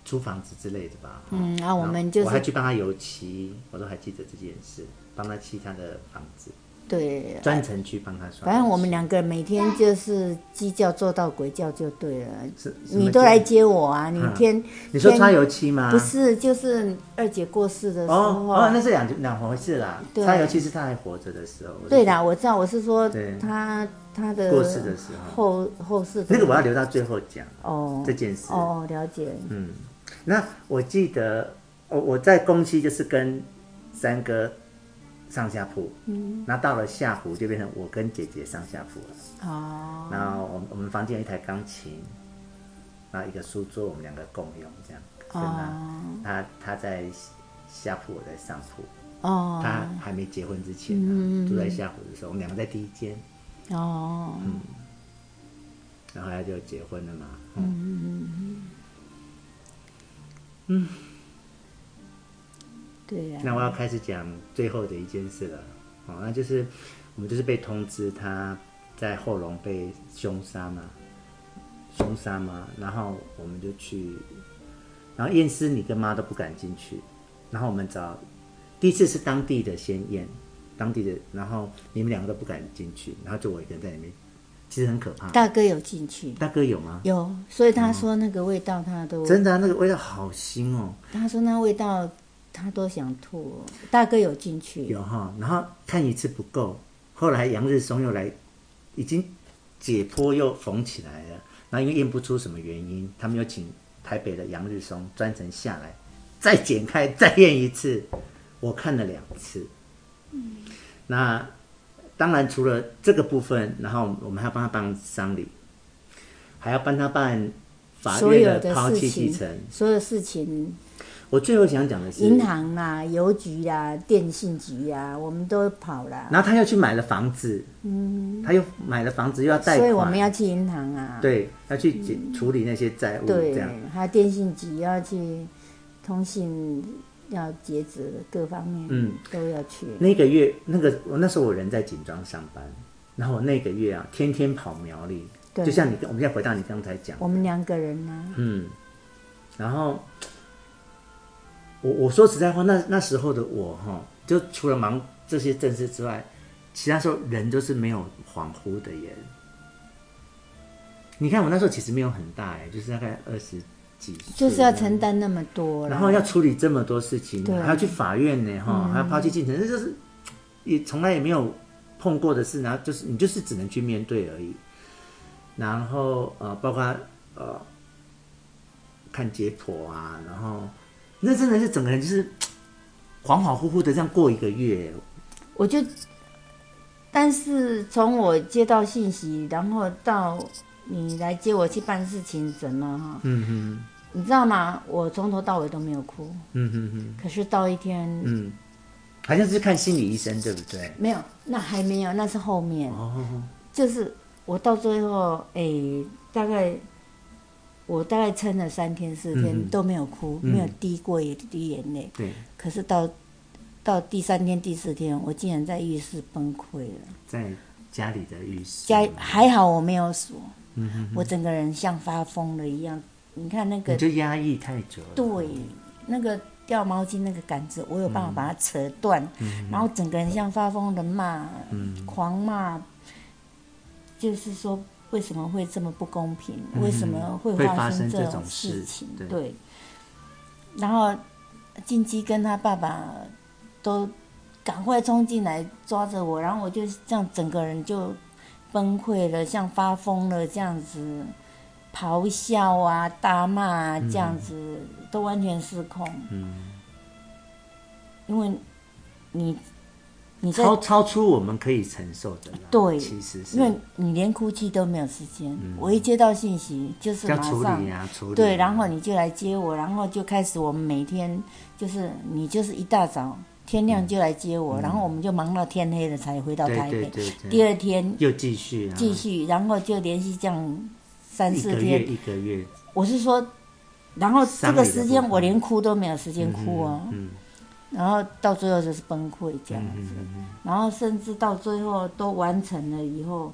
Speaker 2: 租房子之类的吧。哈
Speaker 1: 嗯啊
Speaker 2: 然后
Speaker 1: 我们就是
Speaker 2: 我还去帮他油漆，我都还记得这件事，帮他漆他的房子，
Speaker 1: 对，
Speaker 2: 专程去帮他刷油漆。
Speaker 1: 反正我们两个每天就是鸡叫做到鬼叫就对了，
Speaker 2: 是
Speaker 1: 你都来，接我啊，你天、
Speaker 2: 什么你说
Speaker 1: 天
Speaker 2: 刷油漆吗？
Speaker 1: 不是，就是二姐过世的时
Speaker 2: 啊哦
Speaker 1: 候。啊
Speaker 2: 哦，那是两两回事啦。
Speaker 1: 对
Speaker 2: 他尤其是他还活着的时候。
Speaker 1: 对啦，我知道，我是说
Speaker 2: 对
Speaker 1: 她她的
Speaker 2: 过世的时候，
Speaker 1: 后后世的
Speaker 2: 那个我要留到最后讲
Speaker 1: 哦
Speaker 2: 这件事。
Speaker 1: 哦了解，
Speaker 2: 嗯那我记得，哦我我在公期就是跟三哥上下铺，嗯，那到了下湖就变成我跟姐姐上下铺了。
Speaker 1: 哦
Speaker 2: 然后我们我们房间有一台钢琴，然后一个书桌，我们两个共用这样。跟
Speaker 1: 哦
Speaker 2: 他他他在下铺，我在上铺。
Speaker 1: 哦嗯
Speaker 2: 他还没结婚之前、啊，住在下湖的时候，我们两个在第一间，
Speaker 1: 哦，
Speaker 2: 嗯然后后来就结婚了嘛。嗯
Speaker 1: 对啊呀，
Speaker 2: 那我要开始讲最后的一件事了，哦，那就是我们就是被通知他在后龙被凶杀嘛，凶杀嘛，然后我们就去，然后验尸你跟妈都不敢进去，然后我们找第一次是当地的先验，当地的，然后你们两个都不敢进去，然后就我一个人在里面，其实很可怕。
Speaker 1: 大哥有进去，
Speaker 2: 大哥有吗？
Speaker 1: 有，所以他说那个味道他都，
Speaker 2: 嗯真的、啊，那个味道好腥哦，
Speaker 1: 他说那味道他都想吐哦。大哥有进去，
Speaker 2: 有哈。然后看一次不够，后来杨日松又来，已经解剖又缝起来了，然后因为验不出什么原因，他们又请台北的杨日松专程下来，再剪开再验一次，我看了两次。
Speaker 1: 嗯
Speaker 2: 那当然除了这个部分，然后我们还要帮他办丧礼，还要帮他办法
Speaker 1: 所有
Speaker 2: 院
Speaker 1: 的
Speaker 2: 抛
Speaker 1: 事
Speaker 2: 弃继
Speaker 1: 情
Speaker 2: 承。
Speaker 1: 所有事情，
Speaker 2: 我最后想讲的是，
Speaker 1: 银行啦、邮局啦、电信局啦，我们都跑啦，
Speaker 2: 然后他又去买了房子，嗯，他又买了房子又要贷款，
Speaker 1: 所以我们要去银行啊，
Speaker 2: 对要去解处理那些债务，这
Speaker 1: 对
Speaker 2: 样，
Speaker 1: 还有电信局要去，通信要截止，各方面
Speaker 2: 嗯
Speaker 1: 都要去。
Speaker 2: 那个月，那个我那时候我人在警庄上班，然后我那个月啊，天天跑苗栗，
Speaker 1: 对
Speaker 2: 就像你，我们现在回到你刚才讲，
Speaker 1: 我们两个人啊呢、
Speaker 2: 嗯，然后我我说实在话，那那时候的我哈，就除了忙这些正事之外，其他时候人就是没有恍惚的人。你看我那时候其实没有很大哎、就是大概二十几岁，
Speaker 1: 就是要承担那么多啦
Speaker 2: 然后要处理这么多事情，
Speaker 1: 对嗯
Speaker 2: 还要去法院呢，哈、还要抛弃进程，这就是也从来也没有碰过的事，然后就是你就是只能去面对而已。然后呃，包括呃，看解剖啊，然后那真的是整个人就是恍恍惚惚的这样过一个月，
Speaker 1: 我就，但是从我接到信息，然后到你来接我去办事情，怎么哈？
Speaker 2: 嗯哼，
Speaker 1: 你知道吗？我从头到尾都没有哭，
Speaker 2: 嗯哼哼，
Speaker 1: 可是到一天、
Speaker 2: 嗯，好像是看心理医生对不对？
Speaker 1: 没有，那还没有，那是后面，
Speaker 2: 哦，
Speaker 1: 就是我到最后，哎、大概我大概撑了三天四天、
Speaker 2: 嗯嗯
Speaker 1: 都没有哭，
Speaker 2: 嗯
Speaker 1: 没有滴过一滴眼泪，
Speaker 2: 对，
Speaker 1: 可是到到第三天第四天，我竟然在浴室崩溃了。
Speaker 2: 在家里的浴室，
Speaker 1: 家还好我没有锁，
Speaker 2: 嗯哼，
Speaker 1: 我整个人像发疯了一样。你看那个
Speaker 2: 你就压抑太久了，嗯
Speaker 1: 对，那个掉毛巾那个杆子，我有办法把它扯断，
Speaker 2: 嗯
Speaker 1: 然后整个人像发疯的骂，狂骂，就是说为什么会这么不公平？
Speaker 2: 嗯
Speaker 1: 为什么会
Speaker 2: 会
Speaker 1: 发
Speaker 2: 发
Speaker 1: 生
Speaker 2: 生这
Speaker 1: 种
Speaker 2: 种事
Speaker 1: 情？
Speaker 2: 对
Speaker 1: 对。然后金鸡跟他爸爸都赶快冲进来抓着我，然后我就这样整个人就崩溃了，像发疯了这样子，咆哮啊、大骂啊这样子，都完全失控。
Speaker 2: 嗯，
Speaker 1: 因为你你在
Speaker 2: 超超出我们可以承受的啦。
Speaker 1: 对
Speaker 2: 其实是
Speaker 1: 因为你连哭泣都没有时间，我一接到信息就是
Speaker 2: 嗯要
Speaker 1: 马
Speaker 2: 处
Speaker 1: 上
Speaker 2: 理啊，处理啊。
Speaker 1: 对，然后你就来接我，然后就开始我们每天就是你就是一大早天亮就来接我，然后我们就忙到天黑了才回到
Speaker 2: 嗯对
Speaker 1: 台
Speaker 2: 对
Speaker 1: 北。
Speaker 2: 对对，
Speaker 1: 第二天
Speaker 2: 又继续啊，
Speaker 1: 继续，然后就连续这样三
Speaker 2: 一
Speaker 1: 四
Speaker 2: 个月
Speaker 1: 天。
Speaker 2: 一个月，
Speaker 1: 我是说，然后这个时
Speaker 2: 伤你的部
Speaker 1: 间
Speaker 2: 分
Speaker 1: 我连哭都没有时间哭啊，
Speaker 2: 嗯
Speaker 1: 然后到最后就是崩溃这样
Speaker 2: 嗯
Speaker 1: 子。
Speaker 2: 嗯
Speaker 1: 然后甚至到最后都完成了以后，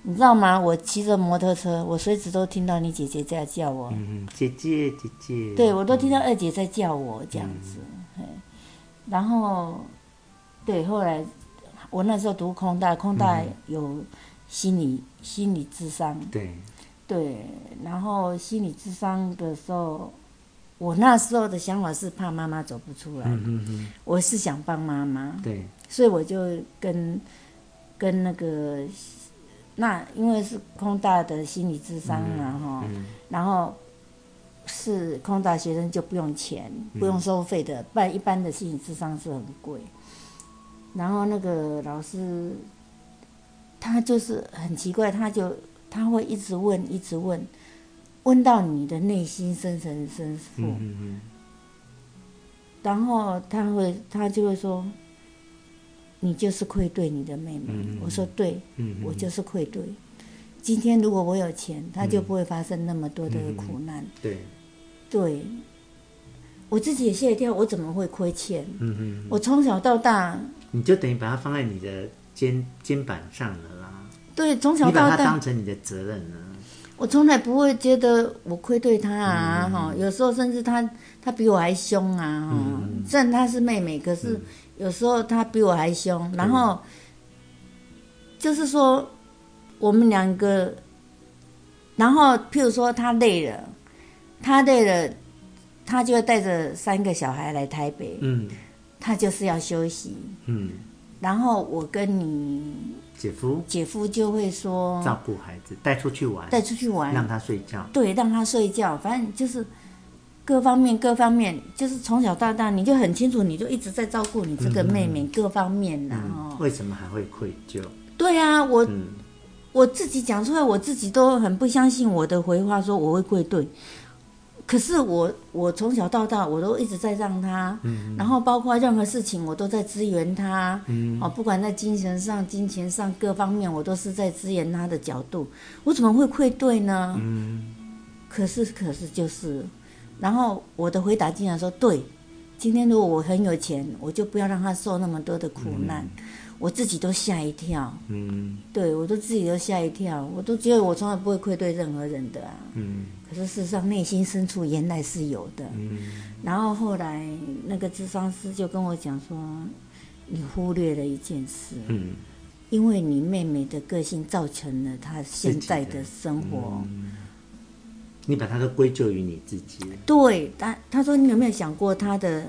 Speaker 1: 你知道吗？我骑着摩托车，我随时都听到你姐姐在叫我，
Speaker 2: 嗯嗯，姐姐姐姐，
Speaker 1: 对我都听到二姐在叫我这样子。
Speaker 2: 嗯
Speaker 1: 嘿然后，对，后来我那时候读空大，空大
Speaker 2: 嗯
Speaker 1: 有心理、心理智商，
Speaker 2: 对，
Speaker 1: 对，然后心理智商的时候。我那时候的想法是怕妈妈走不出来，
Speaker 2: 嗯嗯嗯，
Speaker 1: 我是想帮妈妈。
Speaker 2: 对，
Speaker 1: 所以我就跟跟那个那因为是空大的心理智商嘛哈、
Speaker 2: 嗯
Speaker 1: 然后是空大学生就不用钱，
Speaker 2: 嗯
Speaker 1: 不用收费的，不然一般的心理智商是很贵。然后那个老师他就是很奇怪，他就他会一直问，一直问，问到你的内心深层深处。
Speaker 2: 嗯嗯
Speaker 1: 然后他会，他就会说：“你就是愧对你的妹妹。
Speaker 2: 嗯
Speaker 1: 我说：“对，
Speaker 2: 嗯，
Speaker 1: 我就是愧对。今天如果我有钱，他就不会发生那么多的苦难。
Speaker 2: 对，嗯
Speaker 1: 对我自己也吓一跳，我怎么会亏欠？
Speaker 2: 嗯嗯，
Speaker 1: 我从小到大，
Speaker 2: 你就等于把它放在你的肩肩膀上了啦，
Speaker 1: 对，从小
Speaker 2: 你把
Speaker 1: 到
Speaker 2: 它
Speaker 1: 大，
Speaker 2: 当成你的责任了。
Speaker 1: 我从来不会觉得我愧对他啊，哈、有时候甚至他他比我还凶啊，哈、虽然他是妹妹，可是有时候他比我还凶，然后就是说我们两个，然后譬如说他累了，他累了，他就会带着三个小孩来台北，
Speaker 2: 嗯
Speaker 1: 他就是要休息，
Speaker 2: 嗯，
Speaker 1: 然后我跟你
Speaker 2: 姐夫
Speaker 1: 姐夫就会说
Speaker 2: 照顾孩子，带出去玩，
Speaker 1: 带出去玩，
Speaker 2: 让他睡觉。
Speaker 1: 对，让他睡觉，反正就是各方面各方面，就是从小到大，你就很清楚，你就一直在照顾你这个妹妹各方面啦、
Speaker 2: 嗯
Speaker 1: 哦。
Speaker 2: 为什么还会愧疚？
Speaker 1: 对啊，我、
Speaker 2: 嗯
Speaker 1: 我自己讲出来，我自己都很不相信我的回话，说我会跪队。可是我我从小到大我都一直在让他，然后包括任何事情我都在支援他，哦，不管在精神上、金钱上各方面，我都是在支援他的角度。我怎么会愧对呢？可是可是就是，然后我的回答竟然说对。今天如果我很有钱，我就不要让他受那么多的苦难，我自己都吓一跳。
Speaker 2: 嗯
Speaker 1: 对我都自己都吓一跳，我都觉得我从来不会愧对任何人的啊。
Speaker 2: 嗯
Speaker 1: 可是事实上，内心深处原来是有的。然后后来那个智商师就跟我讲说，你忽略了一件事，
Speaker 2: 嗯，
Speaker 1: 因为你妹妹的个性造成了她现在的生活。
Speaker 2: 你把它都归咎于你自己了。
Speaker 1: 对，他他说你有没有想过她的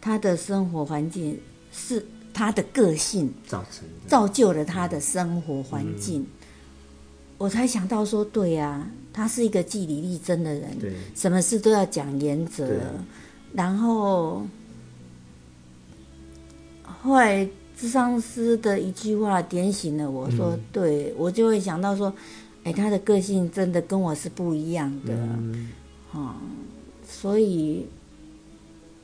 Speaker 1: 她的生活环境是她的个性
Speaker 2: 造成的。
Speaker 1: 造就了他的生活环境。
Speaker 2: 嗯
Speaker 1: 我才想到说，对呀、他是一个据理力争的人，
Speaker 2: 对，
Speaker 1: 什么事都要讲原则
Speaker 2: 对。
Speaker 1: 然后后来智商师的一句话点醒了我
Speaker 2: 嗯
Speaker 1: 说，对我就会想到说，哎，他的个性真的跟我是不一样的。
Speaker 2: 嗯，
Speaker 1: 所以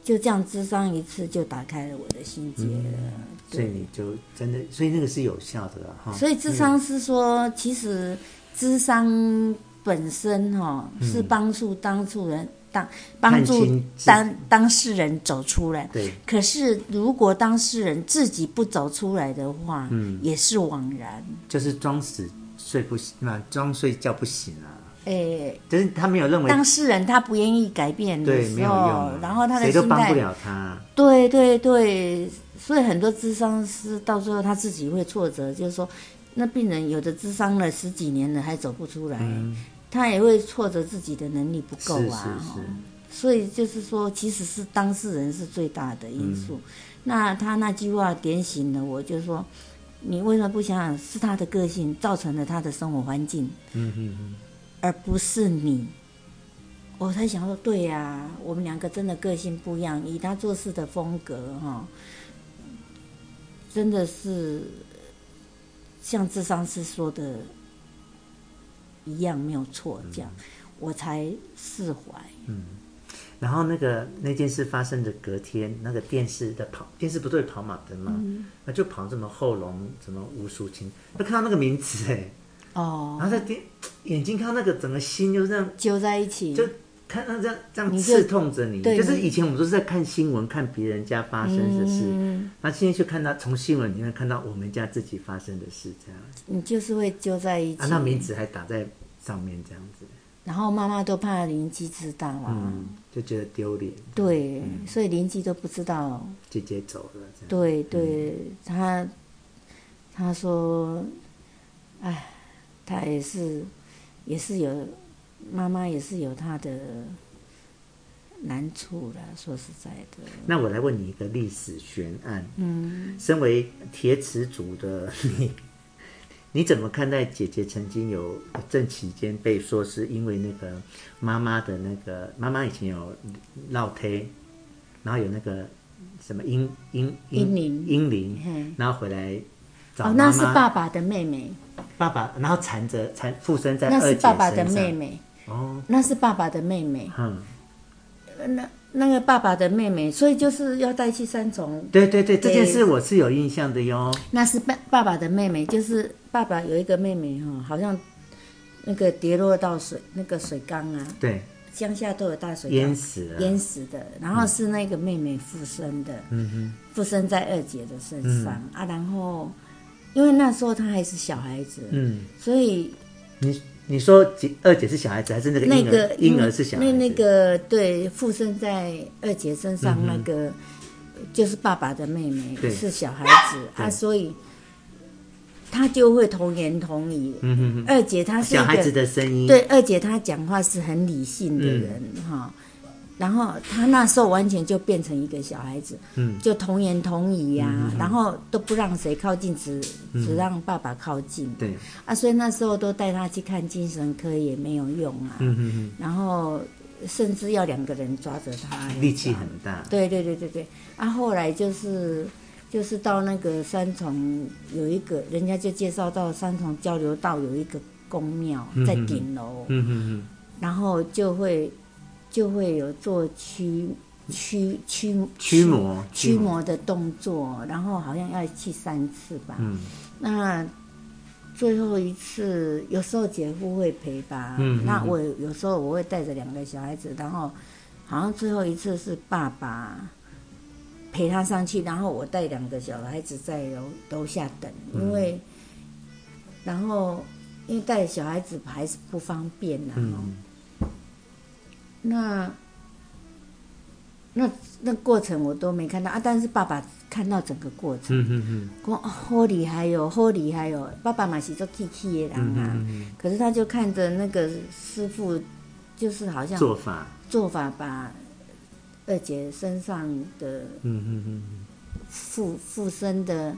Speaker 1: 就这样智商一次就打开了我的心结了。
Speaker 2: 所以你就真的，所以那个是有效的了哈。嗯
Speaker 1: 所以智商是说，其实智商本身哈、哦
Speaker 2: 嗯
Speaker 1: 是帮助当事人当帮
Speaker 2: 看
Speaker 1: 助
Speaker 2: 清自己
Speaker 1: 当当事人走出来。
Speaker 2: 对，
Speaker 1: 可是如果当事人自己不走出来的话，嗯，也是枉然。
Speaker 2: 就是装死睡不醒，那装睡觉不醒啊。
Speaker 1: 诶，
Speaker 2: 就是他没有认为
Speaker 1: 当事人他不愿意改变的
Speaker 2: 对
Speaker 1: 时
Speaker 2: 没有用
Speaker 1: 候
Speaker 2: 啊，，
Speaker 1: 然后他的
Speaker 2: 谁都
Speaker 1: 心
Speaker 2: 帮
Speaker 1: 态，
Speaker 2: 不了他。
Speaker 1: 对对对，所以很多智商师到最后他自己会挫折，就是说，那病人有的智商了十几年了还走不出来。
Speaker 2: 嗯，
Speaker 1: 他也会挫折自己的能力不够
Speaker 2: 是是
Speaker 1: 啊，
Speaker 2: 是
Speaker 1: 哦，所以就是说，其实是当事人是最大的因素。
Speaker 2: 嗯
Speaker 1: 那他那句话点醒了我，就是说，你为什么不想想是他的个性造成了他的生活环境，
Speaker 2: 嗯嗯嗯，
Speaker 1: 而不是你？我才想说，对呀、我们两个真的个性不一样，以他做事的风格哈、哦真的是像智商师说的一样没有错，这样、
Speaker 2: 嗯
Speaker 1: 我才释怀。
Speaker 2: 然后那个那件事发生的隔天，那个电视的跑电视不对跑马灯嘛，
Speaker 1: 嗯
Speaker 2: 那就跑什么后龙什么吴淑清，就看到那个名字哎，
Speaker 1: 哦，
Speaker 2: 然后在电眼睛看到那个整个心就这样
Speaker 1: 揪在一起，
Speaker 2: 就看到这样这样
Speaker 1: 你就
Speaker 2: 刺痛着你，
Speaker 1: 对
Speaker 2: 就是以前我们都是在看新闻看别人家发生的事，
Speaker 1: 嗯
Speaker 2: 那现在就看到从新闻里面看到我们家自己发生的事这样，
Speaker 1: 你就是会揪在一起。
Speaker 2: 啊那名字还打在上面这样子，
Speaker 1: 然后妈妈都怕邻居知道啊，
Speaker 2: 嗯，就觉得丢脸，
Speaker 1: 对，所以邻居都不知道。
Speaker 2: 姐姐走了这样，
Speaker 1: 对对，
Speaker 2: 嗯
Speaker 1: 他他说，哎，他也是也是有妈妈也是有她的难处啦。说实在的，
Speaker 2: 那我来问你一个历史悬案。嗯，身为铁齿族的你， 你怎么看待姐姐曾经有有正期间被说是因为那个妈妈的那个妈妈以前有闹胎，然后有那个什么婴婴
Speaker 1: 婴灵
Speaker 2: 婴
Speaker 1: 嘿
Speaker 2: 灵，然后回来找
Speaker 1: 哦，
Speaker 2: 妈妈，
Speaker 1: 那是爸爸的妹妹，
Speaker 2: 爸爸，然后缠着缠附身在
Speaker 1: 那
Speaker 2: 二姐
Speaker 1: 是
Speaker 2: 身
Speaker 1: 爸
Speaker 2: 上。
Speaker 1: 爸的妹妹，
Speaker 2: 哦，
Speaker 1: 那是爸爸的妹妹，
Speaker 2: 嗯，
Speaker 1: 那那个爸爸的妹妹，所以就是要带去三重。
Speaker 2: 对对对，这件
Speaker 1: 对
Speaker 2: 事我是有印象的哟。
Speaker 1: 那是爸爸爸的妹妹，就是爸爸有一个妹妹哈、好像那个跌落到水那个水缸啊，
Speaker 2: 对，
Speaker 1: 乡下都有大水缸
Speaker 2: 淹，死啊了，
Speaker 1: 淹死的，然后是那个妹妹附身的，
Speaker 2: 嗯哼，嗯
Speaker 1: 附身在二姐的身上、啊，然后因为那时候她还是小孩子，
Speaker 2: 嗯。
Speaker 1: 所以
Speaker 2: 你你说姐二姐是小孩子，还是那个
Speaker 1: 那
Speaker 2: 婴儿
Speaker 1: 个
Speaker 2: 婴儿是小孩
Speaker 1: 那
Speaker 2: 子？
Speaker 1: 那个对附身在二姐身上那个、就是爸爸的妹妹
Speaker 2: 嗯对
Speaker 1: 是小孩子啊，
Speaker 2: 对
Speaker 1: 所以她就会童言童语。
Speaker 2: 嗯哼哼
Speaker 1: 二姐她是一
Speaker 2: 小孩子
Speaker 1: 个
Speaker 2: 的嗯声音，
Speaker 1: 对二姐她讲话是很理性的人哈、然后她那时候完全就变成一个小孩子，
Speaker 2: 嗯
Speaker 1: 就童言童语呀、然后都不让谁靠近，只只让爸爸靠近。
Speaker 2: 嗯对，
Speaker 1: 啊，所以那时候都带他去看精神科也没有用啊，
Speaker 2: 嗯哼
Speaker 1: 然后甚至要两个人抓着他，
Speaker 2: 哼，力气很大，
Speaker 1: 对对对对对。啊，后来就是就是到那个三重有一个人家就介绍到三重交流道有一个宫庙
Speaker 2: 嗯
Speaker 1: 在
Speaker 2: 嗯嗯
Speaker 1: 顶楼，
Speaker 2: 嗯嗯
Speaker 1: 然后就会就会有做驱驱驱
Speaker 2: 驱魔
Speaker 1: 驱
Speaker 2: 驱魔
Speaker 1: 魔的动作，然后好像要去三次吧。
Speaker 2: 嗯
Speaker 1: 那最后一次，有时候姐夫会陪吧。
Speaker 2: 嗯嗯
Speaker 1: 那我有时候我会带着两个小孩子，然后好像最后一次是爸爸陪他上去，然后我带两个小孩子在楼楼下等，
Speaker 2: 嗯
Speaker 1: 因为、然后因为带小孩子还是不方便呐、
Speaker 2: 嗯
Speaker 1: 哦
Speaker 2: 嗯，
Speaker 1: 那那那过程我都没看到啊，但是爸爸看到整个过程。
Speaker 2: 嗯嗯
Speaker 1: 讲哦好厉害哟、好厉害哟、爸爸嘛是做气气的人
Speaker 2: 嗯
Speaker 1: 啊，
Speaker 2: 嗯
Speaker 1: 可是他就看着那个师傅，就是好
Speaker 2: 嗯，
Speaker 1: 像
Speaker 2: 做法，
Speaker 1: 做法把二姐身上的
Speaker 2: 嗯嗯嗯
Speaker 1: 附附身的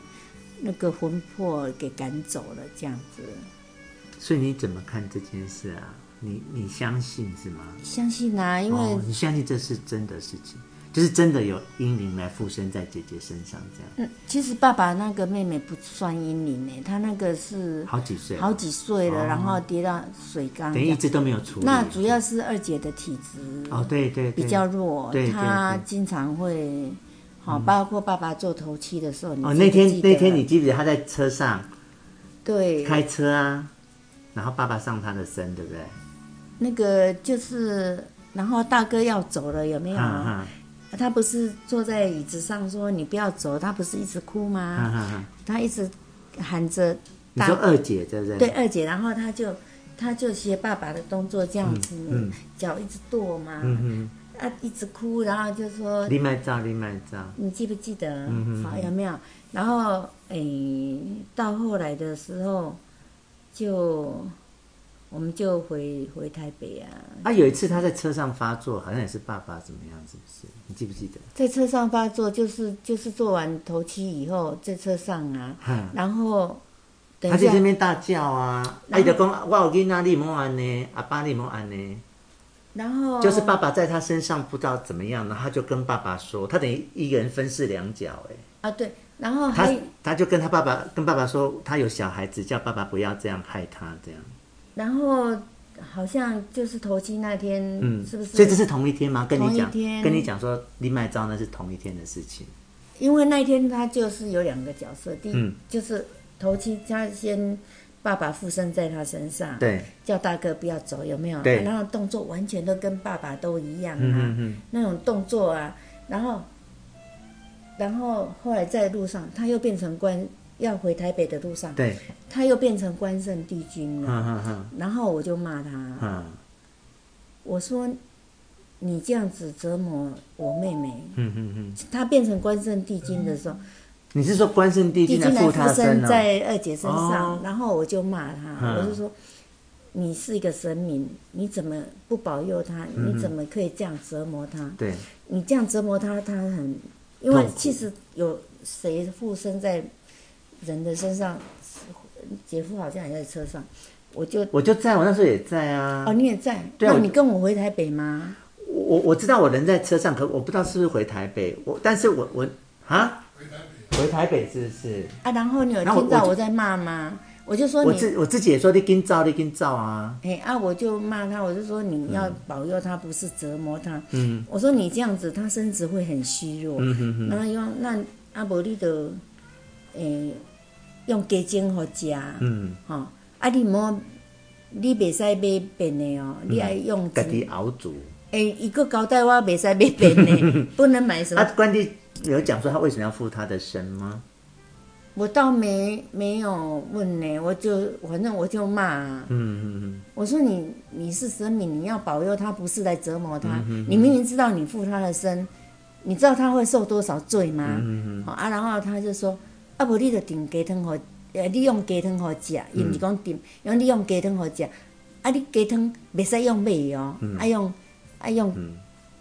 Speaker 1: 那个魂魄给赶走了，这样子。
Speaker 2: 嗯，所以你怎么看这件事啊？你你相信是吗？
Speaker 1: 相信啊，因为、
Speaker 2: 哦，你相信这是真的事情，就是真的有阴灵来附身在姐姐身上，这样
Speaker 1: 嗯，其实爸爸那个妹妹不算阴灵呢，她那个是
Speaker 2: 好几岁了，
Speaker 1: 好几岁了，
Speaker 2: 哦
Speaker 1: 然后跌到水缸
Speaker 2: 等
Speaker 1: 这
Speaker 2: 于一
Speaker 1: 样。
Speaker 2: 直都没有处理。
Speaker 1: 那主要是二姐的体质
Speaker 2: 哦，对对对，
Speaker 1: 比较弱
Speaker 2: 对，对
Speaker 1: 他
Speaker 2: 对嗯
Speaker 1: 经常会，好，包括爸爸做头七的时候，你
Speaker 2: 哦，
Speaker 1: 记
Speaker 2: 那
Speaker 1: 不
Speaker 2: 天
Speaker 1: 记得
Speaker 2: 那天你记不记得他在车上
Speaker 1: 对
Speaker 2: 开车啊，然后爸爸上他的身，对不对？
Speaker 1: 那个就是，然后大哥要走了，有没有？
Speaker 2: 哈
Speaker 1: 他不是坐在椅子上说你不要走，他不是一直哭
Speaker 2: 哈哈
Speaker 1: 吗？
Speaker 2: 哈哈。
Speaker 1: 他一直喊着
Speaker 2: 啊你说二姐对不对？
Speaker 1: 对，二姐，然后他就他就学爸爸的动作这样子，
Speaker 2: 嗯
Speaker 1: 脚一直跺嘛，
Speaker 2: 嗯
Speaker 1: 啊一直哭，然后就说
Speaker 2: 哼，你卖照，你卖照，
Speaker 1: 你记不记得？
Speaker 2: 嗯嗯
Speaker 1: 好，有没有？然后诶，到后来的时候，就我们就回回台北啊，
Speaker 2: 啊，有一次他在车上发作，好像也是爸爸怎么样，是不是？你记不记得？
Speaker 1: 在车上发作，就是就是做完头七以后，在车上啊，
Speaker 2: 哈，
Speaker 1: 然后等
Speaker 2: 嗯他
Speaker 1: 一
Speaker 2: 就
Speaker 1: 下
Speaker 2: 这，边大叫啊，
Speaker 1: 然后
Speaker 2: 他就讲我有囡仔，你莫安呢，阿爸你莫安呢，
Speaker 1: 然后
Speaker 2: 就是爸爸在他身上不知道怎么样，然后他就跟爸爸说，他等于一个人分饰两角，哎，
Speaker 1: 啊对，然后
Speaker 2: 他
Speaker 1: 还
Speaker 2: 他就跟他爸爸跟爸爸说，他有小孩子，叫爸爸不要这样害他，这样，
Speaker 1: 然后好像就是头七那天，
Speaker 2: 嗯，
Speaker 1: 是不是？
Speaker 2: 所以这是同一天吗？跟你讲，
Speaker 1: 同一天
Speaker 2: 跟你讲说，你卖照那是同一天的事情，
Speaker 1: 因为那一天他就是有两个角色，第一、
Speaker 2: 嗯
Speaker 1: 就是头七，他先爸爸附身在他身上，
Speaker 2: 对，
Speaker 1: 叫大哥不要走，有没有？
Speaker 2: 对
Speaker 1: 然后动作完全都跟爸爸都一样啊，
Speaker 2: 嗯嗯嗯，
Speaker 1: 那种动作啊，然后，然后后来在路上他又变成关，要回台北的路上，
Speaker 2: 对，
Speaker 1: 他又变成关圣帝君了。
Speaker 2: 哈哈哈，
Speaker 1: 然后我就骂他，
Speaker 2: 嗯
Speaker 1: 我说你这样子折磨我妹妹，
Speaker 2: 嗯嗯嗯，
Speaker 1: 她变成关圣帝君的时候，
Speaker 2: 你是说关圣帝
Speaker 1: 帝
Speaker 2: 君
Speaker 1: 君
Speaker 2: 来
Speaker 1: 来
Speaker 2: 附
Speaker 1: 附
Speaker 2: 他哦
Speaker 1: 身
Speaker 2: 呢？
Speaker 1: 在二姐身上，
Speaker 2: 哦
Speaker 1: 然后我就骂他，
Speaker 2: 嗯
Speaker 1: 我就说。你是一个神明，你怎么不保佑他？你怎么可以这样折磨他？
Speaker 2: 嗯对，
Speaker 1: 你这样折磨他，他很，因为
Speaker 2: 痛苦
Speaker 1: 其实有谁附身在人的身上，姐夫好像也在车上，我就
Speaker 2: 我就在我那时候也在啊，
Speaker 1: 哦你也在，
Speaker 2: 对啊
Speaker 1: 那
Speaker 2: 我
Speaker 1: 你跟我回台北吗？
Speaker 2: 我我知道我人在车上，可我不知道是不是回台北。我但是我我啊，回台北是不是？
Speaker 1: 啊，然后你有
Speaker 2: 然后我
Speaker 1: 听到
Speaker 2: 我就
Speaker 1: 我在骂吗？我就说
Speaker 2: 我
Speaker 1: 你，
Speaker 2: 自我自己也说你跟照，你跟照啊。
Speaker 1: 哎啊，我就骂他，我就说你要保佑他，不是折磨他。
Speaker 2: 嗯，
Speaker 1: 我说你这样子，他身子会很虚弱。
Speaker 2: 嗯哼哼
Speaker 1: 然后用那阿伯你就诶、用鸡精互食。
Speaker 2: 嗯，
Speaker 1: 吼、啊你莫你袂使买便的哦，你爱用
Speaker 2: 嗯家己熬煮。
Speaker 1: 诶，伊个交代我袂使买便 的，不能买什
Speaker 2: 啊
Speaker 1: 么。，
Speaker 2: 关帝有讲说他为什么要附他的身吗？
Speaker 1: 我倒没没有问呢，我就反正我就骂啊、
Speaker 2: 嗯嗯
Speaker 1: 我说你你是神明，你要保佑他，不是来折磨
Speaker 2: 嗯
Speaker 1: 他。你明明知道你附他的身，你知道他会受多少罪吗？
Speaker 2: 嗯
Speaker 1: 好啊，然后他就说，啊，无你就炖鸡汤互，呃，你用鸡汤互食，伊毋是讲
Speaker 2: 嗯
Speaker 1: 炖，因为你用鸡汤互食，啊，你鸡汤袂使用米哦，啊用啊用、
Speaker 2: 嗯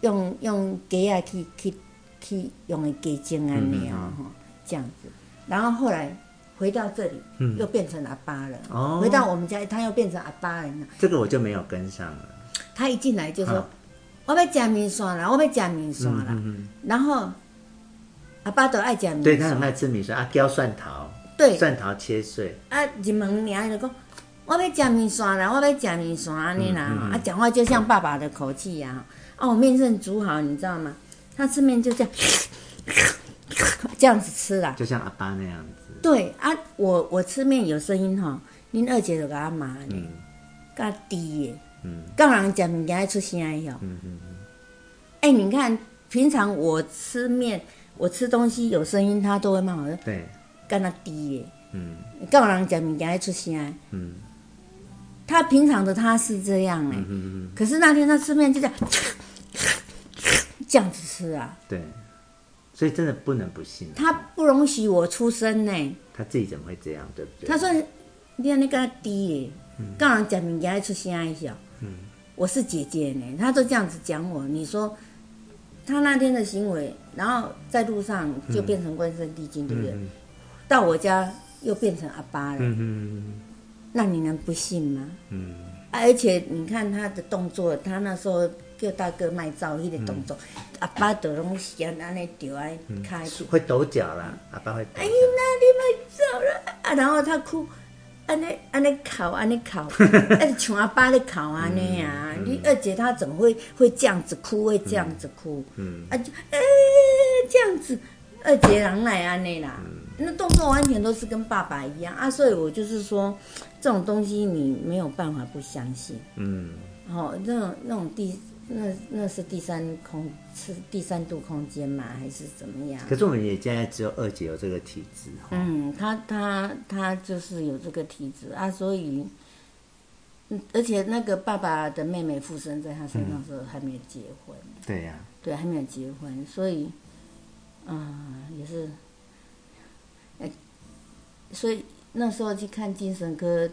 Speaker 1: 用用鸡啊去去去用的鸡精安
Speaker 2: 嗯
Speaker 1: 尼哦，吼这样子。然后后来回到这里，
Speaker 2: 嗯
Speaker 1: 又变成阿爸了。
Speaker 2: 哦
Speaker 1: 回到我们家，他又变成阿爸了。
Speaker 2: 嗯，这个我就没有跟上了。
Speaker 1: 他一进来就说
Speaker 2: 啊：“
Speaker 1: 我
Speaker 2: 嗯
Speaker 1: 要吃面线啦，我要吃面线啦。
Speaker 2: 嗯嗯
Speaker 1: 然后阿爸都爱食米
Speaker 2: 对他很爱吃米线啊，雕蒜头，
Speaker 1: 对
Speaker 2: 蒜头切碎，
Speaker 1: 啊，入门娘就讲，我要食面线啦，我要食面线安尼
Speaker 2: 嗯
Speaker 1: 啦，啊，讲话就像爸爸的口气呀、啊，我面线煮好，你知道吗？他吃面就这样，这样子吃啦。
Speaker 2: 就像阿爸那样子，
Speaker 1: 对啊，我我吃面有声音吼，恁二姐就甲我骂呢，
Speaker 2: 嗯
Speaker 1: 甲低的，
Speaker 2: 嗯
Speaker 1: 讲人食物件爱出声的哟。
Speaker 2: 嗯嗯，嗯
Speaker 1: 哎、你看平常我吃面，我吃东西有声音，他都会骂我说
Speaker 2: 对，
Speaker 1: 干那低的。
Speaker 2: 嗯
Speaker 1: 告人讲物件爱出声，
Speaker 2: 嗯
Speaker 1: 他平常的他是这样哎、
Speaker 2: 嗯嗯，嗯
Speaker 1: 可是那天他吃面就这样， 这样子吃啊，
Speaker 2: 对，所以真的不能不信啊
Speaker 1: 他不容许我出声呢、
Speaker 2: 他自己怎么会这样，对不对？
Speaker 1: 他说你安尼跟他低哎，
Speaker 2: 嗯
Speaker 1: 告人讲物件爱出声一下，我是姐姐呢、他都这样子讲我，你说他那天的行为，然后在路上就变成关圣帝君，对不对？
Speaker 2: 嗯
Speaker 1: 到我家又变成阿巴了，
Speaker 2: 嗯嗯
Speaker 1: 那你能不信吗？
Speaker 2: 嗯嗯，
Speaker 1: 啊而且你看他的动作，他那时候叫大哥卖照迄个动作，阿爸都拢是安安尼丢安开。
Speaker 2: 嗯会抖脚啦，阿爸会抖
Speaker 1: 哎
Speaker 2: 脚
Speaker 1: 呀，，那你卖走了啊！然后他哭，安尼安尼哭，安尼哭， 啊，像阿爸咧哭安尼啊！
Speaker 2: 嗯
Speaker 1: 你二姐她怎么会会这样子哭，会这样子哭？
Speaker 2: 嗯
Speaker 1: 啊就哎、这样子，二姐人来安内啦，
Speaker 2: 嗯
Speaker 1: 那动作完全都是跟爸爸一样啊，所以我就是说，这种东西你没有办法不相信。
Speaker 2: 嗯
Speaker 1: 哦，那种那种第那那是第三空是第三度空间嘛，还是怎么样？
Speaker 2: 可是我们也现在只有二姐有这个体质哈，
Speaker 1: 嗯，他他他就是有这个体质啊，所以，嗯而且那个爸爸的妹妹附身在他身上的时候还没有结婚，
Speaker 2: 对啊呀、
Speaker 1: 对，还没有结婚，所以，嗯、也是，哎、所以那时候去看精神科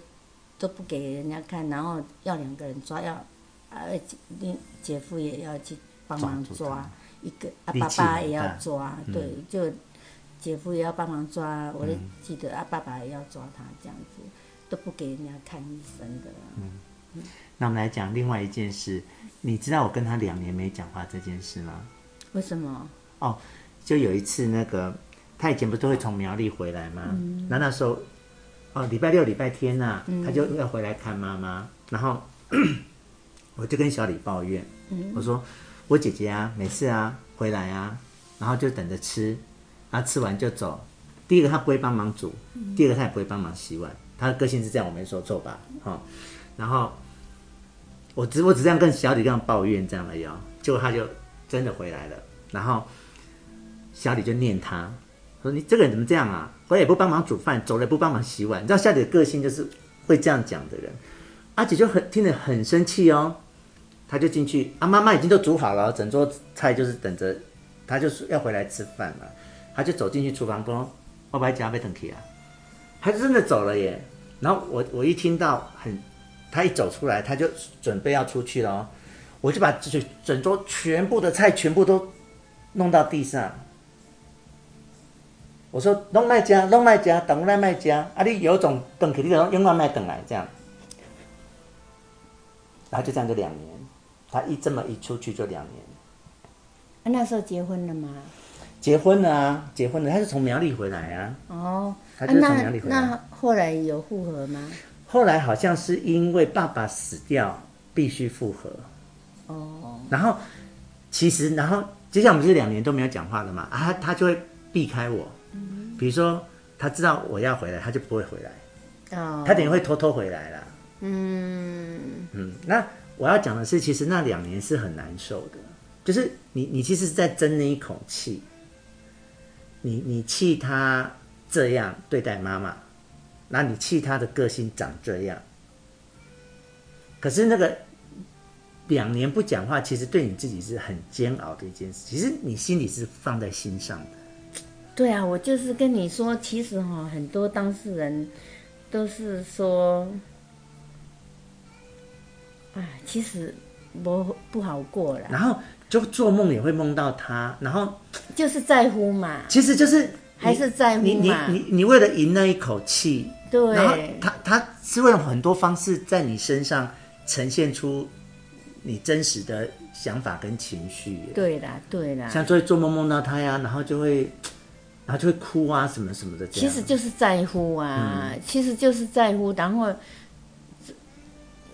Speaker 1: 都不给人家看，然后要两个人抓，要啊，而且另姐夫也要去帮忙
Speaker 2: 抓住
Speaker 1: 抓
Speaker 2: 他，
Speaker 1: 一个啊，
Speaker 2: 力
Speaker 1: 爸
Speaker 2: 气
Speaker 1: 爸
Speaker 2: 很
Speaker 1: 也要
Speaker 2: 大
Speaker 1: 抓，对，
Speaker 2: 嗯
Speaker 1: 就姐夫也要帮忙抓，我就记得、啊，爸爸也要抓他这样子，都不给人家看医生的啦。
Speaker 2: 嗯那我们来讲另外一件事，你知道我跟他两年没讲话这件事吗？
Speaker 1: 为什么？
Speaker 2: 哦，就有一次那个，他以前不是都会从苗栗回来吗？那、那时候，哦，礼拜六、礼拜天呐、他就要回来看妈妈，然后 我就跟小李抱怨，我说我姐姐啊，每次啊回来啊，然后就等着吃，然后吃完就走。第一个她不会帮忙煮，第二个她也不会帮忙洗碗，她的个性是这样，我没说错吧？哈、哦，然后我只我只这样跟小李这样抱怨这样而已哦，结果他就真的回来了，然后小李就念他，说你这个人怎么这样啊？回来也不帮忙煮饭，走了也不帮忙洗碗。你知道小李的个性就是会这样讲的人，阿姐就很听得很生气哦，他就进去啊，妈妈已经都煮好了，整桌菜就是等着，他就是要回来吃饭了，他就走进去厨房说，我把家被等去啊，他就真的走了耶。然后我我一听到很，他一走出来，他就准备要出去了哦，我就把整整桌全部的菜全部都弄到地上。我说弄卖家，弄卖家，等来卖家，啊你有种等去，你就永远卖等来这样。然后就这样就两年，他一这么一出去就两年，
Speaker 1: 啊、那时候结婚了吗？
Speaker 2: 结婚了啊，结婚了，他是从苗栗回来啊。
Speaker 1: 哦，
Speaker 2: 他
Speaker 1: 啊
Speaker 2: 就是从
Speaker 1: 那
Speaker 2: 哪里回来
Speaker 1: 那后来有复合吗？
Speaker 2: 后来好像是因为爸爸死掉，必须复合。
Speaker 1: 哦，
Speaker 2: 然后其实，然后接下来我们是两年都没有讲话了嘛，啊，他他就会避开我。比如说，他知道我要回来，他就不会回来，
Speaker 1: 哦，
Speaker 2: 他等于会偷偷回来啦。
Speaker 1: 嗯，
Speaker 2: 嗯，那我要讲的是，其实那两年是很难受的，就是你你其实是在争那一口气，你你气他这样对待妈妈，那你气他的个性长这样，可是那个两年不讲话，其实对你自己是很煎熬的一件事，其实你心里是放在心上的，
Speaker 1: 对啊，我就是跟你说，其实哈、很多当事人都是说，啊，其实不不好过啦，
Speaker 2: 然后就做梦也会梦到他，然后
Speaker 1: 就是在乎嘛，
Speaker 2: 其实就是你
Speaker 1: 还是在啊乎
Speaker 2: 你你
Speaker 1: 嘛
Speaker 2: 你你为了赢那一口气，然后
Speaker 1: 对，
Speaker 2: 他他是会有很多方式在你身上呈现出你真实的想法跟情绪耶，
Speaker 1: 对啦，对啦，
Speaker 2: 像就会做梦梦到他呀，然后就会然后就会哭啊什么什么的这
Speaker 1: 其
Speaker 2: 样。嗯
Speaker 1: 实就是在乎啊，其实就是在乎，然后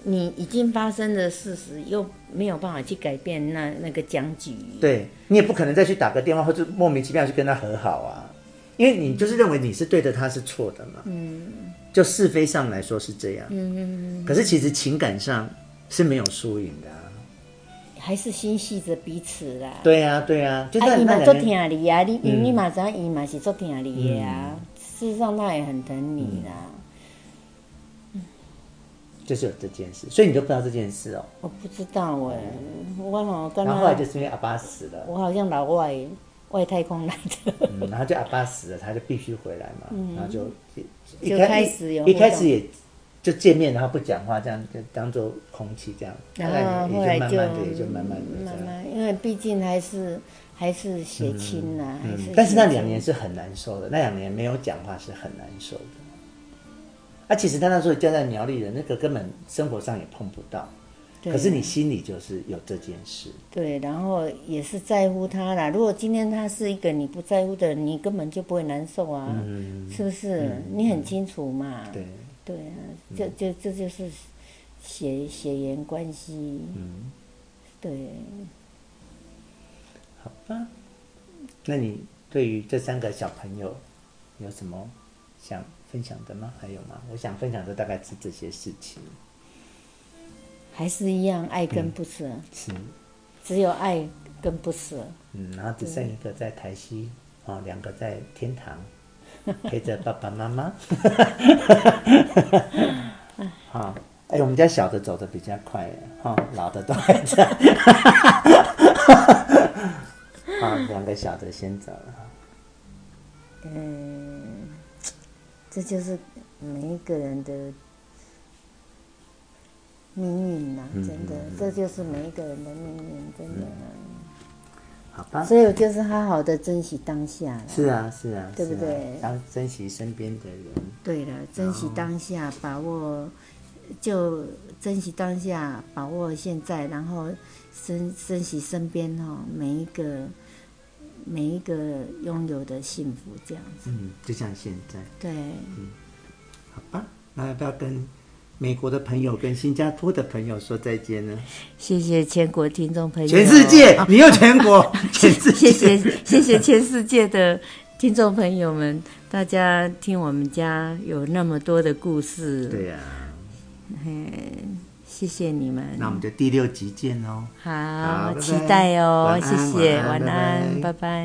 Speaker 1: 你已经发生的事实又没有办法去改变那那个僵局，
Speaker 2: 对你也不可能再去打个电话，或者莫名其妙去跟他和好啊，因为你就是认为你是对的，他是错的嘛。嗯，就是非上来说是这样。嗯嗯嗯。可是其实情感上是没有输赢的、啊。
Speaker 1: 还是心系着彼此啦。
Speaker 2: 对呀、啊，对呀、啊，就
Speaker 1: 啊，
Speaker 2: 那
Speaker 1: 伊
Speaker 2: 那
Speaker 1: 嘛做
Speaker 2: 两个嗯
Speaker 1: 疼你啊，你你你嘛知影伊嘛是做疼你的啊。事实上，他也很疼你啦。
Speaker 2: 嗯就是有这件事，所以你都不知道这件事哦。
Speaker 1: 我不知道哎、我好像
Speaker 2: 然后后来就
Speaker 1: 刚
Speaker 2: 是因为阿爸死了，
Speaker 1: 我好像老外外太空来的，
Speaker 2: 嗯，然后就阿爸死了，他就必须回来嘛，然后就一
Speaker 1: 嗯就
Speaker 2: 一开
Speaker 1: 开始有
Speaker 2: 一
Speaker 1: 互
Speaker 2: 开
Speaker 1: 动
Speaker 2: 始也就见面，然后不讲话，这样就当做空气这样，
Speaker 1: 啊然后后
Speaker 2: 来
Speaker 1: 来
Speaker 2: 也就慢慢的，也就慢慢的这样嗯
Speaker 1: 慢。慢，因为毕竟还是还是血亲呐、还是
Speaker 2: 但是那
Speaker 1: 血亲
Speaker 2: 两年是很难受的，那两年没有讲话是很难受的。啊，其实他那时候家在苗栗人，那个根本生活上也碰不到，
Speaker 1: 对
Speaker 2: 可是你心里就是有这件事。
Speaker 1: 对，然后也是在乎他啦。如果今天他是一个你不在乎的人，你根本就不会难受啊，是不是？你很清楚嘛。
Speaker 2: 嗯对，嗯
Speaker 1: 对啊，这这这就是血血缘关系。
Speaker 2: 嗯
Speaker 1: 对，
Speaker 2: 好吧。那你对于这三个小朋友有什么想分享的吗？还有吗？我想分享的大概是这些事情。
Speaker 1: 还是一样爱
Speaker 2: 嗯
Speaker 1: 跟不舍，
Speaker 2: 是，
Speaker 1: 只有爱跟不舍。
Speaker 2: 嗯，然后只剩一个在台西，哦，两个在天堂，陪着爸爸妈妈。好，哎、我们家小的走的比较快耶，哈、老的都还在。好，两个小的先走了。
Speaker 1: 嗯，这就是每一个人的命运呐、
Speaker 2: 嗯
Speaker 1: 真的，这就是每一个人的命运，真的、啊
Speaker 2: 好吧。
Speaker 1: 所以我就是好好的珍惜当下啦。
Speaker 2: 嗯是啊，是啊，
Speaker 1: 对不
Speaker 2: 是啊
Speaker 1: 对
Speaker 2: 当珍惜身边的人，
Speaker 1: 对了，珍惜当下，把握就珍惜当下，把握现在，然后珍珍惜身边哦每一个每一个拥有的幸福，这样子。
Speaker 2: 嗯，就像现在，
Speaker 1: 对，
Speaker 2: 嗯好吧。那要不要跟美国的朋友、跟新加坡的朋友说再见呢？
Speaker 1: 谢谢全国听众朋友，
Speaker 2: 全世界，你又全国， 全世界。
Speaker 1: 啊 谢谢谢谢全世界的听众朋友们，大家听我们家有那么多的故事，
Speaker 2: 对呀、
Speaker 1: 嘿，谢谢你们，
Speaker 2: 那我们就第六集见喽。
Speaker 1: 好，
Speaker 2: 好
Speaker 1: 期待哦，
Speaker 2: 拜拜
Speaker 1: 谢谢，
Speaker 2: 晚
Speaker 1: 晚
Speaker 2: 安拜拜
Speaker 1: 安，拜拜。